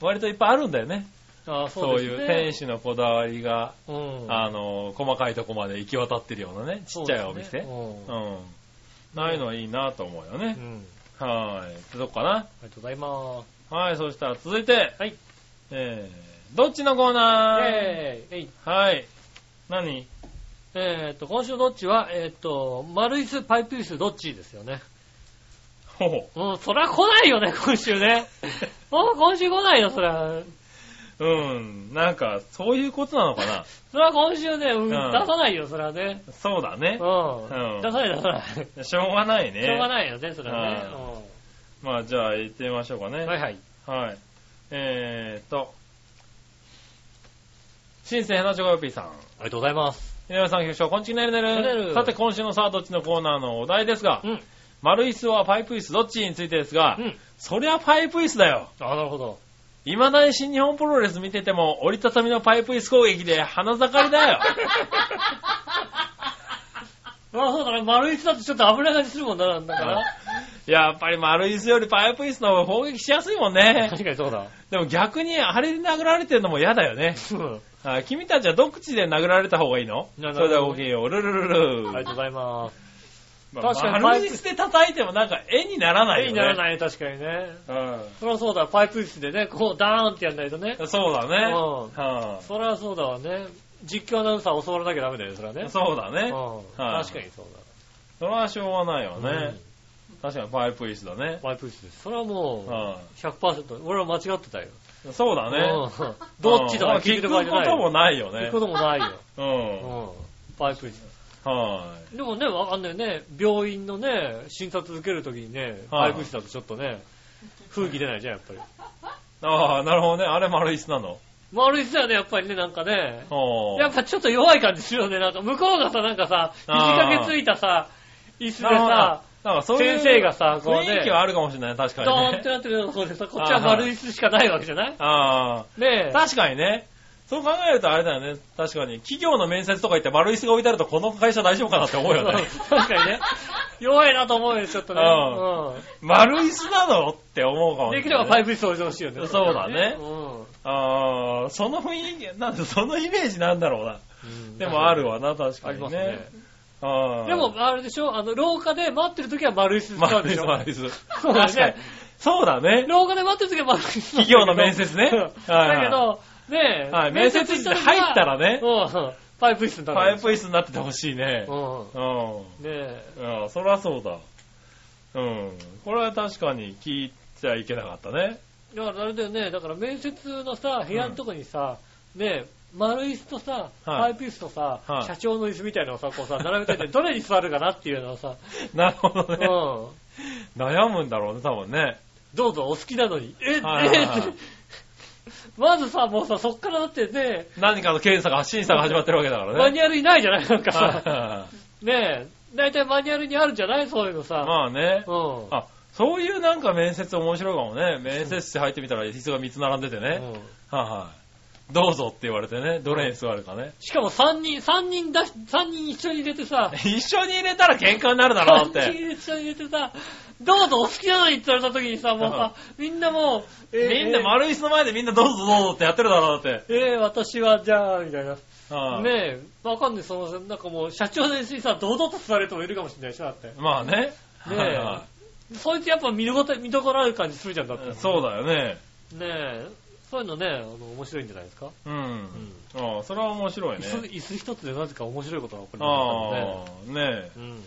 [SPEAKER 3] 割といっぱいあるんだよね。
[SPEAKER 2] ああ、
[SPEAKER 3] そう
[SPEAKER 2] です
[SPEAKER 3] いう
[SPEAKER 2] ね
[SPEAKER 3] 店主のこだわりが
[SPEAKER 2] うん。
[SPEAKER 3] あの、細かいとこまで行き渡ってるようなね、ちっちゃいお
[SPEAKER 2] そうで
[SPEAKER 3] 店。
[SPEAKER 2] すね
[SPEAKER 3] う
[SPEAKER 2] うん
[SPEAKER 3] ん。ないのはいいなと思うよね
[SPEAKER 2] う。ん
[SPEAKER 3] はーい。ってとこかな。
[SPEAKER 2] ありがとうございます。
[SPEAKER 3] はい、そしたら続いて。
[SPEAKER 2] はい。
[SPEAKER 3] えー、どっちのコーナー
[SPEAKER 2] えー、えい
[SPEAKER 3] はい。何
[SPEAKER 2] えーっと、今週どっちは、えーっと、丸椅子、パイプ椅子、どっちですよね。
[SPEAKER 3] ほほ。
[SPEAKER 2] うん、そりゃ来ないよね、今週 ね。もう今週来ないよ、そりゃ。
[SPEAKER 3] うん。なんか、そういうことなのかな。
[SPEAKER 2] そりゃ今週ね、うん
[SPEAKER 3] ん
[SPEAKER 2] 出さないよ、そりゃね。
[SPEAKER 3] そうだ
[SPEAKER 2] う
[SPEAKER 3] ね。うん
[SPEAKER 2] ん。出さない、出さない。し
[SPEAKER 3] しょうがないね。
[SPEAKER 2] ょうがないよね、そりゃね
[SPEAKER 3] はまあ、じゃあ行ってみましょうかね。
[SPEAKER 2] うん。はいはい。
[SPEAKER 3] はい。えーと。新生ヘナチョコヨッピーさん。
[SPEAKER 2] ありがとうございます。
[SPEAKER 3] 井上さん、局長、こんちきねるねる。
[SPEAKER 2] ねるねる
[SPEAKER 3] さて、今週のさあ、どっちのコーナーのお題ですが、
[SPEAKER 2] うん。
[SPEAKER 3] 丸椅子はパイプ椅子どっちについてですが、
[SPEAKER 2] うん。
[SPEAKER 3] そりゃパイプ椅子だよ。
[SPEAKER 2] あ、なるほど。
[SPEAKER 3] 未だに新日本プロレス見てても、折りたたみのパイプ椅子攻撃で鼻盛 りだよ。
[SPEAKER 2] あ、そうだね、丸椅子だとちょっと危ない感じするもんな、なんだ から。
[SPEAKER 3] やっぱり丸椅子よりパイプ椅子の方が攻撃しやすいもんね。
[SPEAKER 2] 確かにそうだ。
[SPEAKER 3] でも逆に、あれで殴られてるのも嫌だよね。
[SPEAKER 2] うん。
[SPEAKER 3] あ君たちはどっちで殴られた方がいいの
[SPEAKER 2] な
[SPEAKER 3] それで
[SPEAKER 2] なる
[SPEAKER 3] は
[SPEAKER 2] ほ
[SPEAKER 3] ご
[SPEAKER 2] ど
[SPEAKER 3] きげんよう。ルルルル
[SPEAKER 2] ありがとうございます。
[SPEAKER 3] 確
[SPEAKER 2] 確
[SPEAKER 3] か
[SPEAKER 2] か
[SPEAKER 3] に。
[SPEAKER 2] に
[SPEAKER 3] 丸椅子で叩いてもなんか絵にならないよね。
[SPEAKER 2] 絵にならないね、確かにね。
[SPEAKER 3] うん。
[SPEAKER 2] そりゃそうだ、パイプ椅子でね、こうダーンってやんないとね。
[SPEAKER 3] そうだ
[SPEAKER 2] う
[SPEAKER 3] ね。
[SPEAKER 2] ん。
[SPEAKER 3] は
[SPEAKER 2] そりゃそうだわね。実況アナウンサー教わらなきゃダメだよね、それはね。
[SPEAKER 3] いそうだ
[SPEAKER 2] う
[SPEAKER 3] ね。
[SPEAKER 2] ん。
[SPEAKER 3] はい
[SPEAKER 2] 確かにそう
[SPEAKER 3] それはしょうがないよ
[SPEAKER 2] だ。
[SPEAKER 3] ね。確かにパイプ椅子だね
[SPEAKER 2] うん。パイプ椅子です。それはも
[SPEAKER 3] は
[SPEAKER 2] う、100%、俺は間違ってたよ。
[SPEAKER 3] いそうだね。
[SPEAKER 2] うんどっちとか聞いてる場合じゃない
[SPEAKER 3] 聞くことも
[SPEAKER 2] よ。
[SPEAKER 3] ないよ
[SPEAKER 2] 聞
[SPEAKER 3] ね
[SPEAKER 2] く。こともないよ。
[SPEAKER 3] う
[SPEAKER 2] うん。パイプ椅子。
[SPEAKER 3] ん。は
[SPEAKER 2] でもね、わかんないよね。病院のね、診察受けるときにね、
[SPEAKER 3] は
[SPEAKER 2] パ
[SPEAKER 3] い
[SPEAKER 2] イプ椅子だとちょっとね、空気出ないじゃん、やっぱり。
[SPEAKER 3] い。ああ、なるほどね。あれ丸椅子なの。
[SPEAKER 2] 丸い子だよね、やっぱりね、なんかね。
[SPEAKER 3] はあ
[SPEAKER 2] やっぱちょっと弱い感じするよね。なんか向こうがさ、なんかさ、肘掛けついたさ、椅子でさ、
[SPEAKER 3] なんかそういう
[SPEAKER 2] 先生がさこうね
[SPEAKER 3] 雰囲気はあるかもしれない、確か
[SPEAKER 2] ド
[SPEAKER 3] に
[SPEAKER 2] ーン
[SPEAKER 3] ね。
[SPEAKER 2] ってなってるようなそうでさ、こっちは丸い椅子しかないわけじゃない
[SPEAKER 3] あ
[SPEAKER 2] ねえ。
[SPEAKER 3] あ、確かにね。そう考えるとあれだよね。確かに。企業の面接とか行って丸椅子が置いてあると、この会社大丈夫かなって思うよね。
[SPEAKER 2] 確かにね。弱いなと思うよ、ちょっとね。う
[SPEAKER 3] 丸椅子なのって思うか
[SPEAKER 2] ん。
[SPEAKER 3] もし
[SPEAKER 2] できれ
[SPEAKER 3] れな
[SPEAKER 2] ば
[SPEAKER 3] い、
[SPEAKER 2] パイプ椅子置いてほしいよね。
[SPEAKER 3] そうだね
[SPEAKER 2] うん。
[SPEAKER 3] ああ、その雰囲気、なんでそのイメージなんだろうな。
[SPEAKER 2] うん
[SPEAKER 3] でもある。わな、確
[SPEAKER 2] あ
[SPEAKER 3] か
[SPEAKER 2] り
[SPEAKER 3] に
[SPEAKER 2] ます
[SPEAKER 3] ね
[SPEAKER 2] ね。。
[SPEAKER 3] ああ
[SPEAKER 2] でも、、あれでしょあの、廊下で待ってる時は丸椅子使うん
[SPEAKER 3] 丸
[SPEAKER 2] で
[SPEAKER 3] 椅
[SPEAKER 2] しょ
[SPEAKER 3] 子、丸椅子。
[SPEAKER 2] そうだね
[SPEAKER 3] 確かに。そうだね。
[SPEAKER 2] 廊下で待ってる時は丸椅子なんだけ
[SPEAKER 3] 企
[SPEAKER 2] ど。
[SPEAKER 3] 業の面接ね
[SPEAKER 2] だけ
[SPEAKER 3] は
[SPEAKER 2] ど、ねえ、
[SPEAKER 3] いはい、面接室に入ったらね、
[SPEAKER 2] うん、パイプ椅子にな
[SPEAKER 3] パ
[SPEAKER 2] る
[SPEAKER 3] イプ椅子になっててほしいね。
[SPEAKER 2] うん。
[SPEAKER 3] うん。
[SPEAKER 2] ねえ。
[SPEAKER 3] ああ、そりゃそうだ。うん。これは確かに聞いちゃいけなかったね。
[SPEAKER 2] だからあれだよね、だから面接のさ、部屋のとこにさ、ねえ、丸椅子とさ、パイプ椅子とさ、
[SPEAKER 3] はい
[SPEAKER 2] 社長の椅子みたいなのをさ、こうさ、並べて て、どれに座るかなっていうのをさ、
[SPEAKER 3] なるほど
[SPEAKER 2] うん。
[SPEAKER 3] ね。悩むんだろうね、多分ね。
[SPEAKER 2] どうぞ、お好きなのに。え、え
[SPEAKER 3] はいはいはい
[SPEAKER 2] ってまずさ、もうさ、そっからだってね、
[SPEAKER 3] 何かの検査が、審査が始まってるわけだからね。
[SPEAKER 2] マニュアルいないじゃないなんか
[SPEAKER 3] はいはい
[SPEAKER 2] さ、
[SPEAKER 3] はい
[SPEAKER 2] ねえ、だいたいマニュアルにあるじゃないそういうのさ。
[SPEAKER 3] まあね。
[SPEAKER 2] うん。
[SPEAKER 3] あ、そういうなんか面接面白いかもね。面接室入ってみたら椅子が3つ並んでてね。
[SPEAKER 2] うん
[SPEAKER 3] はいはい。どうぞって言われてね、どれに座るかね。
[SPEAKER 2] しかも3人、三人だし、三人一緒に入れてさ、
[SPEAKER 3] 一緒に入れたら喧嘩になるだろうっ
[SPEAKER 2] パン
[SPEAKER 3] て。
[SPEAKER 2] チ一緒に入れてさ、どうぞお好きなのにって言われた時にさ、もうさ、みんなもう、 えー
[SPEAKER 3] みんな丸椅子の前でみんなどうぞどうぞってやってるだろうだって。
[SPEAKER 2] えーえー私はじゃあ、みたいな。
[SPEAKER 3] はい
[SPEAKER 2] ねえ、わかんない、その、なんかもう、社長の椅子にさ、堂々と座る人もいるかもしれないしな、だって。
[SPEAKER 3] まあね。
[SPEAKER 2] ね
[SPEAKER 3] はいは
[SPEAKER 2] え、そいつやっぱ見どころ、見どころある感じするじゃん、だって。
[SPEAKER 3] いそうだよね。
[SPEAKER 2] ねえ、そういうのね、あの、面白いんじゃないですか。
[SPEAKER 3] うん。ああ、それは面白い
[SPEAKER 2] 椅
[SPEAKER 3] ね。
[SPEAKER 2] 子、椅子一つでなぜか面白いことが起こり
[SPEAKER 3] あ
[SPEAKER 2] ま
[SPEAKER 3] あ、ねえ
[SPEAKER 2] すからね。うん。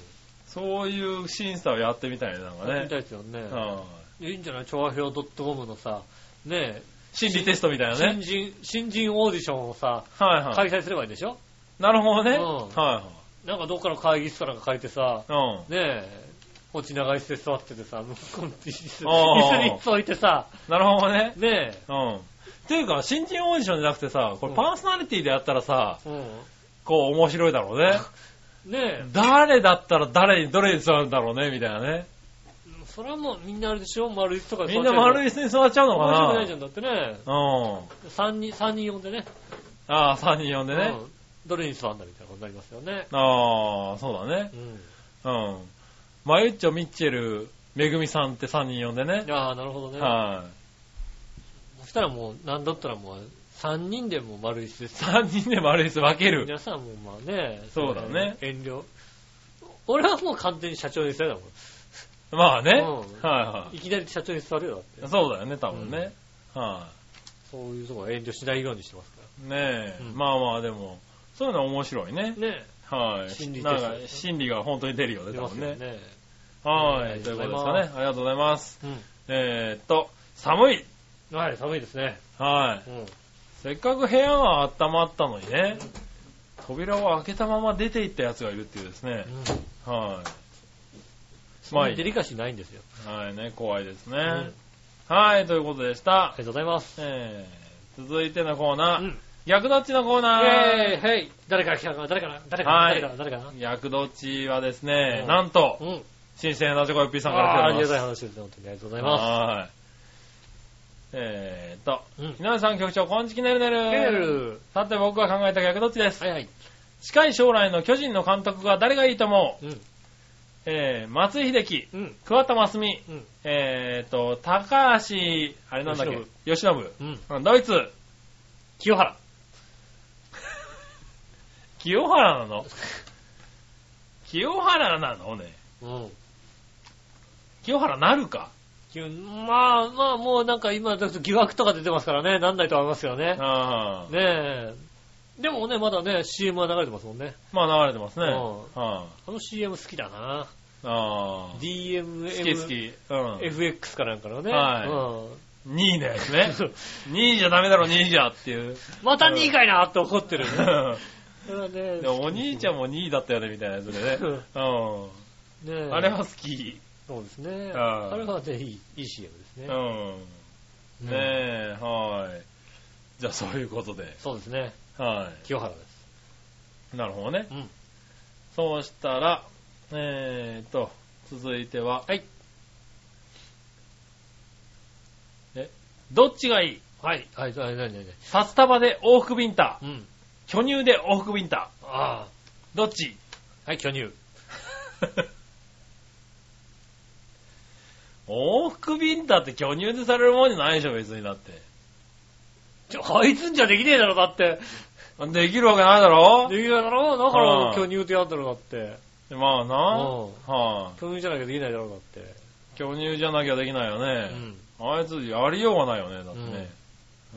[SPEAKER 3] そういう審査をやってみたいね、なんか
[SPEAKER 2] やってみ
[SPEAKER 3] ね
[SPEAKER 2] た。いですよね。
[SPEAKER 3] ああ
[SPEAKER 2] いいんじゃない調和表 .com のさ、ねえ、
[SPEAKER 3] 心理テストみたいな
[SPEAKER 2] 新
[SPEAKER 3] ね。
[SPEAKER 2] 人、新人オーディションをさ、
[SPEAKER 3] はいは
[SPEAKER 2] 開
[SPEAKER 3] い。
[SPEAKER 2] 催すればいいんでしょ
[SPEAKER 3] なるほどね。
[SPEAKER 2] うん
[SPEAKER 3] は
[SPEAKER 2] なんかどっかの会議室かなんか借りてさ、
[SPEAKER 3] いはい。う
[SPEAKER 2] ねえ、こっち長い椅子で座っててさ、向こうの椅子、
[SPEAKER 3] あ
[SPEAKER 2] 椅
[SPEAKER 3] ー
[SPEAKER 2] 子に置いてさ、
[SPEAKER 3] ん。なるほどね。
[SPEAKER 2] ねえ、
[SPEAKER 3] うん。っていうか、新人オーディションじゃなくてさ、これ
[SPEAKER 2] うん
[SPEAKER 3] パーソナリティでやったらさ、
[SPEAKER 2] う
[SPEAKER 3] こう面白いだろうね。
[SPEAKER 2] ん、ね
[SPEAKER 3] 誰だったら誰にどれに座るんだろうね、みたいなね。
[SPEAKER 2] え、それはもうみんなあれでしょ丸椅子とか
[SPEAKER 3] みんな丸
[SPEAKER 2] 椅子
[SPEAKER 3] 椅子に座っちゃうのか
[SPEAKER 2] 面白く
[SPEAKER 3] な
[SPEAKER 2] ないじゃん、だってね。
[SPEAKER 3] うん。
[SPEAKER 2] 三人、三人呼んでね。
[SPEAKER 3] ああ、3人呼んでね。
[SPEAKER 2] うんどれに座んだみたいなことになりますよね。
[SPEAKER 3] ああ、そうだね。
[SPEAKER 2] うん。
[SPEAKER 3] うん。マユッチョ、ミッチェル、めぐみさんって3人呼んでね。
[SPEAKER 2] ああ、なるほどね。
[SPEAKER 3] は
[SPEAKER 2] そしたらもう、なんだったらもう、三人でもう丸椅子で
[SPEAKER 3] い。
[SPEAKER 2] す。
[SPEAKER 3] 3人で丸椅子分ける。
[SPEAKER 2] 皆さんもまあね、
[SPEAKER 3] そうだね
[SPEAKER 2] 遠慮。俺はもう完全に社長に座るだもん。
[SPEAKER 3] まあね。はい
[SPEAKER 2] うん
[SPEAKER 3] はい
[SPEAKER 2] きなり社長に座るよだって。
[SPEAKER 3] い。そうだよね、多分ね。は
[SPEAKER 2] そういうとこは遠慮しないようにしてますか
[SPEAKER 3] い。ねえ
[SPEAKER 2] う。ん
[SPEAKER 3] まあまあ、でも、そういうのは面白いね。
[SPEAKER 2] ら。ね
[SPEAKER 3] はい。
[SPEAKER 2] 心理テスト
[SPEAKER 3] なんか、心理が本当に出るよね、
[SPEAKER 2] 出
[SPEAKER 3] 多
[SPEAKER 2] ます
[SPEAKER 3] 分
[SPEAKER 2] よ
[SPEAKER 3] ね。
[SPEAKER 2] ね。
[SPEAKER 3] は
[SPEAKER 2] あ
[SPEAKER 3] い。
[SPEAKER 2] り
[SPEAKER 3] と
[SPEAKER 2] が
[SPEAKER 3] い
[SPEAKER 2] と
[SPEAKER 3] う
[SPEAKER 2] う
[SPEAKER 3] こ
[SPEAKER 2] ご
[SPEAKER 3] と
[SPEAKER 2] ざい
[SPEAKER 3] で
[SPEAKER 2] ます
[SPEAKER 3] すかね。ありがとうございます。
[SPEAKER 2] う
[SPEAKER 3] えーっと、寒い。
[SPEAKER 2] ん。はい、寒いですね。
[SPEAKER 3] はい。
[SPEAKER 2] うん。
[SPEAKER 3] せっかく部屋が温まったのにね、扉を開けたまま出て行ったやつがいるっていうですね。はい。まあいい
[SPEAKER 2] デリカシーないんですよ。
[SPEAKER 3] はいね、怖いですね。
[SPEAKER 2] ん
[SPEAKER 3] はい、ということでし
[SPEAKER 2] あ
[SPEAKER 3] た。
[SPEAKER 2] りがとうございます。
[SPEAKER 3] えー続いてのコーナー、
[SPEAKER 2] うん
[SPEAKER 3] 逆どっちのコーナ
[SPEAKER 2] え
[SPEAKER 3] ー。
[SPEAKER 2] ー、はい。誰から来たかな誰から誰か
[SPEAKER 3] は
[SPEAKER 2] ない誰から誰から
[SPEAKER 3] 逆どっちはですね、
[SPEAKER 2] うん
[SPEAKER 3] なんと、
[SPEAKER 2] うん。
[SPEAKER 3] 新鮮なチョコヨッピーさんか
[SPEAKER 2] あーあ
[SPEAKER 3] ら
[SPEAKER 2] り
[SPEAKER 3] 来てお
[SPEAKER 2] が
[SPEAKER 3] り
[SPEAKER 2] たい
[SPEAKER 3] ます。
[SPEAKER 2] 話ですね。本当にありがとうございます。
[SPEAKER 3] はい。えーっと、
[SPEAKER 2] うん
[SPEAKER 3] ひなさん局長、こんちきねるねる。
[SPEAKER 2] ケール
[SPEAKER 3] さて僕が考えた逆どっちです。
[SPEAKER 2] はいはい。
[SPEAKER 3] 近い将来の巨人の監督が誰がいいと思う
[SPEAKER 2] うん。
[SPEAKER 3] えー、松井秀喜、
[SPEAKER 2] うん。
[SPEAKER 3] 桑田真澄、
[SPEAKER 2] うん。
[SPEAKER 3] えーと、高橋、あれなんだっけ、吉信。
[SPEAKER 2] うん。
[SPEAKER 3] うんドイツ、
[SPEAKER 2] 清 原。
[SPEAKER 3] 清原なの清原なのね。
[SPEAKER 2] うん。
[SPEAKER 3] 清原なるか。
[SPEAKER 2] 急にまあまあ、もうなんか今、疑惑とか出てますからね、なんないと思いますよね。
[SPEAKER 3] ああ。
[SPEAKER 2] ねえ。でもね、まだね、CM は流れてますもんね。
[SPEAKER 3] まあ流れてますね。
[SPEAKER 2] うん
[SPEAKER 3] はい
[SPEAKER 2] あの CM 好きだな。
[SPEAKER 3] ああ。好き好
[SPEAKER 2] DMM。
[SPEAKER 3] き。うん。
[SPEAKER 2] FX からなんかのね。
[SPEAKER 3] はい
[SPEAKER 2] い。
[SPEAKER 3] 2位のやつね。2位じゃダメだろ、2位じゃっていう。
[SPEAKER 2] また2位かいなって怒 ってる。それはね
[SPEAKER 3] でもお兄ちゃんも2位だったよね、みたいなやつでね。う
[SPEAKER 2] ねえ
[SPEAKER 3] ん。あれは好き。
[SPEAKER 2] そうですね。
[SPEAKER 3] あー
[SPEAKER 2] あれはね、いい、いい CM です
[SPEAKER 3] う
[SPEAKER 2] ね。
[SPEAKER 3] ん。
[SPEAKER 2] うん
[SPEAKER 3] ねえ、はい。じゃあそういうことで。
[SPEAKER 2] そうですね。
[SPEAKER 3] は
[SPEAKER 2] 清原です。
[SPEAKER 3] い。なるほどね。
[SPEAKER 2] うん
[SPEAKER 3] そうしたら、えーと、続いては、はい。え、どっちがいい
[SPEAKER 2] はい。はい、はい、はい、はい。
[SPEAKER 3] 札束で往復ビンタ
[SPEAKER 2] う。ん。
[SPEAKER 3] 巨乳で往復ビンタ。
[SPEAKER 2] あ
[SPEAKER 3] どっち
[SPEAKER 2] あ。はい、巨乳。
[SPEAKER 3] 往復ビンタって巨乳でされるもんじゃないでしょ、別にだって。
[SPEAKER 2] ちょ、あいつんじゃできねえだろ、だって。
[SPEAKER 3] できるわけないだろ
[SPEAKER 2] できないだろだか
[SPEAKER 3] う
[SPEAKER 2] ら
[SPEAKER 3] ん
[SPEAKER 2] 巨乳ってやったろ、だって。
[SPEAKER 3] ま
[SPEAKER 2] う
[SPEAKER 3] あな。
[SPEAKER 2] ん
[SPEAKER 3] はい、
[SPEAKER 2] 巨乳じゃなきゃできないだろ、だって。
[SPEAKER 3] 巨乳じゃなきゃできないよ
[SPEAKER 2] う
[SPEAKER 3] ね。
[SPEAKER 2] ん。
[SPEAKER 3] あいつやりようがないよね、だってね。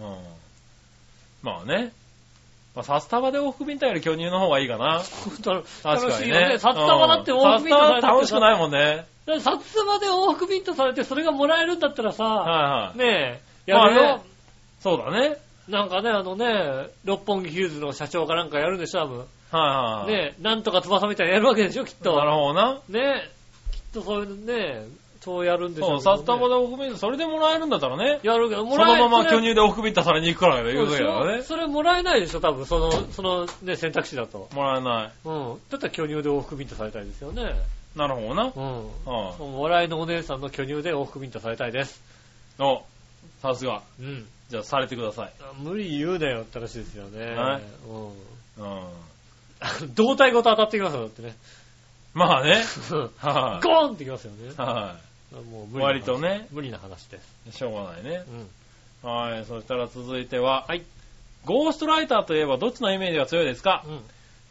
[SPEAKER 3] うん。まあね。まあ、サスタバで往復ビンタより巨乳の方がいいかな。
[SPEAKER 2] 楽
[SPEAKER 3] 確か
[SPEAKER 2] し
[SPEAKER 3] に
[SPEAKER 2] い
[SPEAKER 3] ね
[SPEAKER 2] よ。ね。札束だって往復ビンタ
[SPEAKER 3] うん
[SPEAKER 2] されて
[SPEAKER 3] 札束楽しく
[SPEAKER 2] い。
[SPEAKER 3] ないもんね。
[SPEAKER 2] だって札束で往復ビンタされて、それがもらえるんだったらさ、
[SPEAKER 3] はいはい。
[SPEAKER 2] ねえ、
[SPEAKER 3] ま
[SPEAKER 2] やる
[SPEAKER 3] あ
[SPEAKER 2] よ
[SPEAKER 3] ね。そうだね。
[SPEAKER 2] なんかね、あのね、六本木ヒルズの社長かなんかやるんでしょ、多分。
[SPEAKER 3] はいはい。
[SPEAKER 2] ねえ、なんとか翼みたいなのやるわけでしょ、きっと。
[SPEAKER 3] なるほどな。
[SPEAKER 2] ねえ、きっとそういうね、そうやるんでしょ
[SPEAKER 3] そう、
[SPEAKER 2] けど
[SPEAKER 3] サ
[SPEAKER 2] ね
[SPEAKER 3] スタバで往復ビンタ、それでもらえるんだったらね。
[SPEAKER 2] やるけど、も
[SPEAKER 3] そ
[SPEAKER 2] らえ
[SPEAKER 3] のまま
[SPEAKER 2] そ
[SPEAKER 3] 巨
[SPEAKER 2] れ
[SPEAKER 3] 乳で往復ビンタされに行くからね、言う
[SPEAKER 2] そうでし
[SPEAKER 3] だけだ
[SPEAKER 2] ょ
[SPEAKER 3] からね。
[SPEAKER 2] それもらえないでしょ、多分、その、そのね、選択肢だと。
[SPEAKER 3] もらえな
[SPEAKER 2] うん。だったら巨乳で往復ビンタされたいですよね。
[SPEAKER 3] い。なるほどな。
[SPEAKER 2] うん。
[SPEAKER 3] は
[SPEAKER 2] そうもらいのお姉さんの巨乳で往復ビンタされたいです。
[SPEAKER 3] い。お、さすが。
[SPEAKER 2] うん。
[SPEAKER 3] じゃあ、されてください。
[SPEAKER 2] あ無理言うなよって話ですよね。
[SPEAKER 3] はい
[SPEAKER 2] うん
[SPEAKER 3] うん。
[SPEAKER 2] 胴体ごと当たってきますよ、だってね。
[SPEAKER 3] まあね。
[SPEAKER 2] ゴ
[SPEAKER 3] はい。
[SPEAKER 2] ーンってきますよね。
[SPEAKER 3] は
[SPEAKER 2] もう
[SPEAKER 3] い。
[SPEAKER 2] 無理な話
[SPEAKER 3] 割と。ね、
[SPEAKER 2] 無理な話です。
[SPEAKER 3] しょうがないね。
[SPEAKER 2] うん。
[SPEAKER 3] はい。そしたら続いては、はい。ゴーストライターといえばどっちのイメージが強いですか
[SPEAKER 2] うん。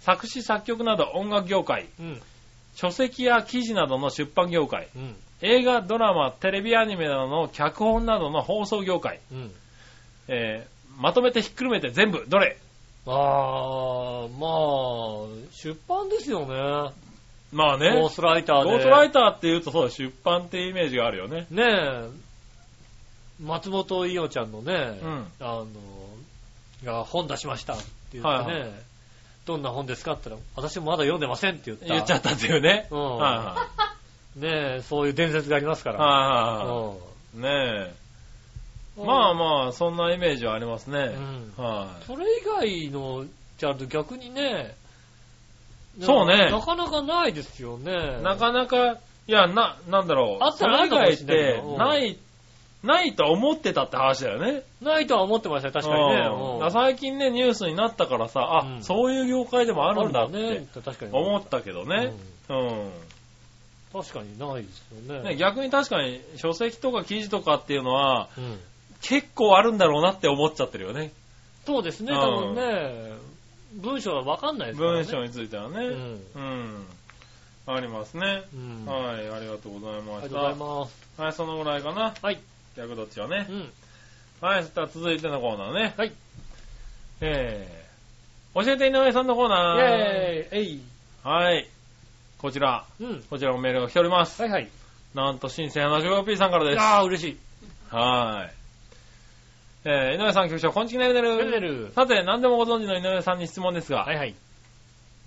[SPEAKER 3] 作詞作曲など音楽業界、
[SPEAKER 2] うん。
[SPEAKER 3] 書籍や記事などの出版業界、
[SPEAKER 2] うん。
[SPEAKER 3] 映画、ドラマ、テレビアニメなどの脚本などの放送業界、
[SPEAKER 2] うん。
[SPEAKER 3] えー、まとめてひっくるめて全部、どれ
[SPEAKER 2] あー、まあ、出版ですよね。
[SPEAKER 3] まあね、
[SPEAKER 2] ゴーストライターで。
[SPEAKER 3] ゴーストラ
[SPEAKER 2] タ
[SPEAKER 3] イターって言うとそうだ出版っていうイメージがあるよね。
[SPEAKER 2] ー。ねえ、松本伊代ちゃんのね、
[SPEAKER 3] うん
[SPEAKER 2] あの、が本出しましたって言ってね、
[SPEAKER 3] はいは
[SPEAKER 2] どんな本ですかって言ったら、私もまだ読んでませんって言った。
[SPEAKER 3] 言っちゃったっていうね。
[SPEAKER 2] うん
[SPEAKER 3] は
[SPEAKER 2] ねえ、そういう伝説がありますか
[SPEAKER 3] い
[SPEAKER 2] ら。
[SPEAKER 3] はい。は
[SPEAKER 2] う
[SPEAKER 3] いはい。ねえ。
[SPEAKER 2] ん
[SPEAKER 3] まあまあ、そんなイメージはあります
[SPEAKER 2] う
[SPEAKER 3] ね。
[SPEAKER 2] ん
[SPEAKER 3] はい。
[SPEAKER 2] それ以外のジャンル逆にね、な
[SPEAKER 3] そうね
[SPEAKER 2] なかなかないですよね。
[SPEAKER 3] なかなか、いや、な、なんだろう。
[SPEAKER 2] あったらあるかもしれないけど
[SPEAKER 3] それ以外って、ない、ないと思ってたって話だよね。
[SPEAKER 2] ないとは思ってましたよ、確かにね。
[SPEAKER 3] うん
[SPEAKER 2] うん
[SPEAKER 3] だから最近ね、ニュースになったからさ、あ、
[SPEAKER 2] うん
[SPEAKER 3] そういう業界でもあるんだって
[SPEAKER 2] ね。確かに。
[SPEAKER 3] 思ったけどね。うん。
[SPEAKER 2] 確かにないですよね。
[SPEAKER 3] ね逆に確かに書籍とか記事とかっていうのは
[SPEAKER 2] うん
[SPEAKER 3] 結構あるんだろうなって思っちゃってるよね。
[SPEAKER 2] そうですね、
[SPEAKER 3] うん
[SPEAKER 2] 多分ね、文章はわかんないですからね。
[SPEAKER 3] 文章についてはね。
[SPEAKER 2] う
[SPEAKER 3] うんん。ありますね。
[SPEAKER 2] うん。あ
[SPEAKER 3] はい、ありがとうございま
[SPEAKER 2] りがと
[SPEAKER 3] し
[SPEAKER 2] う
[SPEAKER 3] た。
[SPEAKER 2] ございます。
[SPEAKER 3] はい、そのぐらいかな。
[SPEAKER 2] はい。
[SPEAKER 3] 逆どっちはね
[SPEAKER 2] う。ん。
[SPEAKER 3] はい、そしたら続いてのコーナーね。
[SPEAKER 2] はい。
[SPEAKER 3] えー、教えて井上さんのコーナー。
[SPEAKER 2] イェーイえい。
[SPEAKER 3] はい。こちら、
[SPEAKER 2] うん。
[SPEAKER 3] こちらもメールが来ております。
[SPEAKER 2] はいはい。
[SPEAKER 3] なんと、新鮮なジョーピーさんからです。
[SPEAKER 2] ああ、嬉しい。
[SPEAKER 3] はい。えー、井上さん、局長、こんちきなりねる
[SPEAKER 2] ねるねる
[SPEAKER 3] さて、何でもご存知の井上さんに質問ですが、
[SPEAKER 2] はいはい。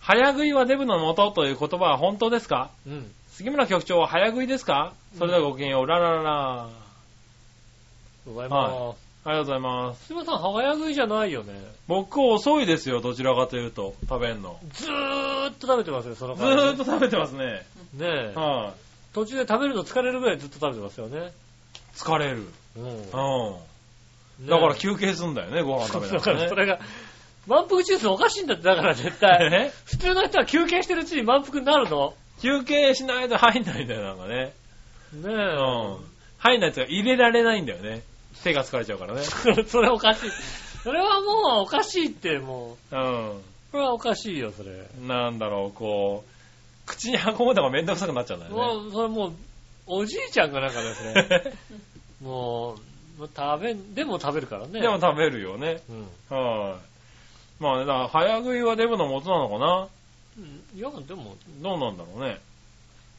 [SPEAKER 3] 早食いはデブの元という言葉は本当ですか
[SPEAKER 2] うん。
[SPEAKER 3] 杉村局長は早食いですかそれではごきげんよう、ララララ。あ
[SPEAKER 2] ございます。
[SPEAKER 3] りがとうございます。
[SPEAKER 2] すいません、ハワヤ食いじゃないよね。
[SPEAKER 3] 僕遅いですよ、どちらかというと、食べんの。
[SPEAKER 2] ずーっと食べてますよ、その
[SPEAKER 3] ずー
[SPEAKER 2] 間
[SPEAKER 3] っと食べてますね。
[SPEAKER 2] ねえ。
[SPEAKER 3] は
[SPEAKER 2] 途中で食べるの疲れるぐらいずっと食べてますよね。
[SPEAKER 3] い。疲れる。
[SPEAKER 2] うん。
[SPEAKER 3] うだから
[SPEAKER 2] 急
[SPEAKER 3] 休憩すんだよね、ご飯食べな
[SPEAKER 2] だ
[SPEAKER 3] が
[SPEAKER 2] からら
[SPEAKER 3] ね
[SPEAKER 2] そ。れが、満腹中枢おかしいんだって、だから絶対。
[SPEAKER 3] え
[SPEAKER 2] 普通の人は休憩してるうちに満腹になるの。
[SPEAKER 3] 休憩しないと入んないんだよ、なんかね。
[SPEAKER 2] ねえ。
[SPEAKER 3] うん。入んないというか入れられないんだよね。手が疲れちゃうからね。
[SPEAKER 2] それおかしい。それはもうおかしいって、もう。
[SPEAKER 3] う
[SPEAKER 2] それはおかしいよ、それ。
[SPEAKER 3] ん。なんだろう、こ口に運ぶのがめんどくさくなっちゃうんだよね。
[SPEAKER 2] もう、それもう、おじいちゃんがなんかです ね、もう、もう食べん、でも食べるからね。
[SPEAKER 3] でも食べるよね。
[SPEAKER 2] うん。
[SPEAKER 3] はい。まあね、だから早食いはデブの元なのかな
[SPEAKER 2] うんいや、でも、
[SPEAKER 3] どうなんだろうね。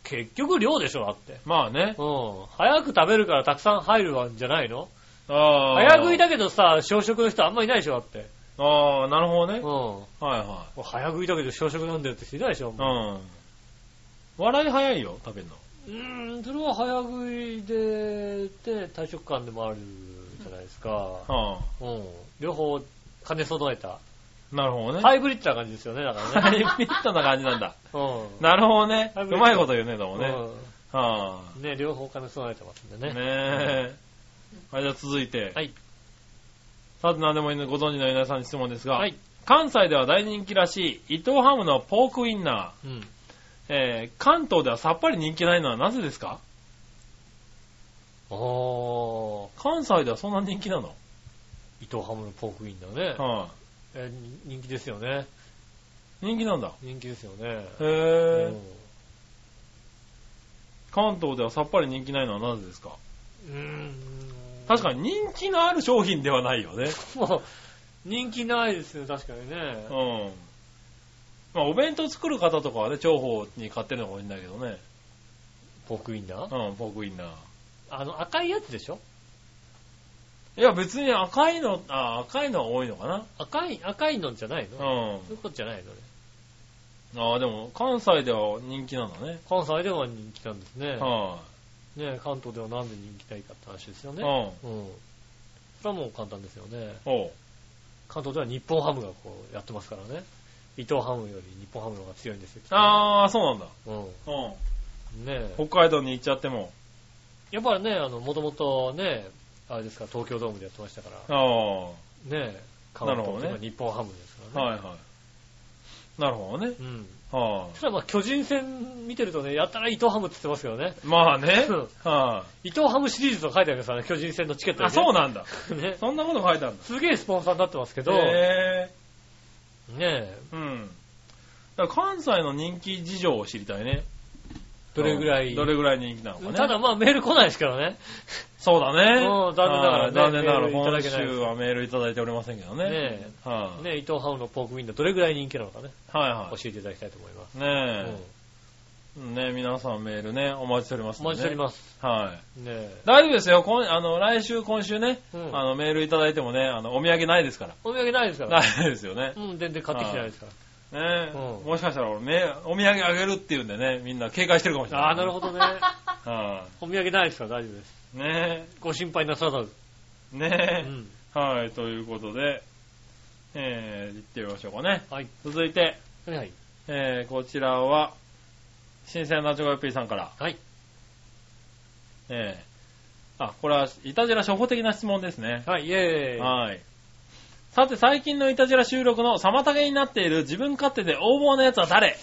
[SPEAKER 2] 結局量でしょ、だって。
[SPEAKER 3] まあね。
[SPEAKER 2] うん。早く食べるからたくさん入るわんじゃないの
[SPEAKER 3] あー
[SPEAKER 2] 早食いだけどさ、小食の人あんまいないでしょ、だって。
[SPEAKER 3] ああ、なるほどね
[SPEAKER 2] うん。。も
[SPEAKER 3] はいは
[SPEAKER 2] う早食いだけど小食なんだよって人いないでしょ、
[SPEAKER 3] い。うん。笑い早いよ、食べるの。
[SPEAKER 2] うーん、それは早食いで、で、退職感でもあるじゃないですか。
[SPEAKER 3] は
[SPEAKER 2] うん。両方、兼ね備えた。
[SPEAKER 3] あ、なるほどね。
[SPEAKER 2] ハ
[SPEAKER 3] い。
[SPEAKER 2] イブリッドな感じですよね、だから
[SPEAKER 3] ハ
[SPEAKER 2] ね。
[SPEAKER 3] イブリッドな感じなんだ。
[SPEAKER 2] うん。
[SPEAKER 3] なるほどね。
[SPEAKER 2] ハイブリッ
[SPEAKER 3] う
[SPEAKER 2] ド
[SPEAKER 3] まいこと言うね、でもね。は
[SPEAKER 2] うんね、両方兼ね備えてますんで
[SPEAKER 3] あ。
[SPEAKER 2] ね。
[SPEAKER 3] ねえ。はい、じゃあ続いて。
[SPEAKER 2] はい。
[SPEAKER 3] さて何でもいいのでご存知の皆さんに質問ですが、
[SPEAKER 2] はい。
[SPEAKER 3] 関西では大人気らしい、伊藤ハムのポークウインナ
[SPEAKER 2] うん。
[SPEAKER 3] ー。えー、関東ではさっぱり人気ないのはなぜですか
[SPEAKER 2] おー、
[SPEAKER 3] 関西ではそんな人気なの
[SPEAKER 2] 伊藤ハムのポークウィンだね。
[SPEAKER 3] は
[SPEAKER 2] えに人気ですよね。
[SPEAKER 3] い。人気なんだ。
[SPEAKER 2] 人気ですよね。
[SPEAKER 3] へ
[SPEAKER 2] うん
[SPEAKER 3] え。関東ではさっぱり人気ないのはなぜですか
[SPEAKER 2] うーん。
[SPEAKER 3] 確かに人気のある商品ではないよね。
[SPEAKER 2] もう、人気ないですね、確かにね
[SPEAKER 3] う。ん。まあ、お弁当作る方とかはね、重宝に買ってるのが多いんだけどね。
[SPEAKER 2] ポークウィンナー
[SPEAKER 3] うん、ポークウインナー。
[SPEAKER 2] あの、赤いやつでしょ
[SPEAKER 3] いや、別に赤いの、あ赤いのは多いのかな。
[SPEAKER 2] 赤い、赤いのじゃないの
[SPEAKER 3] う
[SPEAKER 2] そ
[SPEAKER 3] ん。
[SPEAKER 2] ういうことじゃないのね。
[SPEAKER 3] ああ、でも、関西では人気なんだね。
[SPEAKER 2] 関西では人気なんですね。
[SPEAKER 3] は
[SPEAKER 2] ね関東ではなんで人気ないかって話ですよ
[SPEAKER 3] い、
[SPEAKER 2] ね。
[SPEAKER 3] うん。
[SPEAKER 2] うん。それはもう簡単ですよね。
[SPEAKER 3] おう
[SPEAKER 2] 関東では日本ハムがこうやってますからね。伊藤ハムより日本ハムの方が強いんですよ。
[SPEAKER 3] ああ、そうなんだ。
[SPEAKER 2] う
[SPEAKER 3] うん。
[SPEAKER 2] ん。ねえ。
[SPEAKER 3] 北海道に行っちゃっても。
[SPEAKER 2] やっぱりね、あの、もともとね、あれですから東京ドームでやってましたから、ね
[SPEAKER 3] ああ、は
[SPEAKER 2] え、
[SPEAKER 3] なる
[SPEAKER 2] 関東
[SPEAKER 3] ほどね
[SPEAKER 2] といえば日本ハムです
[SPEAKER 3] い
[SPEAKER 2] からね。
[SPEAKER 3] はい。なるほどね。
[SPEAKER 2] うん。
[SPEAKER 3] は
[SPEAKER 2] そしたらまあ巨人戦見てるとね、やったら伊藤ハムって言ってますけどね。
[SPEAKER 3] い。まあね。
[SPEAKER 2] うん
[SPEAKER 3] は
[SPEAKER 2] 伊藤ハムシリーズとか書いてあるんですからね、巨人戦のチケッ
[SPEAKER 3] い。
[SPEAKER 2] トに、ね。
[SPEAKER 3] あ、そうなんだ。
[SPEAKER 2] う ね。
[SPEAKER 3] そんなこと書いてあるんだ。
[SPEAKER 2] すげえスポンサーになってますけど、ね
[SPEAKER 3] へ
[SPEAKER 2] え、
[SPEAKER 3] え。うん。だから関西の人気事情を知りたいね。
[SPEAKER 2] どれぐらい。
[SPEAKER 3] うんどれぐらい人気なのかね。
[SPEAKER 2] ただ、まあメール来ないですからね。
[SPEAKER 3] そうだね。
[SPEAKER 2] うん残念ながらね
[SPEAKER 3] あー残念ながら、
[SPEAKER 2] メール
[SPEAKER 3] 今
[SPEAKER 2] いただけないです
[SPEAKER 3] 週はメールいただいておりませんけどね。
[SPEAKER 2] ね
[SPEAKER 3] はい、
[SPEAKER 2] ね伊藤ハムのポークウィンナーどれぐらい人気なのかね、
[SPEAKER 3] はいは
[SPEAKER 2] 教えていただきたいと思います。
[SPEAKER 3] い。
[SPEAKER 2] う
[SPEAKER 3] ね
[SPEAKER 2] ん
[SPEAKER 3] え。ね、皆さんメールね、お待ちしております
[SPEAKER 2] お
[SPEAKER 3] んでね、
[SPEAKER 2] 待ちしております。
[SPEAKER 3] はい。
[SPEAKER 2] ねえ。
[SPEAKER 3] 大丈夫ですよ。今あの来週、今週ね、
[SPEAKER 2] うん
[SPEAKER 3] あのメールいただいてもね、あのお土産ないですから。
[SPEAKER 2] お土産ないですから
[SPEAKER 3] 大
[SPEAKER 2] ね。
[SPEAKER 3] 丈夫ですよね。
[SPEAKER 2] うん、全然買ってきてないですから。
[SPEAKER 3] ね、
[SPEAKER 2] うん
[SPEAKER 3] もしかしたら俺、ね、お土産あげるっていうんでね、みんな警戒してるかもしれない。
[SPEAKER 2] ああ、なるほどね。
[SPEAKER 3] ど。は
[SPEAKER 2] お土産ないですから大丈夫です。
[SPEAKER 3] い。ね
[SPEAKER 2] ご心配なさらず。
[SPEAKER 3] え、
[SPEAKER 2] う
[SPEAKER 3] ねえ、
[SPEAKER 2] ん。
[SPEAKER 3] はい、ということで、えー、行ってみましょうかね。
[SPEAKER 2] はい。
[SPEAKER 3] 続いて、
[SPEAKER 2] はいはい。
[SPEAKER 3] えー、こちらは、新鮮なチョコヨッピーさんから、
[SPEAKER 2] はい。
[SPEAKER 3] えー、あ、これは、いたじら初歩的な質問ですね。
[SPEAKER 2] はい、イェーイ。
[SPEAKER 3] はい。さて、最近のイタジラ収録の妨げになっている自分勝手で横暴な奴は誰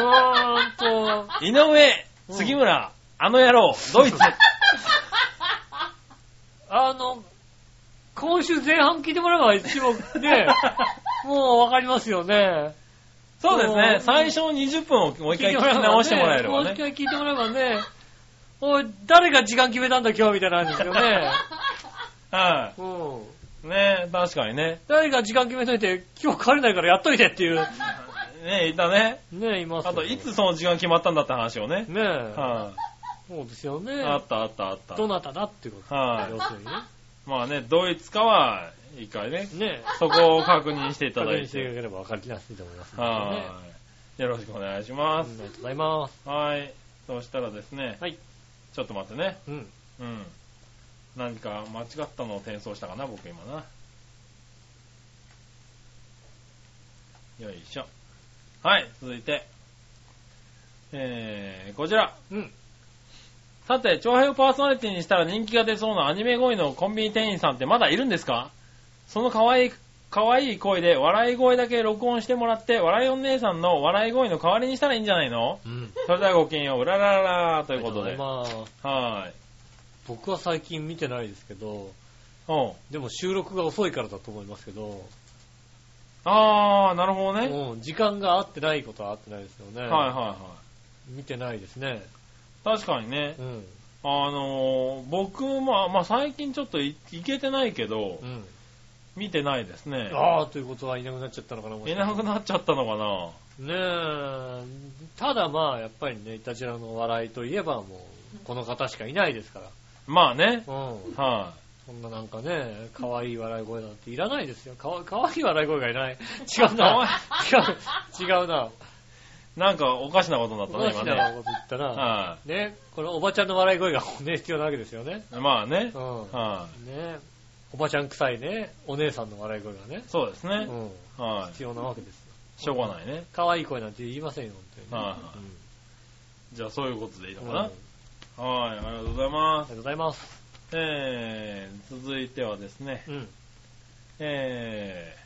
[SPEAKER 2] うわーんと。
[SPEAKER 3] 井上、
[SPEAKER 2] うん
[SPEAKER 3] 杉村、あの野郎、ドイツ。
[SPEAKER 2] あの、今週前半聞いてもらえば一目 で、もうわかりますよね。
[SPEAKER 3] そうです
[SPEAKER 2] う
[SPEAKER 3] ね
[SPEAKER 2] ん。
[SPEAKER 3] 最初の20分をもう一回聞き直してもらえれば
[SPEAKER 2] もう一
[SPEAKER 3] ね。
[SPEAKER 2] 回聞いてもらえばね、おい、誰が時間決めたんだ今日みたいなんですよ ね。
[SPEAKER 3] は
[SPEAKER 2] うん。
[SPEAKER 3] い。ね確かにね。
[SPEAKER 2] 誰が時間決めといて、今日帰れないからやっといてっていう、
[SPEAKER 3] ねいたね。
[SPEAKER 2] ね、いますよ
[SPEAKER 3] あと、いつその時間決まったんだって話をね。
[SPEAKER 2] ねえ。
[SPEAKER 3] は
[SPEAKER 2] そうですよ
[SPEAKER 3] い。
[SPEAKER 2] ね。
[SPEAKER 3] あったあったあった。
[SPEAKER 2] どなただっていうこと
[SPEAKER 3] は
[SPEAKER 2] 要するにね。
[SPEAKER 3] い。まあね、ドイツかは、一回ね、
[SPEAKER 2] ねえ。
[SPEAKER 3] そこを確認していた
[SPEAKER 2] 確
[SPEAKER 3] だ
[SPEAKER 2] 認
[SPEAKER 3] い
[SPEAKER 2] していただ
[SPEAKER 3] て。
[SPEAKER 2] ければ分かりやすいと思いますのでね。
[SPEAKER 3] はい。よろしくお願いしま
[SPEAKER 2] う
[SPEAKER 3] す
[SPEAKER 2] ん。ありがとうございます。
[SPEAKER 3] はい。そうしたらですね。
[SPEAKER 2] はい。
[SPEAKER 3] ちょっと待ってね。
[SPEAKER 2] うん。
[SPEAKER 3] うん。何か間違ったのを転送したかな、僕今な。よいしょ。はい、続いて。えー、こちら。
[SPEAKER 2] うん。
[SPEAKER 3] さて、長編パーソナリティにしたら人気が出そうなアニメ声のコンビニ店員さんってまだいるんですかその可愛い、可愛い声で笑い声だけ録音してもらって、笑いお姉さんの笑い声の代わりにしたらいいんじゃないの
[SPEAKER 2] うん。
[SPEAKER 3] それではごきげんよう、うららららと
[SPEAKER 2] と
[SPEAKER 3] いうことで。
[SPEAKER 2] ます。
[SPEAKER 3] はい。
[SPEAKER 2] 僕は最近見てないですけど、
[SPEAKER 3] おう
[SPEAKER 2] でも収録が遅いからだと思いますけど、
[SPEAKER 3] あー、なるほどね。
[SPEAKER 2] もうん時間が合ってないことは合ってないですよね。
[SPEAKER 3] はいはいは
[SPEAKER 2] 見てないですね。
[SPEAKER 3] い。確かにね
[SPEAKER 2] う、ん。
[SPEAKER 3] あのー僕もまあ、まあ最近ちょっとい行けてないけど
[SPEAKER 2] う、ん。
[SPEAKER 3] 見てないですね。
[SPEAKER 2] ああ、ということはいなくなっちゃったのかな、もし
[SPEAKER 3] い
[SPEAKER 2] かし
[SPEAKER 3] な
[SPEAKER 2] て
[SPEAKER 3] くなっちゃったのかな。
[SPEAKER 2] ねえ、ただまあ、やっぱりね、いたちらの笑いといえばもう、この方しかいないですから。
[SPEAKER 3] まあね。
[SPEAKER 2] うん。
[SPEAKER 3] は
[SPEAKER 2] そんななんかね、可愛い笑い声なんていらないですよ。かわ可愛い笑い声がいない。違う
[SPEAKER 3] 可
[SPEAKER 2] な。違う、違うな。
[SPEAKER 3] い。なんかおかしなことになった
[SPEAKER 2] おか
[SPEAKER 3] ね、
[SPEAKER 2] し
[SPEAKER 3] 今
[SPEAKER 2] な
[SPEAKER 3] ね。
[SPEAKER 2] こと言ったら、
[SPEAKER 3] は
[SPEAKER 2] ね、このおばちゃんの笑い声がね、必要なわけですよね。
[SPEAKER 3] い。 まあね
[SPEAKER 2] う。ん。
[SPEAKER 3] は
[SPEAKER 2] ね、おばちゃん臭いね、お姉さんの笑い声がね
[SPEAKER 3] い。。そうです
[SPEAKER 2] う
[SPEAKER 3] ね。
[SPEAKER 2] ん。
[SPEAKER 3] は
[SPEAKER 2] 必要なわけですよ。
[SPEAKER 3] い。しょうがないね。
[SPEAKER 2] 可愛い声なんて言いませんよ、
[SPEAKER 3] は
[SPEAKER 2] 本
[SPEAKER 3] いは
[SPEAKER 2] 当にね。
[SPEAKER 3] じゃあそういうことでいいの
[SPEAKER 2] うん
[SPEAKER 3] か
[SPEAKER 2] うんあ
[SPEAKER 3] な。はい、ありがとうござい
[SPEAKER 2] りが
[SPEAKER 3] ます。
[SPEAKER 2] とうございます。
[SPEAKER 3] えー、続いてはですね、
[SPEAKER 2] うん。
[SPEAKER 3] え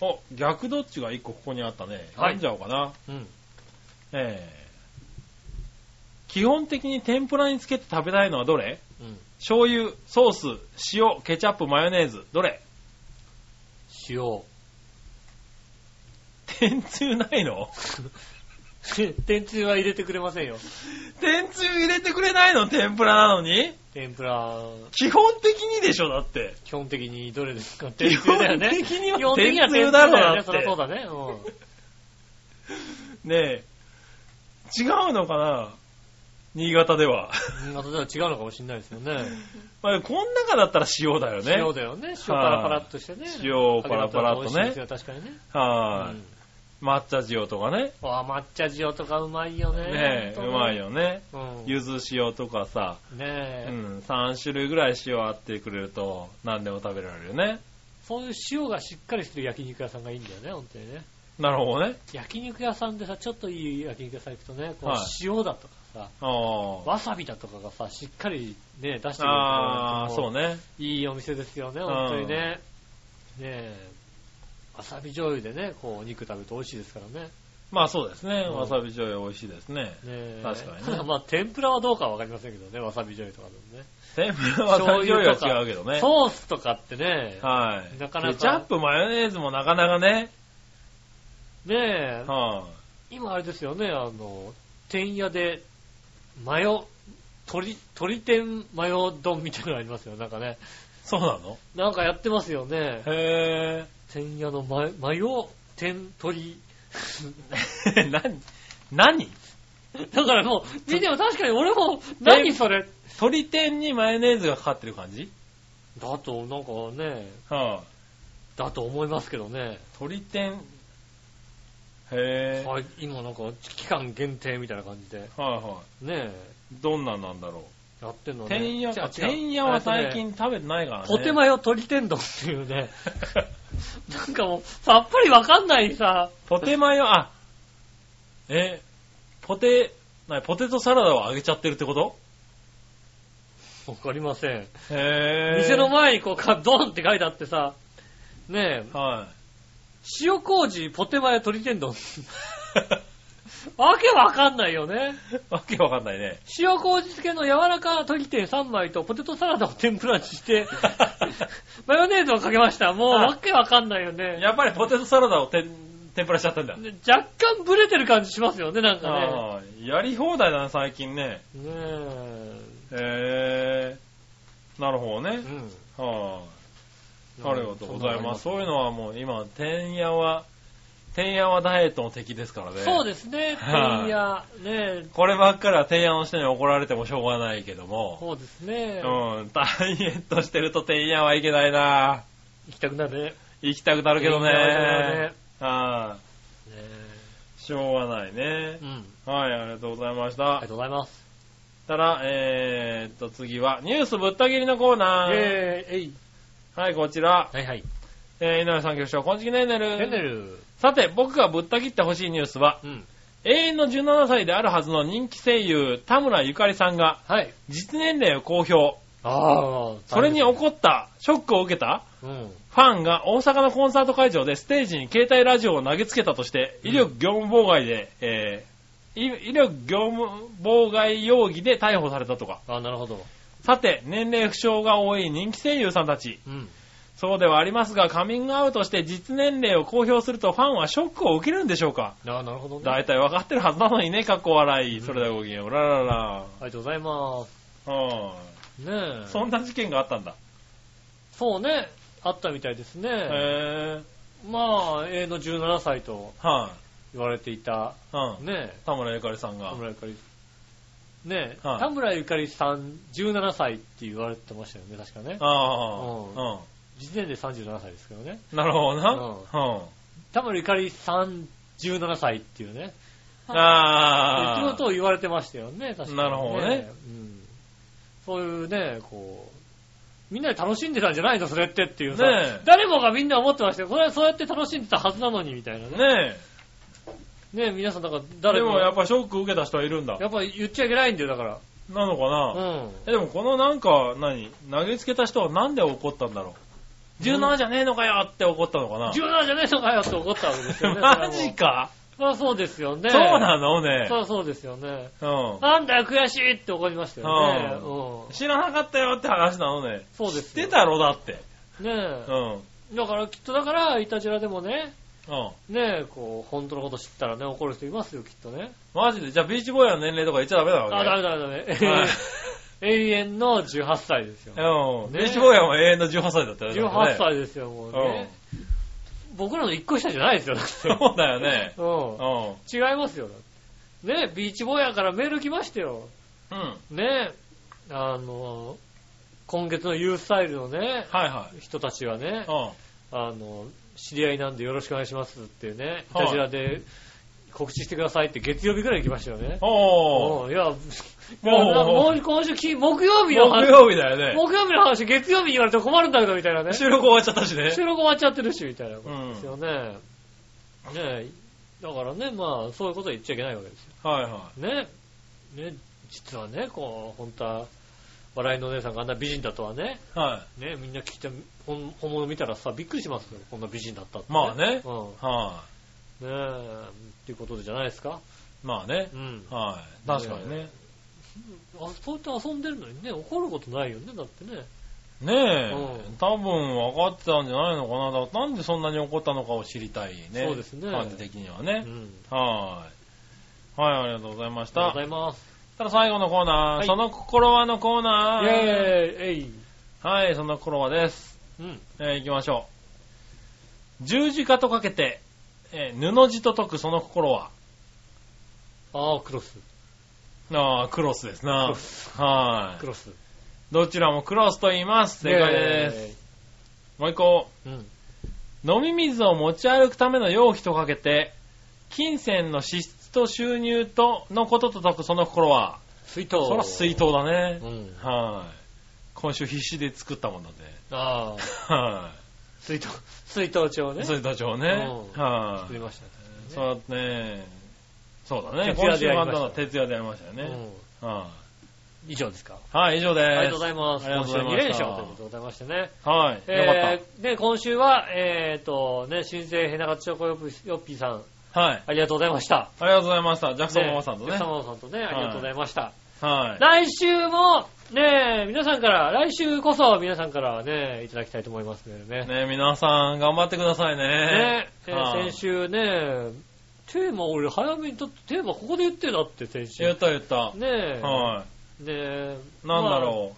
[SPEAKER 3] ー、お、逆どっちが一個ここにあったね。
[SPEAKER 2] は
[SPEAKER 3] 読
[SPEAKER 2] い
[SPEAKER 3] んじゃおうかな。
[SPEAKER 2] うん。
[SPEAKER 3] えー、基本的に天ぷらにつけて食べたいのはどれ
[SPEAKER 2] うん。
[SPEAKER 3] 醤油、ソース、塩、ケチャップ、マヨネーズ、どれ
[SPEAKER 2] 塩。
[SPEAKER 3] 天つゆないの
[SPEAKER 2] 天つゆは入れてくれませんよ。
[SPEAKER 3] 天つゆ入れてくれないの天ぷらなのに
[SPEAKER 2] 天ぷら、
[SPEAKER 3] 基本的にでしょだって。
[SPEAKER 2] 基本的にどれですか天つゆだよね。
[SPEAKER 3] 基本的には
[SPEAKER 2] 基本的には天
[SPEAKER 3] 天つゆ
[SPEAKER 2] つゆだ
[SPEAKER 3] だろ
[SPEAKER 2] よ
[SPEAKER 3] だ
[SPEAKER 2] ね。
[SPEAKER 3] って
[SPEAKER 2] そりゃそうだね。う
[SPEAKER 3] ねえ。違うのかな新潟では。
[SPEAKER 2] ん。またでは違うのかもしれないですよね。
[SPEAKER 3] まあ、こん中だったら塩だよね。
[SPEAKER 2] 塩だよね。塩パラパラっとしてね。
[SPEAKER 3] 塩をパラパラっと
[SPEAKER 2] か
[SPEAKER 3] ね
[SPEAKER 2] けたら美味しいですよ確かにね。
[SPEAKER 3] は
[SPEAKER 2] うん
[SPEAKER 3] い、抹茶塩とかね。
[SPEAKER 2] わあ、抹茶塩とかうまいよね。
[SPEAKER 3] ねえ、
[SPEAKER 2] ほん
[SPEAKER 3] う
[SPEAKER 2] と
[SPEAKER 3] まい。よね。
[SPEAKER 2] うん。
[SPEAKER 3] 柚子塩とかさ、
[SPEAKER 2] ね
[SPEAKER 3] う
[SPEAKER 2] え、
[SPEAKER 3] ん、3種類ぐらい塩あってくれると何でも食べられるよね。
[SPEAKER 2] そういう塩がしっかりしてる焼肉屋さんがいいんだよね、本当にね。
[SPEAKER 3] なるほどね。
[SPEAKER 2] 焼肉屋さんでさ、ちょっといい焼肉屋さん行くとね、こう
[SPEAKER 3] はい
[SPEAKER 2] 塩だとかさ、
[SPEAKER 3] ああ。
[SPEAKER 2] わさびだとかがさ、しっかりね、出してくれるところ
[SPEAKER 3] ああ、そうね。
[SPEAKER 2] いいお店ですよね、本当にね。ねえ、わさび醤油でね、こう、お肉食べると美味しいですからね。ね
[SPEAKER 3] まあそうですね。
[SPEAKER 2] うん
[SPEAKER 3] わさび醤油美味しいですね。
[SPEAKER 2] え
[SPEAKER 3] 確かにね
[SPEAKER 2] ただ まあ、天ぷらはどうかはわかりませんけどね、わさび醤油とかでもね。
[SPEAKER 3] 天ぷらはわさび醤油は違うけどね。
[SPEAKER 2] ソースとかってね、
[SPEAKER 3] はい。
[SPEAKER 2] なかなか
[SPEAKER 3] ケチャップ、マヨネーズもなかなかね。
[SPEAKER 2] ねえ、
[SPEAKER 3] は
[SPEAKER 2] 今あれですよね、あの、天屋で、マヨ、鶏、鶏天マヨ丼みたいなのありますよ、なんかね。
[SPEAKER 3] い。そうなの
[SPEAKER 2] なんかやってますよね。
[SPEAKER 3] へ
[SPEAKER 2] 天屋のマヨマヨ天鶏。
[SPEAKER 3] ぇ 何何
[SPEAKER 2] だからもう、見ても確かに俺も、何それ
[SPEAKER 3] 鶏天にマヨネーズがかかってる感じ
[SPEAKER 2] だと、なんかね、
[SPEAKER 3] は
[SPEAKER 2] だと思いますけどね。
[SPEAKER 3] い。鶏天。へぇ
[SPEAKER 2] はい、今なんか期間限定みたいな感じで、
[SPEAKER 3] はいは
[SPEAKER 2] ね
[SPEAKER 3] い。どんなんなんだろ
[SPEAKER 2] え、やってんの
[SPEAKER 3] う。
[SPEAKER 2] ね。
[SPEAKER 3] 天野
[SPEAKER 2] 違う違
[SPEAKER 3] か。
[SPEAKER 2] う
[SPEAKER 3] 天野は最近食べてないからね。
[SPEAKER 2] ポテマヨ鶏天丼っていう ね。なんかもう、さっぱりわかんないさ。
[SPEAKER 3] ポテマヨ、あ、え、ポテ、なポテトサラダをあげちゃってるってこと
[SPEAKER 2] わかりません。
[SPEAKER 3] へ
[SPEAKER 2] 店の前にこうか、ドンって書いてあってさ、ねえ、
[SPEAKER 3] は
[SPEAKER 2] 塩麹ポテマヨ鶏天丼。わけわかんないよね。
[SPEAKER 3] い。 わけわかんないね。
[SPEAKER 2] 塩麹漬けの柔らかな鶏天3枚とポテトサラダを天ぷらに して、マヨネーズをかけました。もう
[SPEAKER 3] あ
[SPEAKER 2] わけわかんないよね。
[SPEAKER 3] やっぱりポテトサラダを天天ぷらしちゃったんだ。
[SPEAKER 2] ね若干ブレてる感じしますよね、なんかね。
[SPEAKER 3] ああ、やり放題だな、最近ね。
[SPEAKER 2] ねえ。
[SPEAKER 3] へえ。なるほどね
[SPEAKER 2] う。ん。
[SPEAKER 3] はい、あ。りがとうございます。
[SPEAKER 2] そ
[SPEAKER 3] そ
[SPEAKER 2] ん
[SPEAKER 3] うい
[SPEAKER 2] なの
[SPEAKER 3] うのはもう今、天野は、天野はダイエットの敵ですからね。
[SPEAKER 2] そう
[SPEAKER 3] す。
[SPEAKER 2] ですね、
[SPEAKER 3] はい
[SPEAKER 2] 天や、ねえ、
[SPEAKER 3] こればっかりは天野の人に怒られてもしょうがないけども。
[SPEAKER 2] そうですね。
[SPEAKER 3] うん、ダイエットしてると天野はいけないな
[SPEAKER 2] 行きたくなるね。
[SPEAKER 3] 行きたくなるけどね。
[SPEAKER 2] 天野はね
[SPEAKER 3] ああ、
[SPEAKER 2] ね
[SPEAKER 3] しょうがないね
[SPEAKER 2] えう。ん。
[SPEAKER 3] はい、ありがとうございまし
[SPEAKER 2] あ
[SPEAKER 3] た
[SPEAKER 2] りが。とうございます。
[SPEAKER 3] たら、えーっと、次は、ニュースぶった切りのコーナー。
[SPEAKER 2] えー、えい。
[SPEAKER 3] はい、こちら。
[SPEAKER 2] はいはい。
[SPEAKER 3] えー、井上さん局長、こんちきねんねる。
[SPEAKER 2] ヘンネル。
[SPEAKER 3] さて、僕がぶった切ってほしいニュースは、
[SPEAKER 2] うん。
[SPEAKER 3] 永遠の17歳であるはずの人気声優、田村ゆかりさんが、
[SPEAKER 2] はい。
[SPEAKER 3] 実年齢を公表。
[SPEAKER 2] ああ。
[SPEAKER 3] それに
[SPEAKER 2] おこ
[SPEAKER 3] 怒った、ショックを受けた、
[SPEAKER 2] うん。
[SPEAKER 3] ファンが大阪のコンサート会場でステージに携帯ラジオを投げつけたとして、
[SPEAKER 2] うん
[SPEAKER 3] 威力業務妨害で、えー、い威力業務妨害容疑で逮捕されたとか。
[SPEAKER 2] あなるほど。
[SPEAKER 3] さて、年齢不詳が多い人気声優さんたち。
[SPEAKER 2] うん。
[SPEAKER 3] そうではありますが、カミングアウトして実年齢を公表するとファンはショックを受けるんでしょうか
[SPEAKER 2] ああ、なるほどね。あ
[SPEAKER 3] 大体わかってるはずなのにね、かっこ笑い。それではごきげんよう。うららら
[SPEAKER 2] りがとうございま
[SPEAKER 3] ら。は
[SPEAKER 2] す。ねえ。
[SPEAKER 3] い。そんな事件があったんだ。
[SPEAKER 2] そうね。あったみたいですね。
[SPEAKER 3] へ
[SPEAKER 2] まあ、永遠の17歳と
[SPEAKER 3] ぇはい。
[SPEAKER 2] 言われていた、
[SPEAKER 3] うん。
[SPEAKER 2] ね
[SPEAKER 3] 田村ゆかりさん
[SPEAKER 2] え、
[SPEAKER 3] が
[SPEAKER 2] 田。村ゆかり。ねえ、
[SPEAKER 3] はい
[SPEAKER 2] 田村ゆかりさん17歳って言われてましたよね、確かね。
[SPEAKER 3] あ
[SPEAKER 2] うん
[SPEAKER 3] あ。
[SPEAKER 2] 時点で37歳ですけどね。
[SPEAKER 3] うん。なるほどな。
[SPEAKER 2] う田村ゆかりさん17歳っていうね。
[SPEAKER 3] うん。ああ。
[SPEAKER 2] っていうことを言われてましたよね、確かに、
[SPEAKER 3] なるほどね
[SPEAKER 2] うん。そういうね、こう、みんなで楽しんでたんじゃないの、それってっていうさ、
[SPEAKER 3] ねえ
[SPEAKER 2] 誰もがみんな思ってましたよ。これはそうやって楽しんでたはずなのに、みたいなね。
[SPEAKER 3] ね
[SPEAKER 2] ねえ皆さん、だから
[SPEAKER 3] え。
[SPEAKER 2] 誰
[SPEAKER 3] で
[SPEAKER 2] も、
[SPEAKER 3] もや
[SPEAKER 2] や
[SPEAKER 3] っぱショック受けた人はいるんだ。
[SPEAKER 2] っぱ言っちゃいけないんだよ、だから。
[SPEAKER 3] なのか
[SPEAKER 2] う
[SPEAKER 3] な、
[SPEAKER 2] ん。
[SPEAKER 3] えでもこのなんか、何投げつけた人はなんで怒ったんだろう。17じゃねえのかよって怒ったのかな、
[SPEAKER 2] 17じゃねえのかよって怒ったわけです よね。
[SPEAKER 3] マジか、
[SPEAKER 2] それはもうそりゃそうですよね。
[SPEAKER 3] そうなのね
[SPEAKER 2] そ。りゃそうですよね。
[SPEAKER 3] う
[SPEAKER 2] なんだよ、悔しいって怒りましたよね。
[SPEAKER 3] う
[SPEAKER 2] うん
[SPEAKER 3] ん。。知らなかったよって話なのね。
[SPEAKER 2] そうです
[SPEAKER 3] 知っ
[SPEAKER 2] よ
[SPEAKER 3] てたろだって。
[SPEAKER 2] ねえ
[SPEAKER 3] う。ん。
[SPEAKER 2] だからきっとだから、イタジラでもね、
[SPEAKER 3] うん。
[SPEAKER 2] ねえ、こう、本当のこと知ったらね、怒る人いますよ、きっとね。
[SPEAKER 3] マジで、じゃあビーチボーイの年齢とか言っちゃダメな
[SPEAKER 2] あ、
[SPEAKER 3] わけ
[SPEAKER 2] ダメダメダメ
[SPEAKER 3] はい。
[SPEAKER 2] 永遠の18歳ですよ。
[SPEAKER 3] うん。
[SPEAKER 2] ね
[SPEAKER 3] ビーチボーイはもう永遠の18歳だったよね。
[SPEAKER 2] 18歳ですよ、もう
[SPEAKER 3] うん
[SPEAKER 2] ね。僕らの一個下じゃないですよ、だって。
[SPEAKER 3] そうだよね。
[SPEAKER 2] う
[SPEAKER 3] うん。
[SPEAKER 2] ん。違いますよ、だって。ねえ、ビーチボーヤからメール来ましたよ。
[SPEAKER 3] うん。
[SPEAKER 2] ねえ、あの、今月のユースタイルのね、
[SPEAKER 3] はいは
[SPEAKER 2] 人たちはね
[SPEAKER 3] い。、うん。
[SPEAKER 2] あの、知り合いなんでよろしくお願いしますってね、イ
[SPEAKER 3] はい
[SPEAKER 2] タジラで告知してくださいって月曜日ぐらいに来ましたよね。
[SPEAKER 3] おー。
[SPEAKER 2] おういや、もう、
[SPEAKER 3] もう
[SPEAKER 2] もう今週金、木曜日
[SPEAKER 3] 木
[SPEAKER 2] の話、
[SPEAKER 3] 曜日だよね。
[SPEAKER 2] 木曜日の話、月曜日に言われて困るんだけど、みたいなね。収
[SPEAKER 3] 収録終わっちゃったしね。
[SPEAKER 2] 録終わっちゃってるし、みたいなこ
[SPEAKER 3] う
[SPEAKER 2] と
[SPEAKER 3] ん
[SPEAKER 2] です。よね。ねえ、だからね、まあ、そういうことは言っちゃいけないわけですよ。
[SPEAKER 3] はいは
[SPEAKER 2] ね。ね、実はね、こう、本当は、笑いのお姉さんがあんな美人だとはね、
[SPEAKER 3] い。は
[SPEAKER 2] ね、みんな聞いて、本本物見たらさ、びっくりしますよ、こんな美人だったって、
[SPEAKER 3] まあね
[SPEAKER 2] うん。ね
[SPEAKER 3] い。は
[SPEAKER 2] え、っていうことでじゃないですか。
[SPEAKER 3] い。まあね
[SPEAKER 2] う。ん。
[SPEAKER 3] はい。確かにね。
[SPEAKER 2] あそうやって遊んでるのにね、怒ることないよね、だってね。
[SPEAKER 3] ねえ
[SPEAKER 2] うん。
[SPEAKER 3] 多分分かってたんじゃないのかな。だからなんでそんなに怒ったのかを知りたいね。
[SPEAKER 2] そうですね
[SPEAKER 3] 感じ的には
[SPEAKER 2] う
[SPEAKER 3] ね。
[SPEAKER 2] ん。
[SPEAKER 3] はい。はい、ありがとうございまし
[SPEAKER 2] ありがとう
[SPEAKER 3] た
[SPEAKER 2] ござ。います。
[SPEAKER 3] ただ最後のコーナー、
[SPEAKER 2] はい
[SPEAKER 3] その心はのコ
[SPEAKER 2] イ
[SPEAKER 3] ー
[SPEAKER 2] ェ
[SPEAKER 3] ナ
[SPEAKER 2] ー
[SPEAKER 3] ー。
[SPEAKER 2] イえい。
[SPEAKER 3] はい、その心はです。
[SPEAKER 2] うん。
[SPEAKER 3] えー行きましょう。十字架とかけて、えー布地と解くその心は。
[SPEAKER 2] ああ、クロス。
[SPEAKER 3] ああ、クロスです
[SPEAKER 2] ク
[SPEAKER 3] な
[SPEAKER 2] ロ。ス。
[SPEAKER 3] は
[SPEAKER 2] クロス。
[SPEAKER 3] い。どちらもクロスと言います。正解です。
[SPEAKER 2] す。
[SPEAKER 3] もう一個。
[SPEAKER 2] うん。
[SPEAKER 3] 飲み水を持ち歩くための容器とかけて、金銭の支出と収入とのことと解くその心は。
[SPEAKER 2] 水筒。
[SPEAKER 3] そら水筒だね
[SPEAKER 2] う。ん。
[SPEAKER 3] はい。今週必死で作っ たもんだね。
[SPEAKER 2] ああ、
[SPEAKER 3] は
[SPEAKER 2] 水筒、水筒帳
[SPEAKER 3] い。
[SPEAKER 2] ね。
[SPEAKER 3] それダチョウね
[SPEAKER 2] う。ん
[SPEAKER 3] は
[SPEAKER 2] 作
[SPEAKER 3] い
[SPEAKER 2] り。ましたね。
[SPEAKER 3] そうだね。そうだね。
[SPEAKER 2] 徹夜
[SPEAKER 3] 今
[SPEAKER 2] で
[SPEAKER 3] 週
[SPEAKER 2] やり
[SPEAKER 3] は
[SPEAKER 2] ました
[SPEAKER 3] だから徹夜でやりましたよね。
[SPEAKER 2] う
[SPEAKER 3] は
[SPEAKER 2] ん以上ですか。
[SPEAKER 3] い。はい、以上です。
[SPEAKER 2] ありがとうございます。
[SPEAKER 3] ありが
[SPEAKER 2] 今
[SPEAKER 3] とう
[SPEAKER 2] 週
[SPEAKER 3] ございま
[SPEAKER 2] 2
[SPEAKER 3] した
[SPEAKER 2] 連勝ということでございましてね。
[SPEAKER 3] はい。よかっ
[SPEAKER 2] えー、で、今週は、えーと、ね、新生ヘナガチョコヨッピヨッピーさん、
[SPEAKER 3] た。はい。
[SPEAKER 2] ありがとうございました。
[SPEAKER 3] ありがとうございました。ジャクソンママさんと
[SPEAKER 2] ね
[SPEAKER 3] ね
[SPEAKER 2] サ。マさんとね、ありがとうございました。
[SPEAKER 3] はい。
[SPEAKER 2] 来週も、ね、皆さんから、来週こそ皆さんからはね、いただきたいと思いますのでね。ね
[SPEAKER 3] ね、皆さん頑張ってくださいね。
[SPEAKER 2] えー
[SPEAKER 3] は
[SPEAKER 2] 先
[SPEAKER 3] い
[SPEAKER 2] 週ね、テーマ俺早めにとって、テーマここで言ってたって先週。
[SPEAKER 3] 言った言った。
[SPEAKER 2] ねえ。
[SPEAKER 3] は
[SPEAKER 2] で、
[SPEAKER 3] い。なんだろ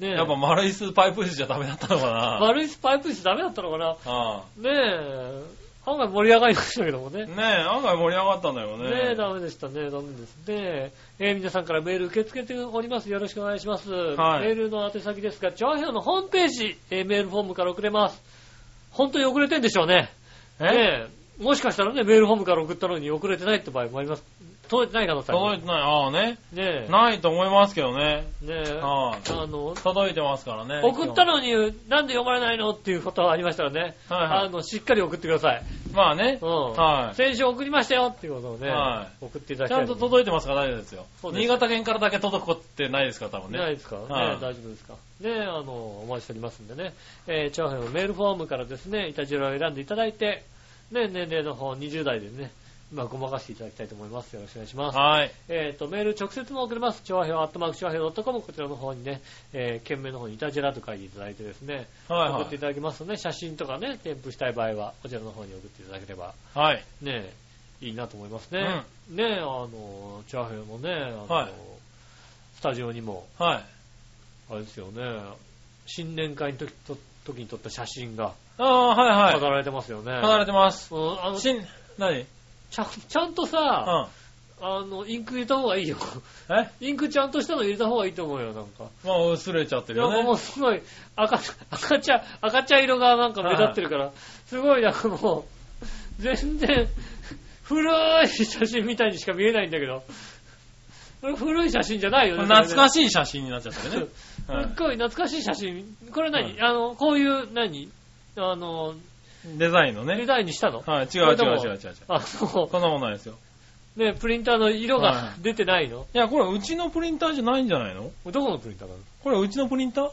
[SPEAKER 2] う。ね
[SPEAKER 3] う。
[SPEAKER 2] え
[SPEAKER 3] やっぱ丸いスパイプ椅子じゃダメだったのかな。
[SPEAKER 2] 丸いスパイプ椅子ダメだったのかな。
[SPEAKER 3] は
[SPEAKER 2] ねえ、案外盛り上がりましたけどもね
[SPEAKER 3] い。。ねえ、案外盛り上がったんだよね。
[SPEAKER 2] ねえ、ダメでしたね、ダメですね。えー皆さんからメール受け付けております。よろしくお願いします。
[SPEAKER 3] は
[SPEAKER 2] メ
[SPEAKER 3] い
[SPEAKER 2] ールの宛先ですが、調和表のホームページ、えーメールフォームから送れます。本当に遅れてんでしょうね。
[SPEAKER 3] え
[SPEAKER 2] ねえもしかしたらね、メールフォームから送ったのに遅れてないって場合もあります。届いてない可能性あ
[SPEAKER 3] 届
[SPEAKER 2] り
[SPEAKER 3] いてない。ああ
[SPEAKER 2] ま
[SPEAKER 3] ね。
[SPEAKER 2] す。ね
[SPEAKER 3] ないと思いますけどね。
[SPEAKER 2] え、ねえ、あ
[SPEAKER 3] はい。
[SPEAKER 2] の、
[SPEAKER 3] 届いてますからね。
[SPEAKER 2] 送ったのになんで読まれないのっていうことがありましたらね、
[SPEAKER 3] はいはい
[SPEAKER 2] あの、しっかり送ってください。
[SPEAKER 3] まあね。
[SPEAKER 2] うん。
[SPEAKER 3] はい。
[SPEAKER 2] 先週送りましたよっていうことをね、
[SPEAKER 3] は
[SPEAKER 2] 送っていただき
[SPEAKER 3] ち
[SPEAKER 2] た
[SPEAKER 3] ゃ
[SPEAKER 2] い
[SPEAKER 3] ん
[SPEAKER 2] と
[SPEAKER 3] と
[SPEAKER 2] 思います。
[SPEAKER 3] 届いてますから大丈夫ですよ。
[SPEAKER 2] そうです
[SPEAKER 3] 新潟県からだけ届くことってないですから、多分
[SPEAKER 2] ない
[SPEAKER 3] ね。
[SPEAKER 2] ですか、ね
[SPEAKER 3] はい
[SPEAKER 2] 大丈夫ですかねあの、お待ちしておりますんでね。えー、長編のメールフォームからですね、いたじらを選んでいただいて、ね、年齢の方20代でね、まあ、ごまかしていただきたいと思います。よろしくお願いします。
[SPEAKER 3] はい。
[SPEAKER 2] えっ、と、メール直接も送れます。調和表、アットマーク調和表 .com、こちらの方にね、えー、件名の方にいたじらと書いていただいてですね、
[SPEAKER 3] はいは
[SPEAKER 2] 送っていただきますので、写真とかね、添付したい場合は、こちらの方に送っていただければ、
[SPEAKER 3] い。はい。
[SPEAKER 2] ね、いいなと思いますね。ね、あの、調和表もね、あの、
[SPEAKER 3] はい
[SPEAKER 2] スタジオにも、
[SPEAKER 3] はい。
[SPEAKER 2] あれですよね、新年会の時と時に撮った写真が
[SPEAKER 3] ああ、はいはい。
[SPEAKER 2] 飾られてますよね。
[SPEAKER 3] 離れてます。
[SPEAKER 2] うんあのち
[SPEAKER 3] しん、何
[SPEAKER 2] ゃんちゃんとさ、
[SPEAKER 3] うん。
[SPEAKER 2] あの、インク入れた方がいいよ。
[SPEAKER 3] え
[SPEAKER 2] インクちゃんとしたの入れた方がいいと思うよ、なんか。
[SPEAKER 3] まあ、薄れちゃってる
[SPEAKER 2] なん
[SPEAKER 3] よ
[SPEAKER 2] かもう
[SPEAKER 3] ね。
[SPEAKER 2] すごい赤、赤茶、 赤茶色がなんか目立ってるから、すごいなんかもう、全然、 古い写真みたいにしか見えないんだけど、これ古い写真じゃないよね。
[SPEAKER 3] 懐か
[SPEAKER 2] し
[SPEAKER 3] しい写真になっちゃった よね。は
[SPEAKER 2] すっごい懐かしい写真。これ何、
[SPEAKER 3] う
[SPEAKER 2] あの、こういう、何あの、
[SPEAKER 3] いデザインの
[SPEAKER 2] デ
[SPEAKER 3] ね。
[SPEAKER 2] ザインにしたの
[SPEAKER 3] はい。違う
[SPEAKER 2] これ
[SPEAKER 3] 違
[SPEAKER 2] でも
[SPEAKER 3] う違う違う違う。
[SPEAKER 2] あ、そ
[SPEAKER 3] そんなもんないですよ。
[SPEAKER 2] う。ね、プリンターの色が
[SPEAKER 3] は
[SPEAKER 2] 出てないの、
[SPEAKER 3] いや、これうちのプリンターじゃないんじゃないの
[SPEAKER 2] どこのプリンターなの
[SPEAKER 3] これうちのプリンター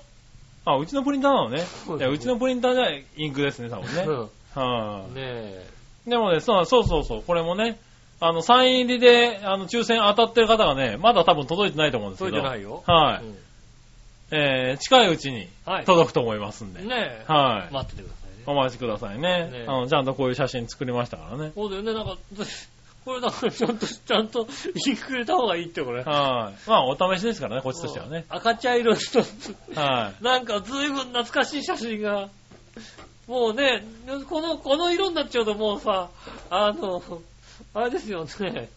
[SPEAKER 3] あ、うちのプリンターなのね
[SPEAKER 2] そ。う
[SPEAKER 3] い
[SPEAKER 2] です
[SPEAKER 3] や、うちのプリンターじゃインクですね、多分ね。
[SPEAKER 2] うん
[SPEAKER 3] は
[SPEAKER 2] ねえ。
[SPEAKER 3] い。でもね、そうそうそうそう、これもね、あの、サイン入りで、あの、抽選当たってる方がね、まだ多分届いてないと思うんです
[SPEAKER 2] そ
[SPEAKER 3] け
[SPEAKER 2] れ
[SPEAKER 3] ど。
[SPEAKER 2] じゃないよ。
[SPEAKER 3] は
[SPEAKER 2] う
[SPEAKER 3] い。
[SPEAKER 2] ん
[SPEAKER 3] えー、近いうちに
[SPEAKER 2] はい。
[SPEAKER 3] 届くと思いますんで。
[SPEAKER 2] ねえ。
[SPEAKER 3] はい。
[SPEAKER 2] 待っててくださいね。
[SPEAKER 3] お待ちくださいね。
[SPEAKER 2] ね
[SPEAKER 3] あの、ちゃんとこういう写真作りましたからね。
[SPEAKER 2] そうだよね、なんか、これだからちゃんと、ちゃんと言いくれた方がいいって、これ。
[SPEAKER 3] はい。まあ、お試しですからね、こっちとしてはね。
[SPEAKER 2] うん。赤茶色の、
[SPEAKER 3] は
[SPEAKER 2] なんか随分懐かしい写真が、もうね、この、この色になっちゃうともうさ、あの、あれですよね。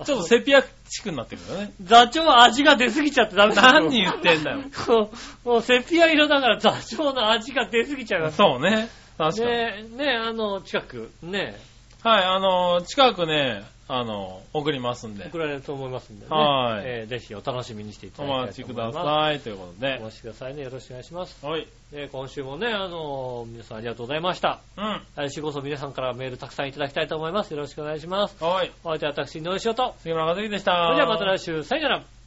[SPEAKER 3] い。ちょっとセピア地区になってるか らね。
[SPEAKER 2] 座長は味が出すぎちゃってダメだ
[SPEAKER 3] 何言ってんだよ。
[SPEAKER 2] こう もうセピア色だから座長の味が出すぎちゃいます。
[SPEAKER 3] そうね。確かに。
[SPEAKER 2] ねねあの、近く、ね
[SPEAKER 3] はい、あの、近くね、あの、送りますんで
[SPEAKER 2] 送、られると思いますんでね。
[SPEAKER 3] はい
[SPEAKER 2] えーぜひお楽しみにしていた
[SPEAKER 3] お
[SPEAKER 2] だきたいと思いま
[SPEAKER 3] 待
[SPEAKER 2] す。
[SPEAKER 3] ちくださいということ
[SPEAKER 2] お
[SPEAKER 3] で。
[SPEAKER 2] 待ちくださいね。よろしくお願いします。
[SPEAKER 3] はい。
[SPEAKER 2] えー今週もね、あのー皆さんありがとうございました。
[SPEAKER 3] うん。
[SPEAKER 2] 来週こそ皆さんからメールたくさんいただきたいと思います。よろしくお願いします。
[SPEAKER 3] はい。
[SPEAKER 2] お相手は私、井上翔と。
[SPEAKER 3] 杉村和樹でした。
[SPEAKER 2] それではまた来週、さよなら。